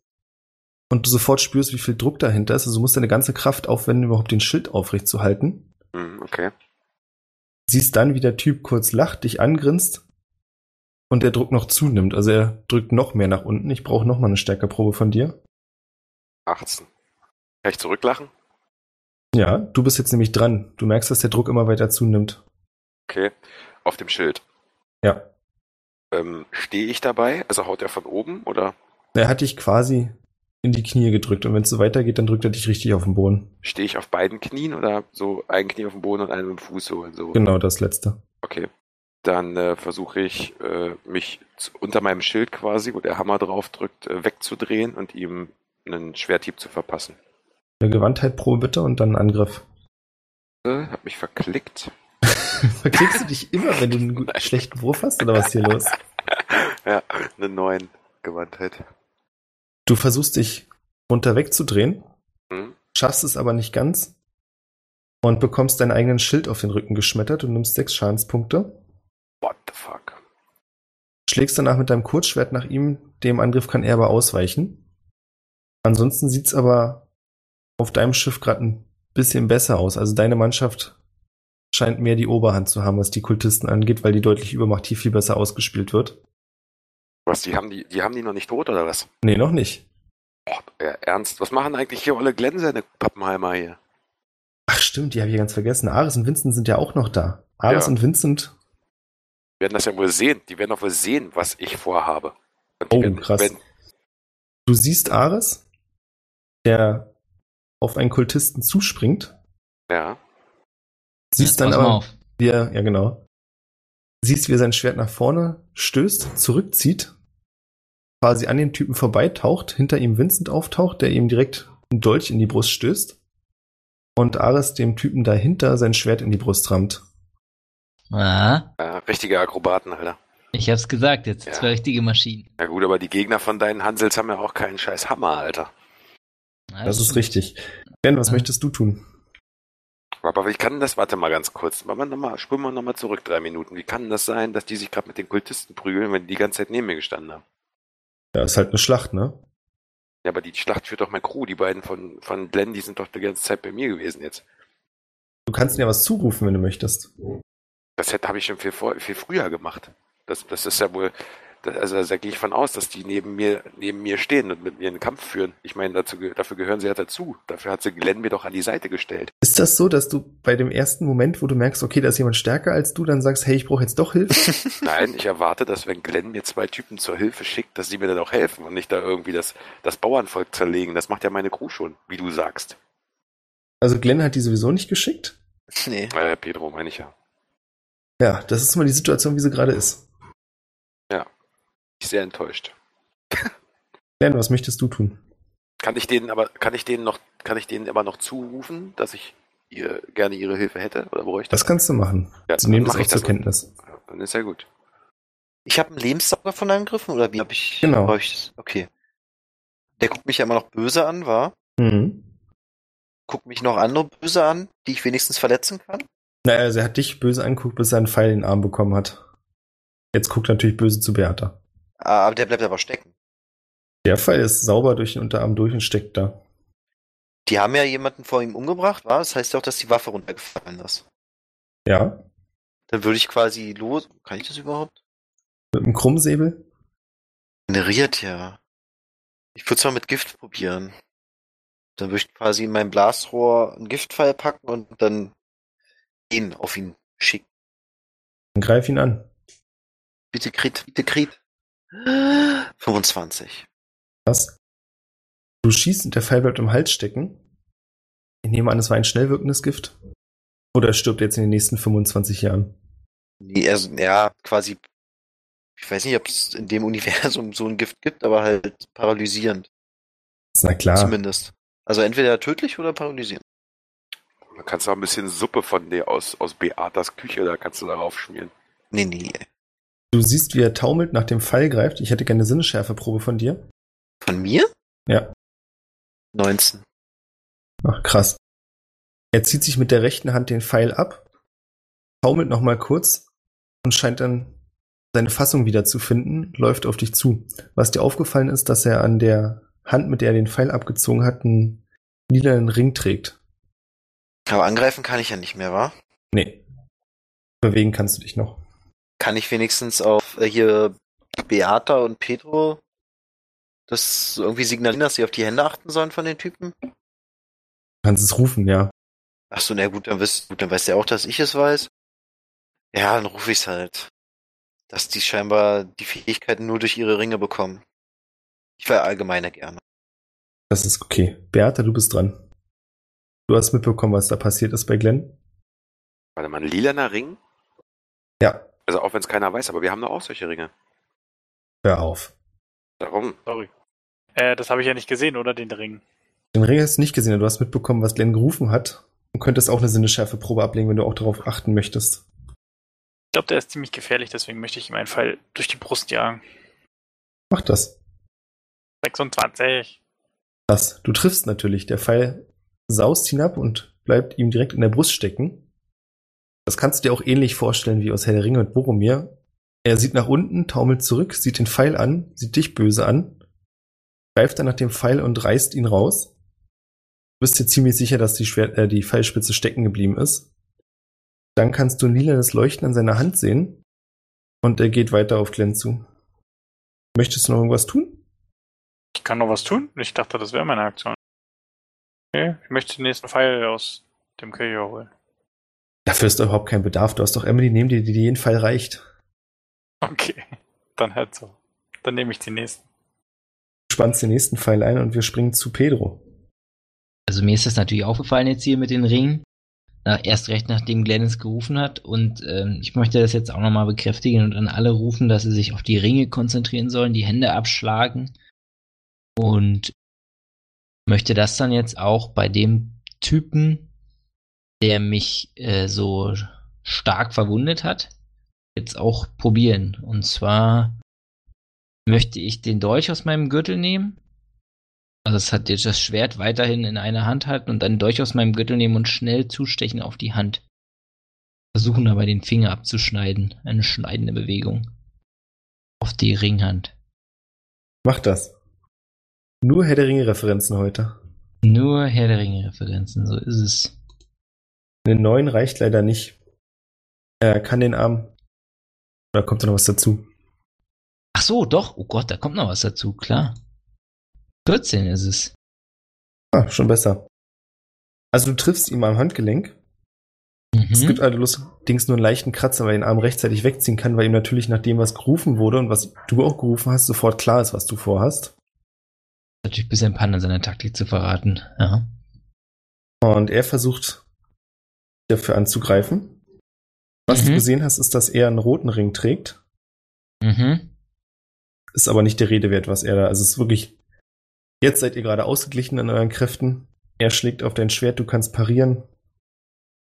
Speaker 2: und du sofort spürst, wie viel Druck dahinter ist. Also du musst deine ganze Kraft aufwenden, überhaupt den Schild aufrecht zu halten.
Speaker 5: Hm, okay.
Speaker 2: siehst dann, wie der Typ kurz lacht, dich angrinst und der Druck noch zunimmt. Also er drückt noch mehr nach unten. Ich brauche noch mal eine Stärkeprobe von dir.
Speaker 5: 18. Kann ich zurücklachen?
Speaker 2: Ja, du bist jetzt nämlich dran. Du merkst, dass der Druck immer weiter zunimmt.
Speaker 5: Okay. Auf dem Schild.
Speaker 2: Ja.
Speaker 5: Ähm, Stehe ich dabei? Also haut er von oben oder
Speaker 2: Er hat dich quasi in die Knie gedrückt und wenn es so weitergeht, dann drückt er dich richtig auf den Boden.
Speaker 5: stehe ich auf beiden Knien oder so ein Knie auf dem Boden und einen mit dem Fuß so und so?
Speaker 2: Genau das letzte.
Speaker 5: Okay. Dann äh, versuche ich, äh, mich zu, unter meinem Schild quasi, wo der Hammer drauf drückt, äh, wegzudrehen und ihm einen Schwerthieb zu verpassen.
Speaker 2: Eine Gewandtheitprobe bitte und dann einen Angriff.
Speaker 5: Äh, hab mich verklickt.
Speaker 2: Verkriegst du dich immer, wenn du einen guten, schlechten Wurf hast oder was ist hier los?
Speaker 5: Ja, eine neuen Gewandtheit.
Speaker 2: Du versuchst dich runter wegzudrehen,
Speaker 5: Hm?
Speaker 2: schaffst es aber nicht ganz und bekommst deinen eigenen Schild auf den Rücken geschmettert und nimmst sechs Schadenspunkte.
Speaker 5: What the fuck?
Speaker 2: Schlägst danach mit deinem Kurzschwert nach ihm, dem Angriff kann er aber ausweichen. Ansonsten sieht's aber auf deinem Schiff gerade ein bisschen besser aus. Also deine Mannschaft scheint mehr die Oberhand zu haben, was die Kultisten angeht, weil die deutliche Übermacht hier viel besser ausgespielt wird.
Speaker 5: Was, die haben die, die haben die noch nicht tot oder was?
Speaker 2: Nee, noch nicht.
Speaker 5: Oh, äh, ernst, was machen eigentlich hier alle Glänzer, eine Pappenheimer hier?
Speaker 2: Ach stimmt, die habe ich ja ganz vergessen. Ares und Vincent sind ja auch noch da. Ares
Speaker 5: Ja.
Speaker 2: und Vincent,
Speaker 5: Die werden das ja wohl sehen. Die werden doch wohl sehen, was ich vorhabe. Und die
Speaker 2: Oh,
Speaker 5: werden,
Speaker 2: krass.
Speaker 5: Wenn,
Speaker 2: du siehst Ares, der auf einen Kultisten zuspringt,
Speaker 5: ja,
Speaker 2: siehst
Speaker 3: Ja,
Speaker 2: dann
Speaker 3: pass mal
Speaker 2: aber,
Speaker 3: auf.
Speaker 2: wie er, ja genau, siehst, wie er sein Schwert nach vorne stößt, zurückzieht, quasi an dem Typen vorbeitaucht, hinter ihm Vincent auftaucht, der ihm direkt einen Dolch in die Brust stößt und Ares dem Typen dahinter sein Schwert in die Brust rammt.
Speaker 3: Ah,
Speaker 5: äh, richtige Akrobaten, Alter.
Speaker 3: ich hab's gesagt, jetzt
Speaker 5: Ja.
Speaker 3: zwei richtige Maschinen.
Speaker 5: Ja gut, aber die Gegner von deinen Hansels haben ja auch keinen scheiß Hammer, Alter.
Speaker 3: Ja,
Speaker 2: Das ist richtig. Ben, was
Speaker 3: Ah.
Speaker 2: möchtest du tun?
Speaker 5: Aber wie kann denn das, warte mal ganz kurz, machen wir noch mal, spulen wir nochmal zurück drei Minuten. Wie kann denn das sein, dass die sich gerade mit den Kultisten prügeln, wenn die die ganze Zeit neben mir gestanden haben?
Speaker 2: Ja, ist halt eine Schlacht, ne?
Speaker 5: Ja, aber die Schlacht führt doch mein Crew. Die beiden von, von Glenn, die sind doch die ganze Zeit bei mir gewesen jetzt.
Speaker 2: Du kannst mir was zurufen, wenn du möchtest.
Speaker 5: Das hätte habe ich schon viel, vor, viel früher gemacht. Das, das ist ja wohl, das, also da gehe ich von aus, dass die neben mir, neben mir stehen und mit mir einen Kampf führen. Ich meine, dazu, ge- dafür gehören sie ja dazu. Dafür hat sie Glenn mir doch an die Seite gestellt.
Speaker 2: Ist das so, dass du bei dem ersten Moment, wo du merkst, okay, da ist jemand stärker als du, dann sagst, hey, ich brauche jetzt doch Hilfe?
Speaker 5: Nein, ich erwarte, dass wenn Glenn mir zwei Typen zur Hilfe schickt, dass sie mir dann auch helfen und nicht da irgendwie das, das Bauernvolk zerlegen. Das macht ja meine Crew schon, wie du sagst.
Speaker 2: Also Glenn hat die sowieso nicht geschickt.
Speaker 7: Nee.
Speaker 5: Äh, Pedro meine ich ja.
Speaker 2: Ja, das ist mal die Situation, wie sie gerade ist.
Speaker 5: Ich bin sehr enttäuscht.
Speaker 2: Glenn, was möchtest du tun?
Speaker 5: Kann ich denen aber, kann ich denen noch, kann ich denen immer noch zurufen, dass ich ihr, gerne ihre Hilfe hätte oder bräuchte?
Speaker 2: Das kannst du machen.
Speaker 5: Ja,
Speaker 2: Sie nehmen das
Speaker 5: mach
Speaker 2: auch
Speaker 5: ich
Speaker 2: zur
Speaker 5: das.
Speaker 2: Kenntnis.
Speaker 5: Ja, Dann ist ja gut.
Speaker 7: Ich habe einen Lebenssauger von Angriffen oder wie habe ich.
Speaker 2: Genau.
Speaker 7: hab ich- Okay. Der guckt mich ja immer noch böse an, war.
Speaker 2: Mhm.
Speaker 7: Guckt mich noch andere böse an, die ich wenigstens verletzen kann.
Speaker 2: Naja, also er hat dich böse angeguckt, bis er einen Pfeil in den Arm bekommen hat. Jetzt guckt er natürlich böse zu Beata.
Speaker 7: Ah, Aber der bleibt aber stecken.
Speaker 2: Der Fall ist sauber durch den Unterarm durch und steckt da.
Speaker 7: Die haben ja jemanden vor ihm umgebracht, war? Das heißt ja auch, dass die Waffe runtergefallen ist.
Speaker 2: Ja,
Speaker 7: Dann würde ich quasi los. Kann ich das überhaupt?
Speaker 2: mit einem Krummsäbel.
Speaker 7: Generiert ja. Ich würde es mal mit Gift probieren. Dann würde ich quasi in mein Blasrohr einen Giftpfeil packen und dann ihn auf ihn schicken.
Speaker 2: Dann greif ihn an.
Speaker 7: Bitte Krit, bitte Krit. 25.
Speaker 2: Was? Du schießt und der Pfeil bleibt im Hals stecken. Ich nehme an, es war ein schnell wirkendes Gift. Oder er stirbt jetzt in den nächsten 25 Jahren.
Speaker 7: Nee, also, ja, quasi. Ich weiß nicht, ob es in dem Universum so ein Gift gibt, aber halt paralysierend.
Speaker 2: Ist na klar.
Speaker 7: Zumindest. Also entweder tödlich oder paralysierend.
Speaker 5: Dann kannst du auch ein bisschen Suppe von dir aus, aus Beatas Küche, da kannst du darauf schmieren.
Speaker 7: Nee, nee.
Speaker 2: Du siehst, wie er taumelt, nach dem Pfeil greift. Ich hätte gerne Sinneschärfeprobe von dir.
Speaker 7: Von mir?
Speaker 2: Ja.
Speaker 7: 19.
Speaker 2: Ach, krass. Er zieht sich mit der rechten Hand den Pfeil ab, taumelt nochmal kurz und scheint dann seine Fassung wieder zu finden, läuft auf dich zu. Was dir aufgefallen ist, dass er an der Hand, mit der er den Pfeil abgezogen hat, einen lilanen Ring trägt.
Speaker 7: Aber angreifen kann ich ja nicht mehr, wa?
Speaker 2: Nee. Bewegen kannst du dich noch.
Speaker 7: Kann ich wenigstens auf äh, hier Beata und Pedro das irgendwie signalieren, dass sie auf die Hände achten sollen von den Typen?
Speaker 2: Du kannst es rufen, ja.
Speaker 7: Ach so, na gut, dann wisst, gut, dann weiß der auch, dass ich es weiß. Ja, dann rufe ich's halt. Dass die scheinbar die Fähigkeiten nur durch ihre Ringe bekommen. Ich verallgemeine gerne.
Speaker 2: Das ist okay. Beata, du bist dran. Du hast mitbekommen, was da passiert ist bei Glenn?
Speaker 5: Warte mal, ein lilaner Ring?
Speaker 2: Ja.
Speaker 5: Also auch wenn es keiner weiß, aber wir haben doch auch solche Ringe.
Speaker 2: Hör auf.
Speaker 5: Darum.
Speaker 6: Sorry. Äh, das habe ich ja nicht gesehen, oder? Den Ring.
Speaker 2: Den Ring hast du nicht gesehen, aber du hast mitbekommen, was Glenn gerufen hat. Und könntest auch eine Sinneschärfeprobe ablegen, wenn du auch darauf achten möchtest.
Speaker 6: Ich glaube, der ist ziemlich gefährlich, deswegen möchte ich ihm einen Pfeil durch die Brust jagen.
Speaker 2: Mach das.
Speaker 6: 26.
Speaker 2: Das. Du triffst natürlich. Der Pfeil saust hinab und bleibt ihm direkt in der Brust stecken. Das kannst du dir auch ähnlich vorstellen wie aus Herr der Ringe und Boromir. Er sieht nach unten, taumelt zurück, sieht den Pfeil an, sieht dich böse an, greift dann nach dem Pfeil und reißt ihn raus. Du bist dir ziemlich sicher, dass die, Schwert, äh, die Pfeilspitze stecken geblieben ist. Dann kannst du ein lilanes Leuchten an seiner Hand sehen und er geht weiter auf Glenn zu. Möchtest du noch irgendwas tun?
Speaker 6: Ich kann noch was tun? Ich dachte, das wäre meine Aktion. Okay, ich möchte den nächsten Pfeil aus dem Köcher holen.
Speaker 2: Dafür ist doch überhaupt kein Bedarf. Du hast doch Emily neben dir, die dir jeden Fall reicht.
Speaker 6: Okay, dann halt so. Dann nehme ich den nächsten.
Speaker 2: Du spannst den nächsten Pfeil ein und wir springen zu Pedro.
Speaker 3: Also mir ist das natürlich aufgefallen jetzt hier mit den Ringen. Na, erst recht, nachdem Glenn es gerufen hat. Und ähm, ich möchte das jetzt auch nochmal bekräftigen und an alle rufen, dass sie sich auf die Ringe konzentrieren sollen, die Hände abschlagen. Und möchte das dann jetzt auch bei dem Typen, der mich äh, so stark verwundet hat, jetzt auch probieren. Und zwar möchte ich den Dolch aus meinem Gürtel nehmen also es hat jetzt das Schwert weiterhin in einer Hand halten und einen Dolch aus meinem Gürtel nehmen und schnell zustechen auf die Hand. Versuchen dabei den Finger abzuschneiden. Eine schneidende Bewegung. Auf die Ringhand.
Speaker 2: Mach das. Nur Herr der Ringe-Referenzen heute.
Speaker 3: Nur Herr der Ringe-Referenzen, so ist es.
Speaker 2: Eine 9 reicht leider nicht. Er kann den Arm. Oder kommt da noch was dazu?
Speaker 3: Ach so, doch. Oh Gott, da kommt noch was dazu, klar. 14 ist es.
Speaker 2: Ah, schon besser. Also du triffst ihm am Handgelenk.
Speaker 3: Mhm.
Speaker 2: Es gibt allerdings nur einen leichten Kratzer, weil er den Arm rechtzeitig wegziehen kann, weil ihm natürlich nach dem, was gerufen wurde und was du auch gerufen hast, sofort klar ist, was du vorhast.
Speaker 3: Natürlich ein bisschen Pan an seiner Taktik zu verraten. Ja.
Speaker 2: Und er versucht, dafür anzugreifen. Was du
Speaker 3: Mhm.
Speaker 2: gesehen hast, ist, dass er einen roten Ring trägt.
Speaker 3: Mhm.
Speaker 2: ist aber nicht der Rede wert, was er da. Also es ist wirklich. Jetzt seid ihr gerade ausgeglichen an euren Kräften. Er schlägt auf dein Schwert, du kannst parieren.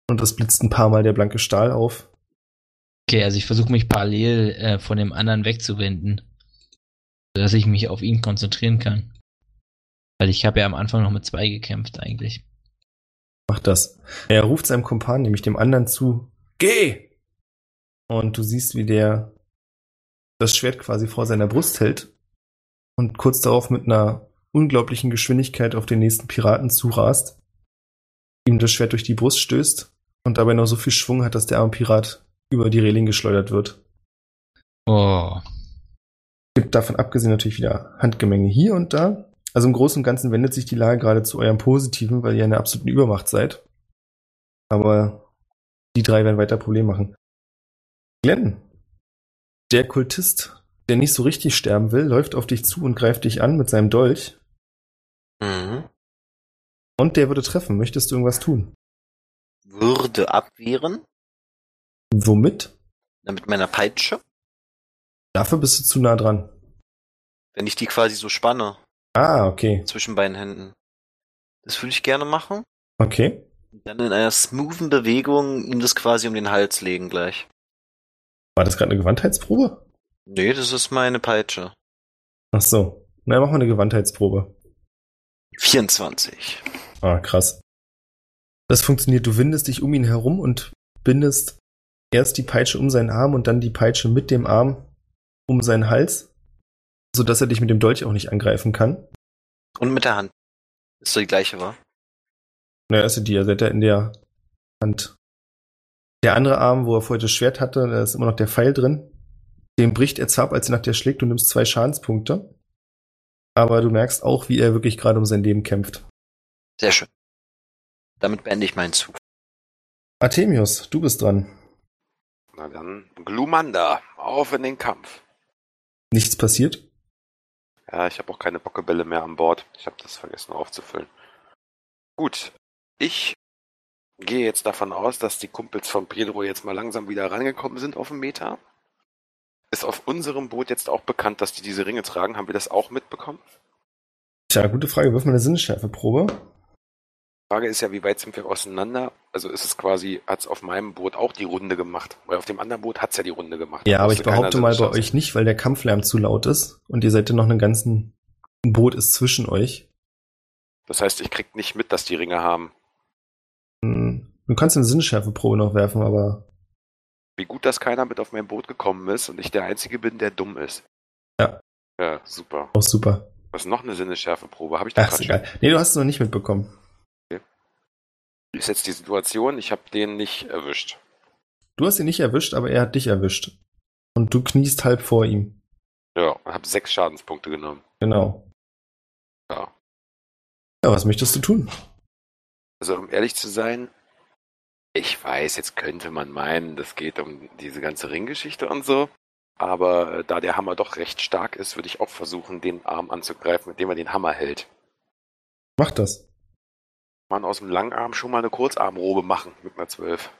Speaker 2: Und das blitzt ein paar Mal der blanke Stahl auf.
Speaker 3: Okay, also ich versuche mich parallel äh, von dem anderen wegzuwenden. Dass ich mich auf ihn konzentrieren kann. Weil ich habe ja am Anfang noch mit zwei gekämpft eigentlich.
Speaker 2: Macht das. Er ruft seinem Kumpan, nämlich dem anderen zu. Geh! Und du siehst, wie der das Schwert quasi vor seiner Brust hält und kurz darauf mit einer unglaublichen Geschwindigkeit auf den nächsten Piraten zurast, ihm das Schwert durch die Brust stößt und dabei noch so viel Schwung hat, dass der arme Pirat über die Reling geschleudert wird.
Speaker 3: Oh.
Speaker 2: Gibt davon abgesehen natürlich wieder Handgemenge hier und da. Also im Großen und Ganzen wendet sich die Lage gerade zu eurem Positiven, weil ihr in der absoluten Übermacht seid. Aber die drei werden weiter Problem machen. Glenn, der Kultist, der nicht so richtig sterben will, läuft auf dich zu und greift dich an mit seinem Dolch.
Speaker 7: Mhm.
Speaker 2: Und der würde treffen. Möchtest du irgendwas tun?
Speaker 7: Würde abwehren,
Speaker 2: Womit?
Speaker 7: dann mit meiner Peitsche,
Speaker 2: Dafür bist du zu nah dran.
Speaker 7: wenn ich die quasi so spanne
Speaker 2: Ah, okay.
Speaker 7: zwischen beiden Händen. Das würde ich gerne machen.
Speaker 2: Okay.
Speaker 7: Und Dann in einer smoothen Bewegung ihm das quasi um den Hals legen gleich.
Speaker 2: War das gerade eine Gewandheitsprobe?
Speaker 7: Nee, das ist meine Peitsche.
Speaker 2: Ach so. Na, machen wir eine Gewandheitsprobe.
Speaker 7: 24.
Speaker 2: Ah, krass. Das funktioniert. Du windest dich um ihn herum und bindest erst die Peitsche um seinen Arm und dann die Peitsche mit dem Arm um seinen Hals, sodass er dich mit dem Dolch auch nicht angreifen kann.
Speaker 7: Und mit der Hand. Ist doch die gleiche, war?
Speaker 2: Naja, ist ja die, ihr seid ja in der Hand. Der andere Arm, wo er vorher das Schwert hatte, da ist immer noch der Pfeil drin. Den bricht er zart, als er nach dir schlägt. Du nimmst zwei Schadenspunkte. Aber du merkst auch, wie er wirklich gerade um sein Leben kämpft.
Speaker 7: Sehr schön. Damit beende ich meinen Zug.
Speaker 2: Artemius, du bist dran.
Speaker 5: Na dann, Glumanda, auf in den Kampf.
Speaker 2: Nichts passiert.
Speaker 5: Ja, ich habe auch keine Bockebälle mehr an Bord. Ich habe das vergessen aufzufüllen. Gut, ich gehe jetzt davon aus, dass die Kumpels von Pedro jetzt mal langsam wieder rangekommen sind auf den Meter. Ist auf unserem Boot jetzt auch bekannt, dass die diese Ringe tragen? Haben wir das auch mitbekommen?
Speaker 2: Tja, gute Frage. Wirf mal eine Sinnesschärfeprobe.
Speaker 5: Frage ist ja, wie weit sind wir auseinander? Also ist es quasi, hat es auf meinem Boot auch die Runde gemacht? Weil auf dem anderen Boot hat es ja die Runde gemacht.
Speaker 2: Ja, aber ich
Speaker 5: Musste keiner
Speaker 2: behaupte mal bei
Speaker 5: Sinnesschärfe.
Speaker 2: euch nicht, weil der Kampflärm zu laut ist und ihr seid ja noch einen ganzen ein Boot ist zwischen euch.
Speaker 5: Das heißt, ich krieg nicht mit, dass die Ringe haben.
Speaker 2: Hm, Du kannst eine Sinnesschärfeprobe noch werfen, aber
Speaker 5: Wie gut, dass keiner mit auf mein Boot gekommen ist und ich der Einzige bin, der dumm ist.
Speaker 2: Ja.
Speaker 5: Ja, super.
Speaker 2: auch super.
Speaker 5: Was ist noch eine Sinnesschärfeprobe? Habe ich doch
Speaker 2: Ach, ist
Speaker 5: grad
Speaker 2: egal. Nee, du hast es noch nicht mitbekommen.
Speaker 5: schon. Ist jetzt die Situation, ich habe den nicht erwischt.
Speaker 2: Du hast ihn nicht erwischt, aber er hat dich erwischt. Und du kniest halb vor ihm.
Speaker 5: Ja, und habe sechs Schadenspunkte genommen.
Speaker 2: Genau.
Speaker 5: Ja.
Speaker 2: Ja, was möchtest du tun?
Speaker 5: Also um ehrlich zu sein, ich weiß, jetzt könnte man meinen, das geht um diese ganze Ringgeschichte und so. Aber äh, da der Hammer doch recht stark ist, würde ich auch versuchen, den Arm anzugreifen, mit dem er den Hammer hält.
Speaker 2: Mach das.
Speaker 5: Man aus dem Langarm schon mal eine Kurzarmrobe machen mit einer 12.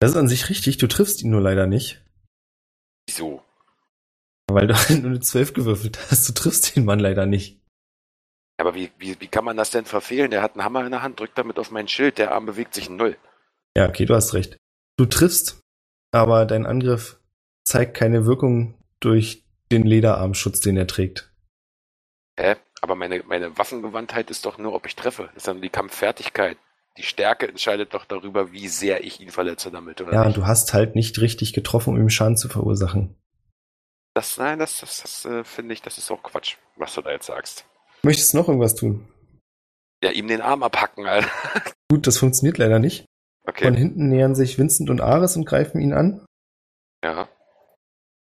Speaker 2: Das ist an sich richtig, du triffst ihn nur leider nicht.
Speaker 5: Wieso?
Speaker 2: Weil du nur eine 12 gewürfelt hast. Du triffst den Mann leider nicht.
Speaker 5: Aber wie, wie, wie kann man das denn verfehlen? Der hat einen Hammer in der Hand, drückt damit auf mein Schild, der Arm bewegt sich null.
Speaker 2: Ja, okay, du hast recht. Du triffst, aber dein Angriff zeigt keine Wirkung durch den Lederarmschutz, den er trägt.
Speaker 5: Hä? Aber meine, meine Waffengewandtheit ist doch nur, ob ich treffe. Das ist dann die Kampffertigkeit. Die Stärke entscheidet doch darüber, wie sehr ich ihn verletze damit, oder?
Speaker 2: Ja, und
Speaker 5: nicht.
Speaker 2: du hast halt nicht richtig getroffen, um ihm Schaden zu verursachen.
Speaker 5: Das, nein, das, das, das äh, finde ich, das ist auch Quatsch, was du da jetzt sagst.
Speaker 2: Möchtest du noch irgendwas tun?
Speaker 5: Ja, ihm den Arm abhacken, Alter.
Speaker 2: Gut, das funktioniert leider nicht.
Speaker 5: Okay.
Speaker 2: Von hinten nähern sich Vincent und Ares und greifen ihn an.
Speaker 5: ja.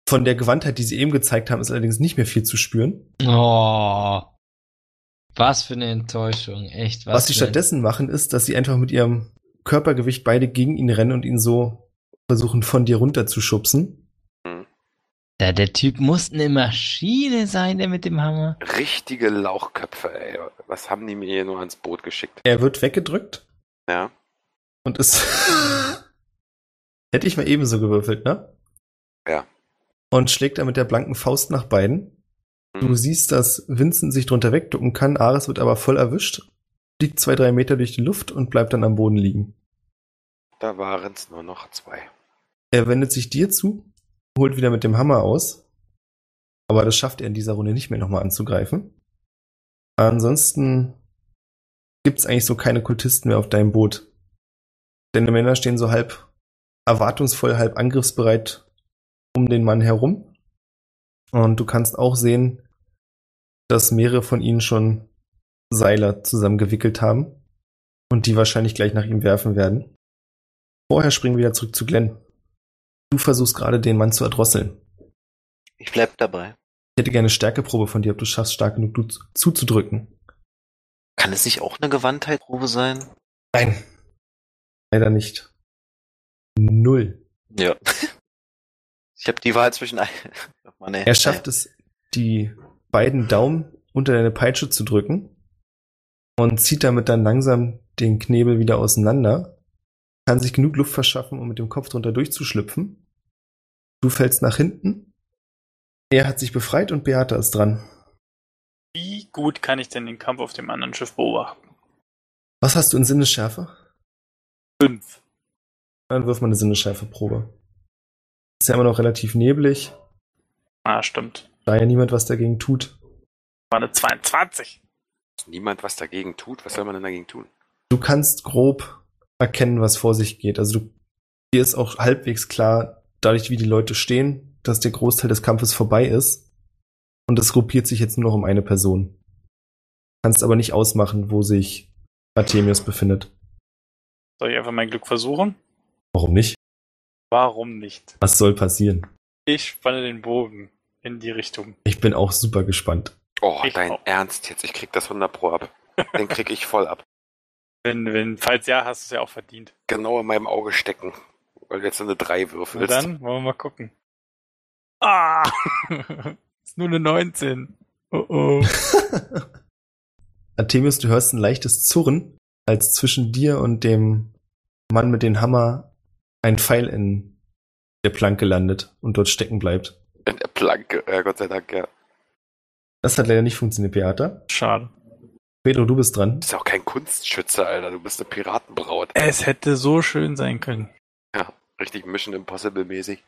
Speaker 2: Von der Gewandtheit, die sie eben gezeigt haben, ist allerdings nicht mehr viel zu spüren.
Speaker 3: Oh. Was für eine Enttäuschung, echt.
Speaker 2: Was,
Speaker 3: Was,
Speaker 2: sie
Speaker 3: für ein-
Speaker 2: stattdessen machen, ist, dass sie einfach mit ihrem Körpergewicht beide gegen ihn rennen und ihn so versuchen, von dir runterzuschubsen.
Speaker 3: Ja, der Typ muss eine Maschine sein, der mit dem Hammer.
Speaker 5: Richtige Lauchköpfe, ey. Was haben die mir hier nur ans Boot geschickt?
Speaker 2: Er wird weggedrückt
Speaker 5: Ja.
Speaker 2: und ist. Hätte ich mal ebenso gewürfelt, ne?
Speaker 5: Ja.
Speaker 2: Und schlägt er mit der blanken Faust nach beiden. Du
Speaker 5: Hm.
Speaker 2: siehst, dass Vincent sich drunter wegducken kann, Ares wird aber voll erwischt, fliegt zwei, drei Meter durch die Luft und bleibt dann am Boden liegen.
Speaker 5: Da waren es nur noch zwei.
Speaker 2: Er wendet sich dir zu, holt wieder mit dem Hammer aus. Aber das schafft er in dieser Runde nicht mehr nochmal anzugreifen. Ansonsten gibt's eigentlich so keine Kultisten mehr auf deinem Boot. Denn die Männer stehen so halb erwartungsvoll, halb angriffsbereit um den Mann herum. Und du kannst auch sehen, dass mehrere von ihnen schon Seiler zusammengewickelt haben und die wahrscheinlich gleich nach ihm werfen werden. Vorher springen wir wieder zurück zu Glenn. Du versuchst gerade den Mann zu erdrosseln.
Speaker 7: Ich bleib dabei.
Speaker 2: Ich hätte gerne eine Stärkeprobe von dir, ob du schaffst, stark genug du zu- zuzudrücken.
Speaker 7: Kann es nicht auch eine Gewandtheitprobe sein?
Speaker 2: Nein. Leider nicht. Null.
Speaker 7: Ja. ich habe die Wahl zwischen. ein- Ach, Mann, ey.
Speaker 2: Er schafft es, die beiden Daumen unter deine Peitsche zu drücken und zieht damit dann langsam den Knebel wieder auseinander, kann sich genug Luft verschaffen, um mit dem Kopf drunter durchzuschlüpfen. Du fällst nach hinten. Er hat sich befreit und Beata ist dran.
Speaker 6: Wie gut kann ich denn den Kampf auf dem anderen Schiff beobachten?
Speaker 2: Was hast du in Sinnesschärfe?
Speaker 6: Fünf.
Speaker 2: Dann wirf mal eine Sinnesschärfeprobe. Ist ja immer noch relativ neblig,
Speaker 6: Ah, stimmt.
Speaker 2: da ja niemand was dagegen tut.
Speaker 6: War eine 22.
Speaker 5: Niemand was dagegen tut. Was soll man denn dagegen tun?
Speaker 2: du kannst grob erkennen, was vor sich geht. Also du, dir ist auch halbwegs klar, dadurch wie die Leute stehen, dass der Großteil des Kampfes vorbei ist. Und es gruppiert sich jetzt nur noch um eine Person. Kannst aber nicht ausmachen, wo sich Artemius befindet.
Speaker 6: Soll ich einfach mein Glück versuchen?
Speaker 2: Warum nicht?
Speaker 6: Warum nicht?
Speaker 2: Was soll passieren?
Speaker 6: Ich spanne den Bogen in die Richtung.
Speaker 2: Ich bin auch super gespannt.
Speaker 5: Oh,
Speaker 6: Ich
Speaker 5: dein
Speaker 6: auch.
Speaker 5: Ernst jetzt. Ich krieg das 100 Pro ab. Den krieg ich voll ab.
Speaker 6: Wenn, wenn, falls ja, hast du es ja auch verdient.
Speaker 5: Genau in meinem Auge stecken. Weil du jetzt eine 3
Speaker 6: Na
Speaker 5: würfelst.
Speaker 6: dann, wollen wir mal gucken. Ah! ist nur eine 19. Oh oh.
Speaker 2: Artemius, du hörst ein leichtes Zurren, als zwischen dir und dem Mann mit dem Hammer ein Pfeil in der Planke landet und dort stecken bleibt.
Speaker 5: In der Planke. Ja, Gott sei Dank, ja.
Speaker 2: Das hat leider nicht funktioniert, Beata.
Speaker 6: Schade.
Speaker 2: Pedro, du bist dran.
Speaker 5: Du bist ja auch kein Kunstschütze, Alter. Du bist eine Piratenbraut.
Speaker 6: Es hätte so schön sein können.
Speaker 5: Ja, richtig Mission Impossible mäßig.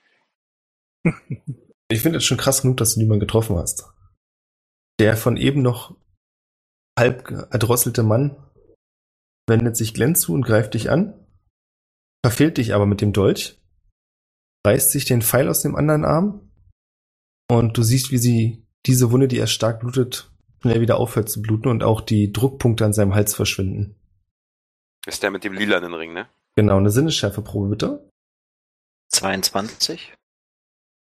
Speaker 2: Ich finde es schon krass genug, dass du niemanden getroffen hast. Der von eben noch halb ge- erdrosselte Mann wendet sich Glenn zu und greift dich an, verfehlt dich aber mit dem Dolch, reißt sich den Pfeil aus dem anderen Arm und du siehst, wie sie diese Wunde, die erst stark blutet, schnell wieder aufhört zu bluten und auch die Druckpunkte an seinem Hals verschwinden.
Speaker 5: Ist der mit dem lilanen Ring, ne?
Speaker 2: Genau, eine Sinnesschärfeprobe bitte.
Speaker 7: 22?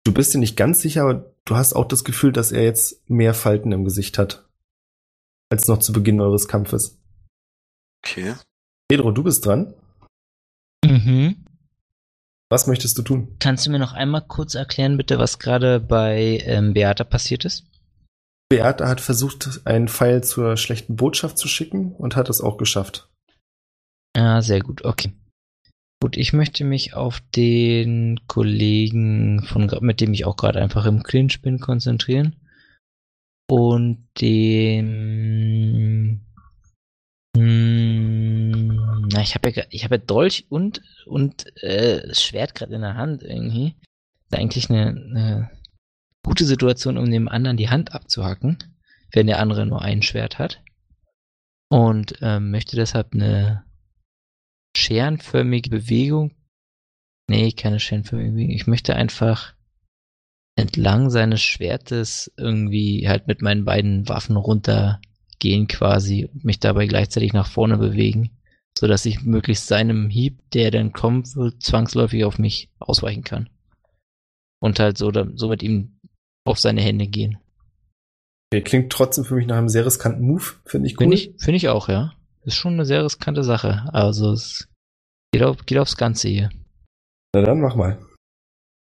Speaker 2: Du bist dir nicht ganz sicher, aber du hast auch das Gefühl, dass er jetzt mehr Falten im Gesicht hat. Als noch zu Beginn eures Kampfes.
Speaker 7: Okay.
Speaker 2: Pedro, du bist dran.
Speaker 3: Mhm.
Speaker 2: Was möchtest du tun?
Speaker 3: Kannst du mir noch einmal kurz erklären, bitte, was gerade bei ähm, Beata passiert ist?
Speaker 2: Beata hat versucht, einen Pfeil zur schlechten Botschaft zu schicken und hat es auch geschafft.
Speaker 3: Ah, sehr gut, okay. Gut, ich möchte mich auf den Kollegen von, gra- mit dem ich auch gerade einfach im Clinch bin, konzentrieren. Und dem. Hm, na, ich habe ja, gra- ich hab ja Dolch und, und äh, Schwert gerade in der Hand irgendwie. Ist eigentlich eine, eine gute Situation, um dem anderen die Hand abzuhacken, wenn der andere nur ein Schwert hat. Und ähm, möchte deshalb eine scherenförmige Bewegung. Nee, keine scherenförmige Bewegung. Ich möchte einfach entlang seines Schwertes irgendwie halt mit meinen beiden Waffen runtergehen quasi und mich dabei gleichzeitig nach vorne bewegen, so dass ich möglichst seinem Hieb, der dann kommen wird, zwangsläufig auf mich ausweichen kann. Und halt so, da- so mit ihm auf seine Hände gehen.
Speaker 2: Okay, klingt trotzdem für mich nach einem sehr riskanten Move. Finde ich cool.
Speaker 3: Finde ich, finde ich auch, ja. Ist schon eine sehr riskante Sache. Also es geht, auf, geht aufs Ganze hier.
Speaker 2: Na dann mach mal.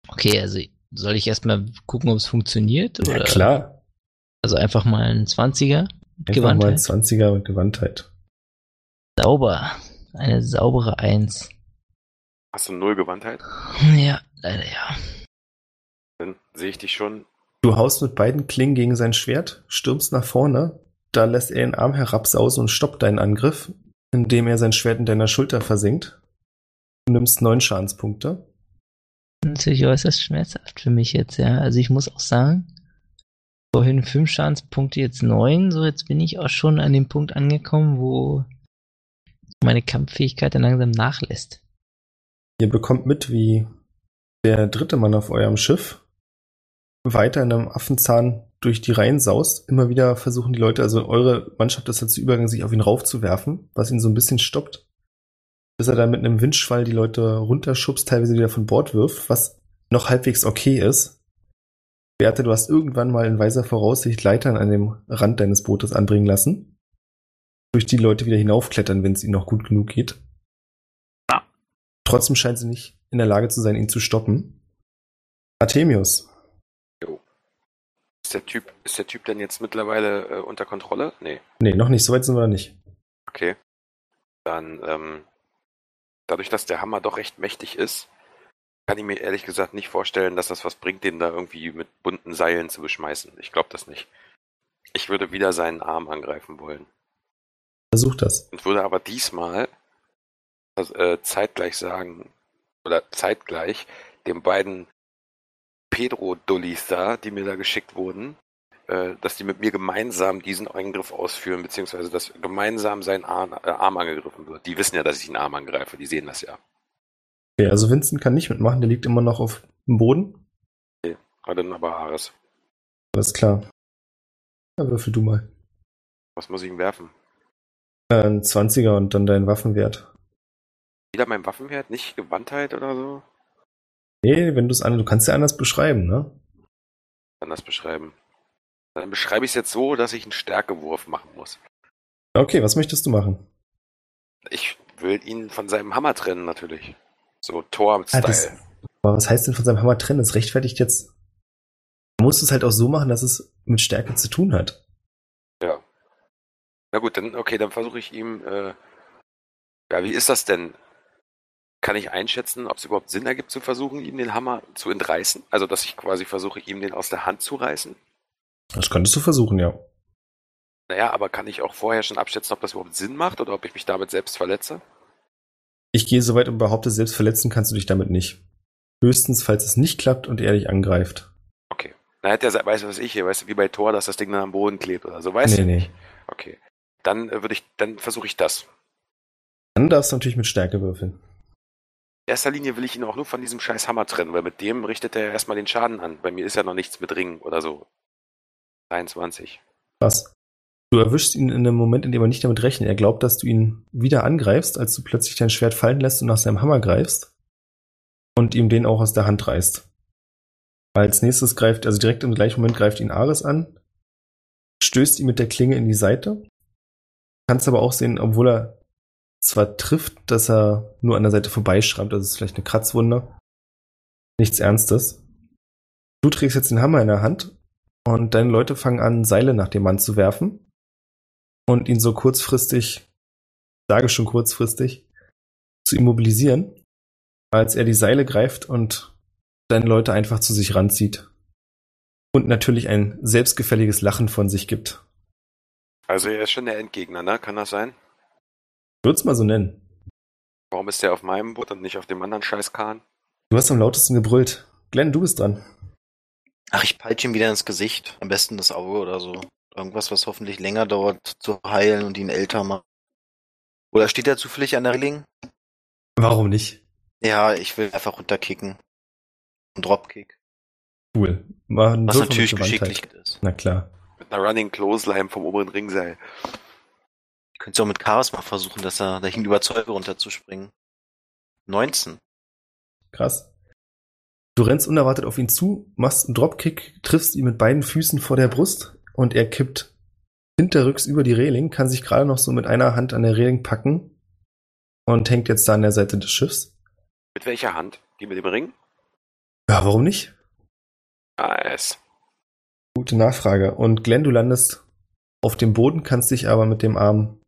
Speaker 3: Okay, also soll ich erstmal gucken, ob es funktioniert? Oder?
Speaker 2: Ja, klar.
Speaker 3: Also einfach mal ein 20er.
Speaker 2: Einfach mal ein
Speaker 3: Gewandtheit.
Speaker 2: 20er mit Gewandtheit.
Speaker 3: Sauber. Eine saubere 1.
Speaker 5: Hast du null Gewandtheit?
Speaker 3: Ja, leider ja.
Speaker 5: Dann sehe ich dich schon.
Speaker 2: Du haust mit beiden Klingen gegen sein Schwert, stürmst nach vorne, da lässt er den Arm herabsausen und stoppt deinen Angriff, indem er sein Schwert in deiner Schulter versinkt. Du nimmst neun Schadenspunkte.
Speaker 3: Natürlich äußerst schmerzhaft für mich jetzt, ja. Also ich muss auch sagen, vorhin 5 Schadenspunkte, jetzt 9. So, jetzt bin ich auch schon an dem Punkt angekommen, wo meine Kampffähigkeit dann langsam nachlässt.
Speaker 2: Ihr bekommt mit, wie der dritte Mann auf eurem Schiff weiter in einem Affenzahn durch die Reihen saust. Immer wieder versuchen die Leute, also eure Mannschaft ist dazu übergegangen, sich auf ihn raufzuwerfen, was ihn so ein bisschen stoppt. Bis er dann mit einem Windschwall die Leute runterschubst, teilweise wieder von Bord wirft, was noch halbwegs okay ist. Beate, du hast irgendwann mal in weiser Voraussicht Leitern an dem Rand deines Bootes anbringen lassen, durch die Leute wieder hinaufklettern, wenn es ihnen noch gut genug geht.
Speaker 6: Ja.
Speaker 2: Trotzdem scheint sie nicht in der Lage zu sein, ihn zu stoppen. Artemius,
Speaker 5: Ist der Typ, ist der Typ denn jetzt mittlerweile äh, unter Kontrolle? Nee.
Speaker 2: nee, noch nicht, so weit sind wir noch nicht.
Speaker 5: Okay. Dann, ähm, dadurch, dass der Hammer doch recht mächtig ist, kann ich mir ehrlich gesagt nicht vorstellen, dass das was bringt, den da irgendwie mit bunten Seilen zu beschmeißen. Ich glaube das nicht. Ich würde wieder seinen Arm angreifen wollen.
Speaker 2: Versuch das.
Speaker 5: und würde aber diesmal also, äh, zeitgleich sagen, oder zeitgleich den beiden Pedro-Dullis da, die mir da geschickt wurden, äh, dass die mit mir gemeinsam diesen Eingriff ausführen, beziehungsweise dass gemeinsam sein Arm, äh, Arm angegriffen wird. Die wissen ja, dass ich den Arm angreife, die sehen das ja.
Speaker 2: Okay, also Vincent kann nicht mitmachen, der liegt immer noch auf dem Boden.
Speaker 5: Aber dann aber Ares,
Speaker 2: Alles klar. Ja, würfel du mal.
Speaker 5: was muss ich ihm werfen?
Speaker 2: Äh, ein 20er und dann deinen Waffenwert.
Speaker 5: Wieder mein Waffenwert, nicht Gewandtheit oder so?
Speaker 2: Nee, wenn du es an, du kannst ja anders beschreiben, ne?
Speaker 5: Anders beschreiben. Dann beschreibe ich es jetzt so, dass ich einen Stärkewurf machen muss.
Speaker 2: Okay, was möchtest du machen?
Speaker 5: Ich will ihn von seinem Hammer trennen, natürlich. So Tor-Style.
Speaker 2: Ah, das- Aber was heißt denn von seinem Hammer trennen? Das rechtfertigt jetzt. Man muss es halt auch so machen, dass es mit Stärke zu tun hat.
Speaker 5: ja. Na gut, dann, okay, dann versuche ich ihm, äh, ja, wie ist das denn? Kann ich einschätzen, ob es überhaupt Sinn ergibt, zu versuchen, ihm den Hammer zu entreißen? Also, dass ich quasi versuche, ihm den aus der Hand zu reißen?
Speaker 2: Das könntest du versuchen, ja.
Speaker 5: Naja, aber kann ich auch vorher schon abschätzen, ob das überhaupt Sinn macht oder ob ich mich damit selbst verletze?
Speaker 2: Ich gehe so weit und behaupte, selbst verletzen kannst du dich damit nicht. Höchstens, falls es nicht klappt und er dich angreift.
Speaker 5: Na, hätte er, se- weißt du, was ich hier, weißt du, wie bei Tor, dass das Ding dann am Boden klebt oder so, weißt
Speaker 2: nee,
Speaker 5: du?
Speaker 2: nee.
Speaker 5: Okay. Dann äh, würde ich, dann versuche ich das.
Speaker 2: Dann darfst du natürlich mit Stärke würfeln.
Speaker 5: In erster Linie will ich ihn auch nur von diesem scheiß Hammer trennen, weil mit dem richtet er ja erstmal den Schaden an. Bei mir ist ja noch nichts mit Ringen oder so. 23.
Speaker 2: Was? Du erwischst ihn in einem Moment, in dem er nicht damit rechnet. Er glaubt, dass du ihn wieder angreifst, als du plötzlich dein Schwert fallen lässt und nach seinem Hammer greifst und ihm den auch aus der Hand reißt. Als nächstes greift, also direkt im gleichen Moment greift ihn Ares an, stößt ihn mit der Klinge in die Seite. Kannst aber auch sehen, obwohl er zwar trifft, dass er nur an der Seite vorbeischrammt, also es ist vielleicht eine Kratzwunde. Nichts Ernstes. Du trägst jetzt den Hammer in der Hand und deine Leute fangen an, Seile nach dem Mann zu werfen und ihn so kurzfristig, sage schon kurzfristig, zu immobilisieren, als er die Seile greift und deine Leute einfach zu sich ranzieht. Und natürlich ein selbstgefälliges Lachen von sich gibt.
Speaker 5: Also er ist schon der Endgegner, ne? Kann das sein?
Speaker 2: Würd's mal so nennen.
Speaker 5: Warum ist der auf meinem Boot und nicht auf dem anderen scheiß Kahn?
Speaker 2: Du hast am lautesten gebrüllt. Glenn, du bist dran.
Speaker 7: Ach, ich peitsche ihm wieder ins Gesicht. Am besten das Auge oder so. Irgendwas, was hoffentlich länger dauert zu heilen und ihn älter macht. Oder steht er zufällig an der Reling?
Speaker 2: Warum nicht?
Speaker 7: Ja, ich will einfach runterkicken. Ein Dropkick.
Speaker 2: Cool. Mach einen
Speaker 7: Was
Speaker 2: Würfel mit
Speaker 7: natürlich
Speaker 2: Gewandtheit.
Speaker 7: geschicklich ist.
Speaker 2: Na klar.
Speaker 5: Mit einer Running Clothesline vom oberen Ringseil.
Speaker 7: Ich könnte es auch mit Charisma versuchen, dass er dahin überzeuge, runterzuspringen. 19.
Speaker 2: Krass. Du rennst unerwartet auf ihn zu, machst einen Dropkick, triffst ihn mit beiden Füßen vor der Brust und er kippt hinterrücks über die Reling, kann sich gerade noch so mit einer Hand an der Reling packen und hängt jetzt da an der Seite des Schiffs.
Speaker 5: Mit welcher Hand? Die mit dem Ring?
Speaker 2: Ja, warum nicht?
Speaker 5: Nice.
Speaker 2: Gute Nachfrage. Und Glenn, du landest auf dem Boden, kannst dich aber mit dem Arm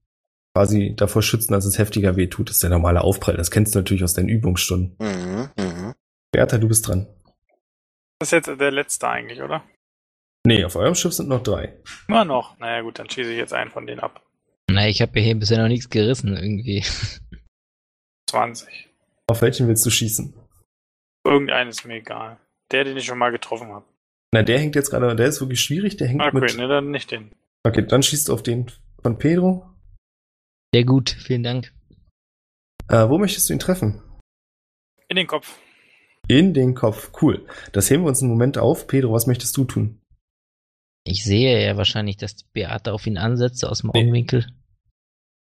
Speaker 2: quasi davor schützen, dass es heftiger weh tut. Das ist der normale Aufprall. Das kennst du natürlich aus deinen Übungsstunden.
Speaker 7: Mhm, mhm.
Speaker 2: Bertha, du bist dran.
Speaker 6: Das ist jetzt der letzte eigentlich, oder?
Speaker 2: Nee, auf eurem Schiff sind noch drei.
Speaker 6: Immer noch. Naja, gut, dann schieße ich jetzt einen von denen ab.
Speaker 3: Na, ich habe hier bisher noch nichts gerissen irgendwie.
Speaker 6: 20.
Speaker 2: Auf welchen willst du schießen?
Speaker 6: Irgendeines ist mir egal. Der, den ich schon mal getroffen habe.
Speaker 2: Na, der hängt jetzt gerade, der ist wirklich schwierig, der hängt
Speaker 6: Okay,
Speaker 2: mit.
Speaker 6: ne, dann nicht den.
Speaker 2: Okay, dann schießt auf den von Pedro.
Speaker 3: Sehr gut, vielen Dank.
Speaker 2: Äh, wo möchtest du ihn treffen?
Speaker 6: In den Kopf.
Speaker 2: In den Kopf. Cool. Das heben wir uns einen Moment auf. Pedro, was möchtest du tun?
Speaker 3: Ich sehe ja wahrscheinlich, dass die Beate auf ihn ansetzt aus dem
Speaker 2: Nee.
Speaker 3: Augenwinkel.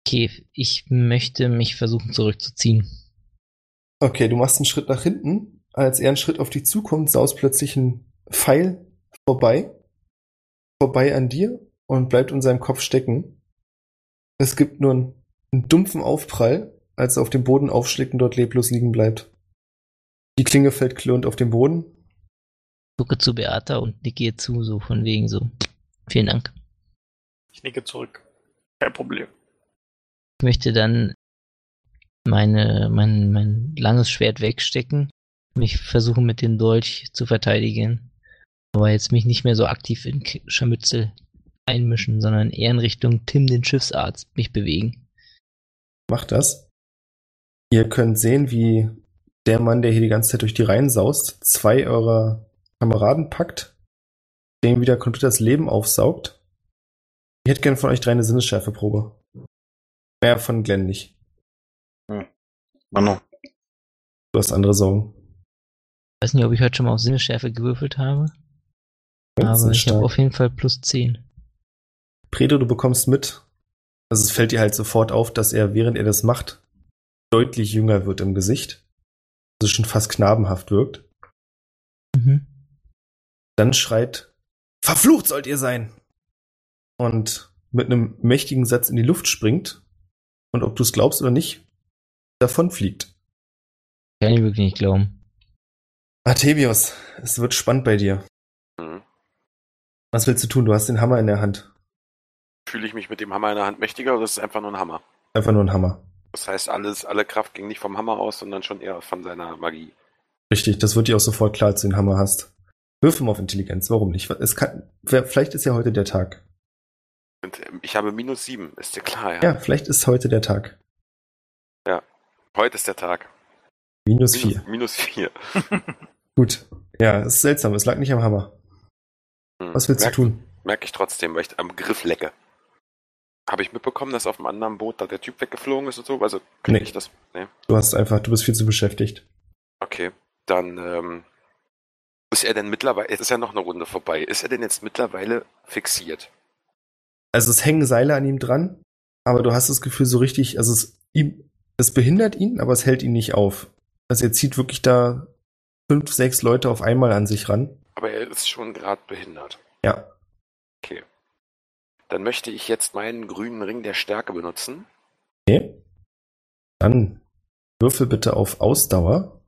Speaker 3: Okay, ich möchte mich versuchen zurückzuziehen.
Speaker 2: Okay, du machst einen Schritt nach hinten. Als er einen Schritt auf dich zukommt, saust plötzlich ein Pfeil vorbei. Vorbei an dir und bleibt in seinem Kopf stecken. Es gibt nur einen, einen dumpfen Aufprall, als er auf dem Boden aufschlägt und dort leblos liegen bleibt. Die Klinge fällt klirrend auf den Boden.
Speaker 3: Gucke zu Beata und nicke ihr zu, so von wegen so. Vielen Dank.
Speaker 6: Ich nicke zurück. Kein Problem.
Speaker 3: Ich möchte dann meine, mein, mein langes Schwert wegstecken, mich versuchen mit dem Dolch zu verteidigen, aber jetzt mich nicht mehr so aktiv in K- Scharmützel einmischen, sondern eher in Richtung Tim, den Schiffsarzt, mich bewegen.
Speaker 2: Macht das. Ihr könnt sehen, wie der Mann, der hier die ganze Zeit durch die Reihen saust, zwei eurer Kameraden packt, dem wieder komplett das Leben aufsaugt. Ich hätte gerne von euch drei eine Sinnesschärfeprobe. Mehr von Glenn nicht.
Speaker 7: Manu.
Speaker 2: Du hast andere Sorgen.
Speaker 3: Ich weiß nicht, ob ich heute schon mal auf Sinnesschärfe gewürfelt habe, aber ich habe
Speaker 2: Sinnesschärfe.
Speaker 3: auf jeden Fall plus 10.
Speaker 2: Predo, du bekommst mit. Also es fällt dir halt sofort auf, dass er, während er das macht, deutlich jünger wird im Gesicht. Also schon fast knabenhaft wirkt.
Speaker 3: Mhm.
Speaker 2: Dann schreit, verflucht sollt ihr sein! Und mit einem mächtigen Satz in die Luft springt und ob du es glaubst oder nicht, davon fliegt.
Speaker 3: Kann ich wirklich nicht glauben.
Speaker 2: Artemius, es wird spannend bei dir.
Speaker 5: Mhm.
Speaker 2: Was willst du tun? Du hast den Hammer in der Hand.
Speaker 5: Fühle ich mich mit dem Hammer in der Hand mächtiger oder ist es einfach nur ein Hammer?
Speaker 2: Einfach nur ein Hammer.
Speaker 5: Das heißt, alles, alle Kraft ging nicht vom Hammer aus, sondern schon eher von seiner Magie.
Speaker 2: Richtig, das wird dir auch sofort klar, als du den Hammer hast. Wirf ihm auf Intelligenz, warum nicht? Es kann, wer- vielleicht ist ja heute der Tag.
Speaker 5: Und ähm, ich habe minus sieben, ist dir klar, ja?
Speaker 2: Ja, vielleicht ist heute der Tag.
Speaker 5: Heute ist der Tag.
Speaker 2: Minus
Speaker 5: Minus,
Speaker 2: vier.
Speaker 5: minus vier.
Speaker 2: Gut. Ja, es ist seltsam, es lag nicht am Hammer.
Speaker 5: Hm.
Speaker 2: Was willst
Speaker 5: Merk-
Speaker 2: du tun?
Speaker 5: Merke ich trotzdem, weil ich am Griff lecke. Habe ich mitbekommen, dass auf einem anderen Boot da der Typ weggeflogen ist und so? Also kriege
Speaker 2: Nee.
Speaker 5: ich das. Nee.
Speaker 2: Du hast einfach, du bist viel zu beschäftigt.
Speaker 5: Okay. Dann, ähm, ist er denn mittlerweile, es ist ja noch eine Runde vorbei, ist er denn jetzt mittlerweile fixiert?
Speaker 2: Also es hängen Seile an ihm dran, aber du hast das Gefühl so richtig, also es, ihm, es behindert ihn, aber es hält ihn nicht auf. Also er zieht wirklich da fünf, sechs Leute auf einmal an sich ran.
Speaker 5: Aber er ist schon gerade behindert.
Speaker 2: Ja.
Speaker 5: Dann möchte ich jetzt meinen grünen Ring der Stärke benutzen.
Speaker 2: Okay. Dann würfel bitte auf Ausdauer.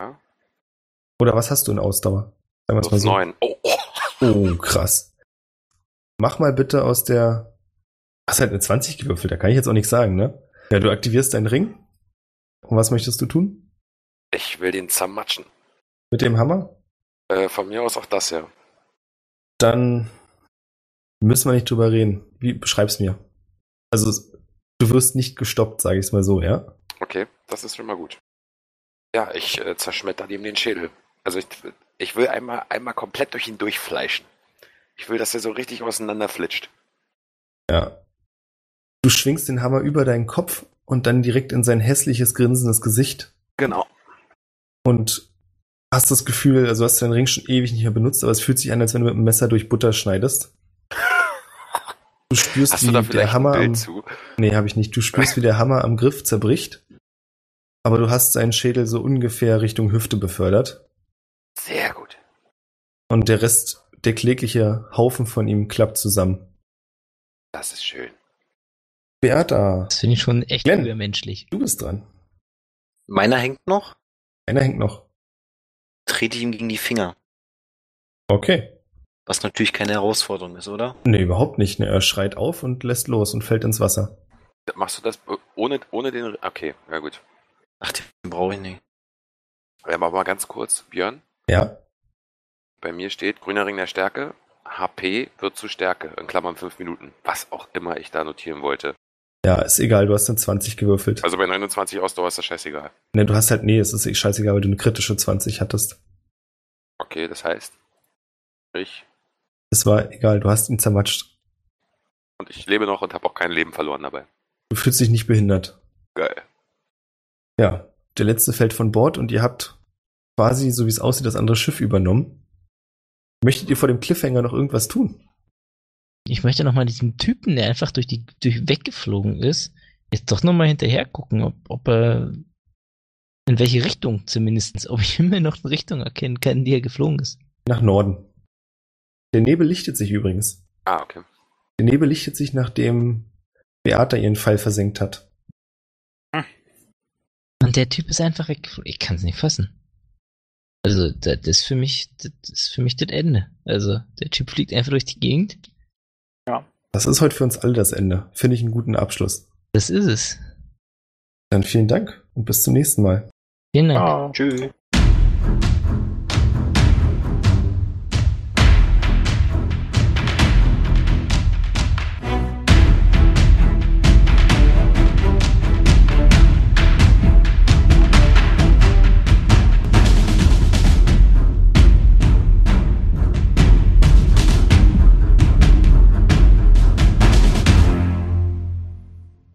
Speaker 5: Ja.
Speaker 2: Oder was hast du in Ausdauer? Sagen wir's
Speaker 5: Plus neun. Oh, oh.
Speaker 2: Oh, krass. Mach mal bitte aus der. Hast halt eine 20 gewürfelt, da kann ich jetzt auch nichts sagen, ne? Ja, du aktivierst deinen Ring. Und was möchtest du tun?
Speaker 5: Ich will den zermatschen.
Speaker 2: Mit dem Hammer?
Speaker 5: Äh, von mir aus auch das, ja.
Speaker 2: Dann müssen wir nicht drüber reden. Wie beschreib's mir? Also, es- du wirst nicht gestoppt, sage ich es mal so, ja?
Speaker 5: Okay, das ist schon mal gut. Ja, ich äh, zerschmetter ihm den Schädel. Also ich, ich will einmal, einmal komplett durch ihn durchfleischen. Ich will, dass er so richtig auseinanderflitscht.
Speaker 2: Ja. Du schwingst den Hammer über deinen Kopf und dann direkt in sein hässliches, grinsendes Gesicht
Speaker 5: Genau.
Speaker 2: und hast das Gefühl, also hast deinen Ring schon ewig nicht mehr benutzt, aber es fühlt sich an, als wenn du mit einem Messer durch Butter schneidest. Du spürst,
Speaker 5: Hast
Speaker 2: wie
Speaker 5: du da
Speaker 2: der
Speaker 5: vielleicht
Speaker 2: Hammer
Speaker 5: ein
Speaker 2: am,
Speaker 5: Bild zu?
Speaker 2: Nee, habe ich nicht. Du spürst, wie der Hammer am Griff zerbricht. Aber du hast seinen Schädel so ungefähr Richtung Hüfte befördert.
Speaker 5: Sehr gut.
Speaker 2: Und der Rest, der klägliche Haufen von ihm klappt zusammen.
Speaker 5: Das ist schön.
Speaker 2: Beata,
Speaker 3: Das finde ich schon echt
Speaker 2: Glenn.
Speaker 3: übermenschlich.
Speaker 2: du bist dran.
Speaker 7: Meiner hängt noch.
Speaker 2: Einer hängt noch.
Speaker 7: Trete ich ihm gegen die Finger.
Speaker 2: Okay.
Speaker 7: Was natürlich keine Herausforderung ist, oder?
Speaker 2: Nee, überhaupt nicht. Ne? Er schreit auf und lässt los und fällt ins Wasser.
Speaker 5: Machst du das äh, ohne, ohne den... Okay, ja gut.
Speaker 7: Ach, den brauche ich nicht.
Speaker 5: Ähm, aber mal ganz kurz, Björn.
Speaker 2: Ja.
Speaker 5: Bei mir steht grüner Ring der Stärke. HP wird zu Stärke, in Klammern 5 Minuten. Was auch immer ich da notieren wollte.
Speaker 2: Ja, ist egal, du hast eine 20 gewürfelt.
Speaker 5: Also bei 29 Ausdauer ist das scheißegal.
Speaker 2: ne, du hast halt, nee, es ist scheißegal, weil du eine kritische 20 hattest.
Speaker 5: Okay, das heißt, ich
Speaker 2: Es war egal, du hast ihn zermatscht.
Speaker 5: Und ich lebe noch und habe auch kein Leben verloren dabei.
Speaker 2: Du fühlst dich nicht behindert.
Speaker 5: Geil.
Speaker 2: Ja, der letzte fällt von Bord und ihr habt quasi, so wie es aussieht, das andere Schiff übernommen. Möchtet ihr vor dem Cliffhanger noch irgendwas tun?
Speaker 3: Ich möchte nochmal diesem Typen, der einfach durch die durch weggeflogen ist, jetzt doch nochmal hinterher gucken, ob, ob er in welche Richtung zumindest, ob ich immer noch eine Richtung erkennen kann, in die er geflogen ist.
Speaker 2: Nach Norden. Der Nebel lichtet sich übrigens.
Speaker 5: Ah, okay.
Speaker 2: Der Nebel lichtet sich, nachdem Beata ihren Pfeil versenkt hat.
Speaker 3: Und der Typ ist einfach weggeflogen. Ich kann es nicht fassen. Also, das ist für mich, das ist für mich das Ende. Also, der Typ fliegt einfach durch die Gegend.
Speaker 2: Das ist heute für uns alle das Ende. Finde ich einen guten Abschluss.
Speaker 3: Das ist es.
Speaker 2: Dann vielen Dank und bis zum nächsten Mal.
Speaker 3: Vielen Dank.
Speaker 6: Ah.
Speaker 7: Tschüss.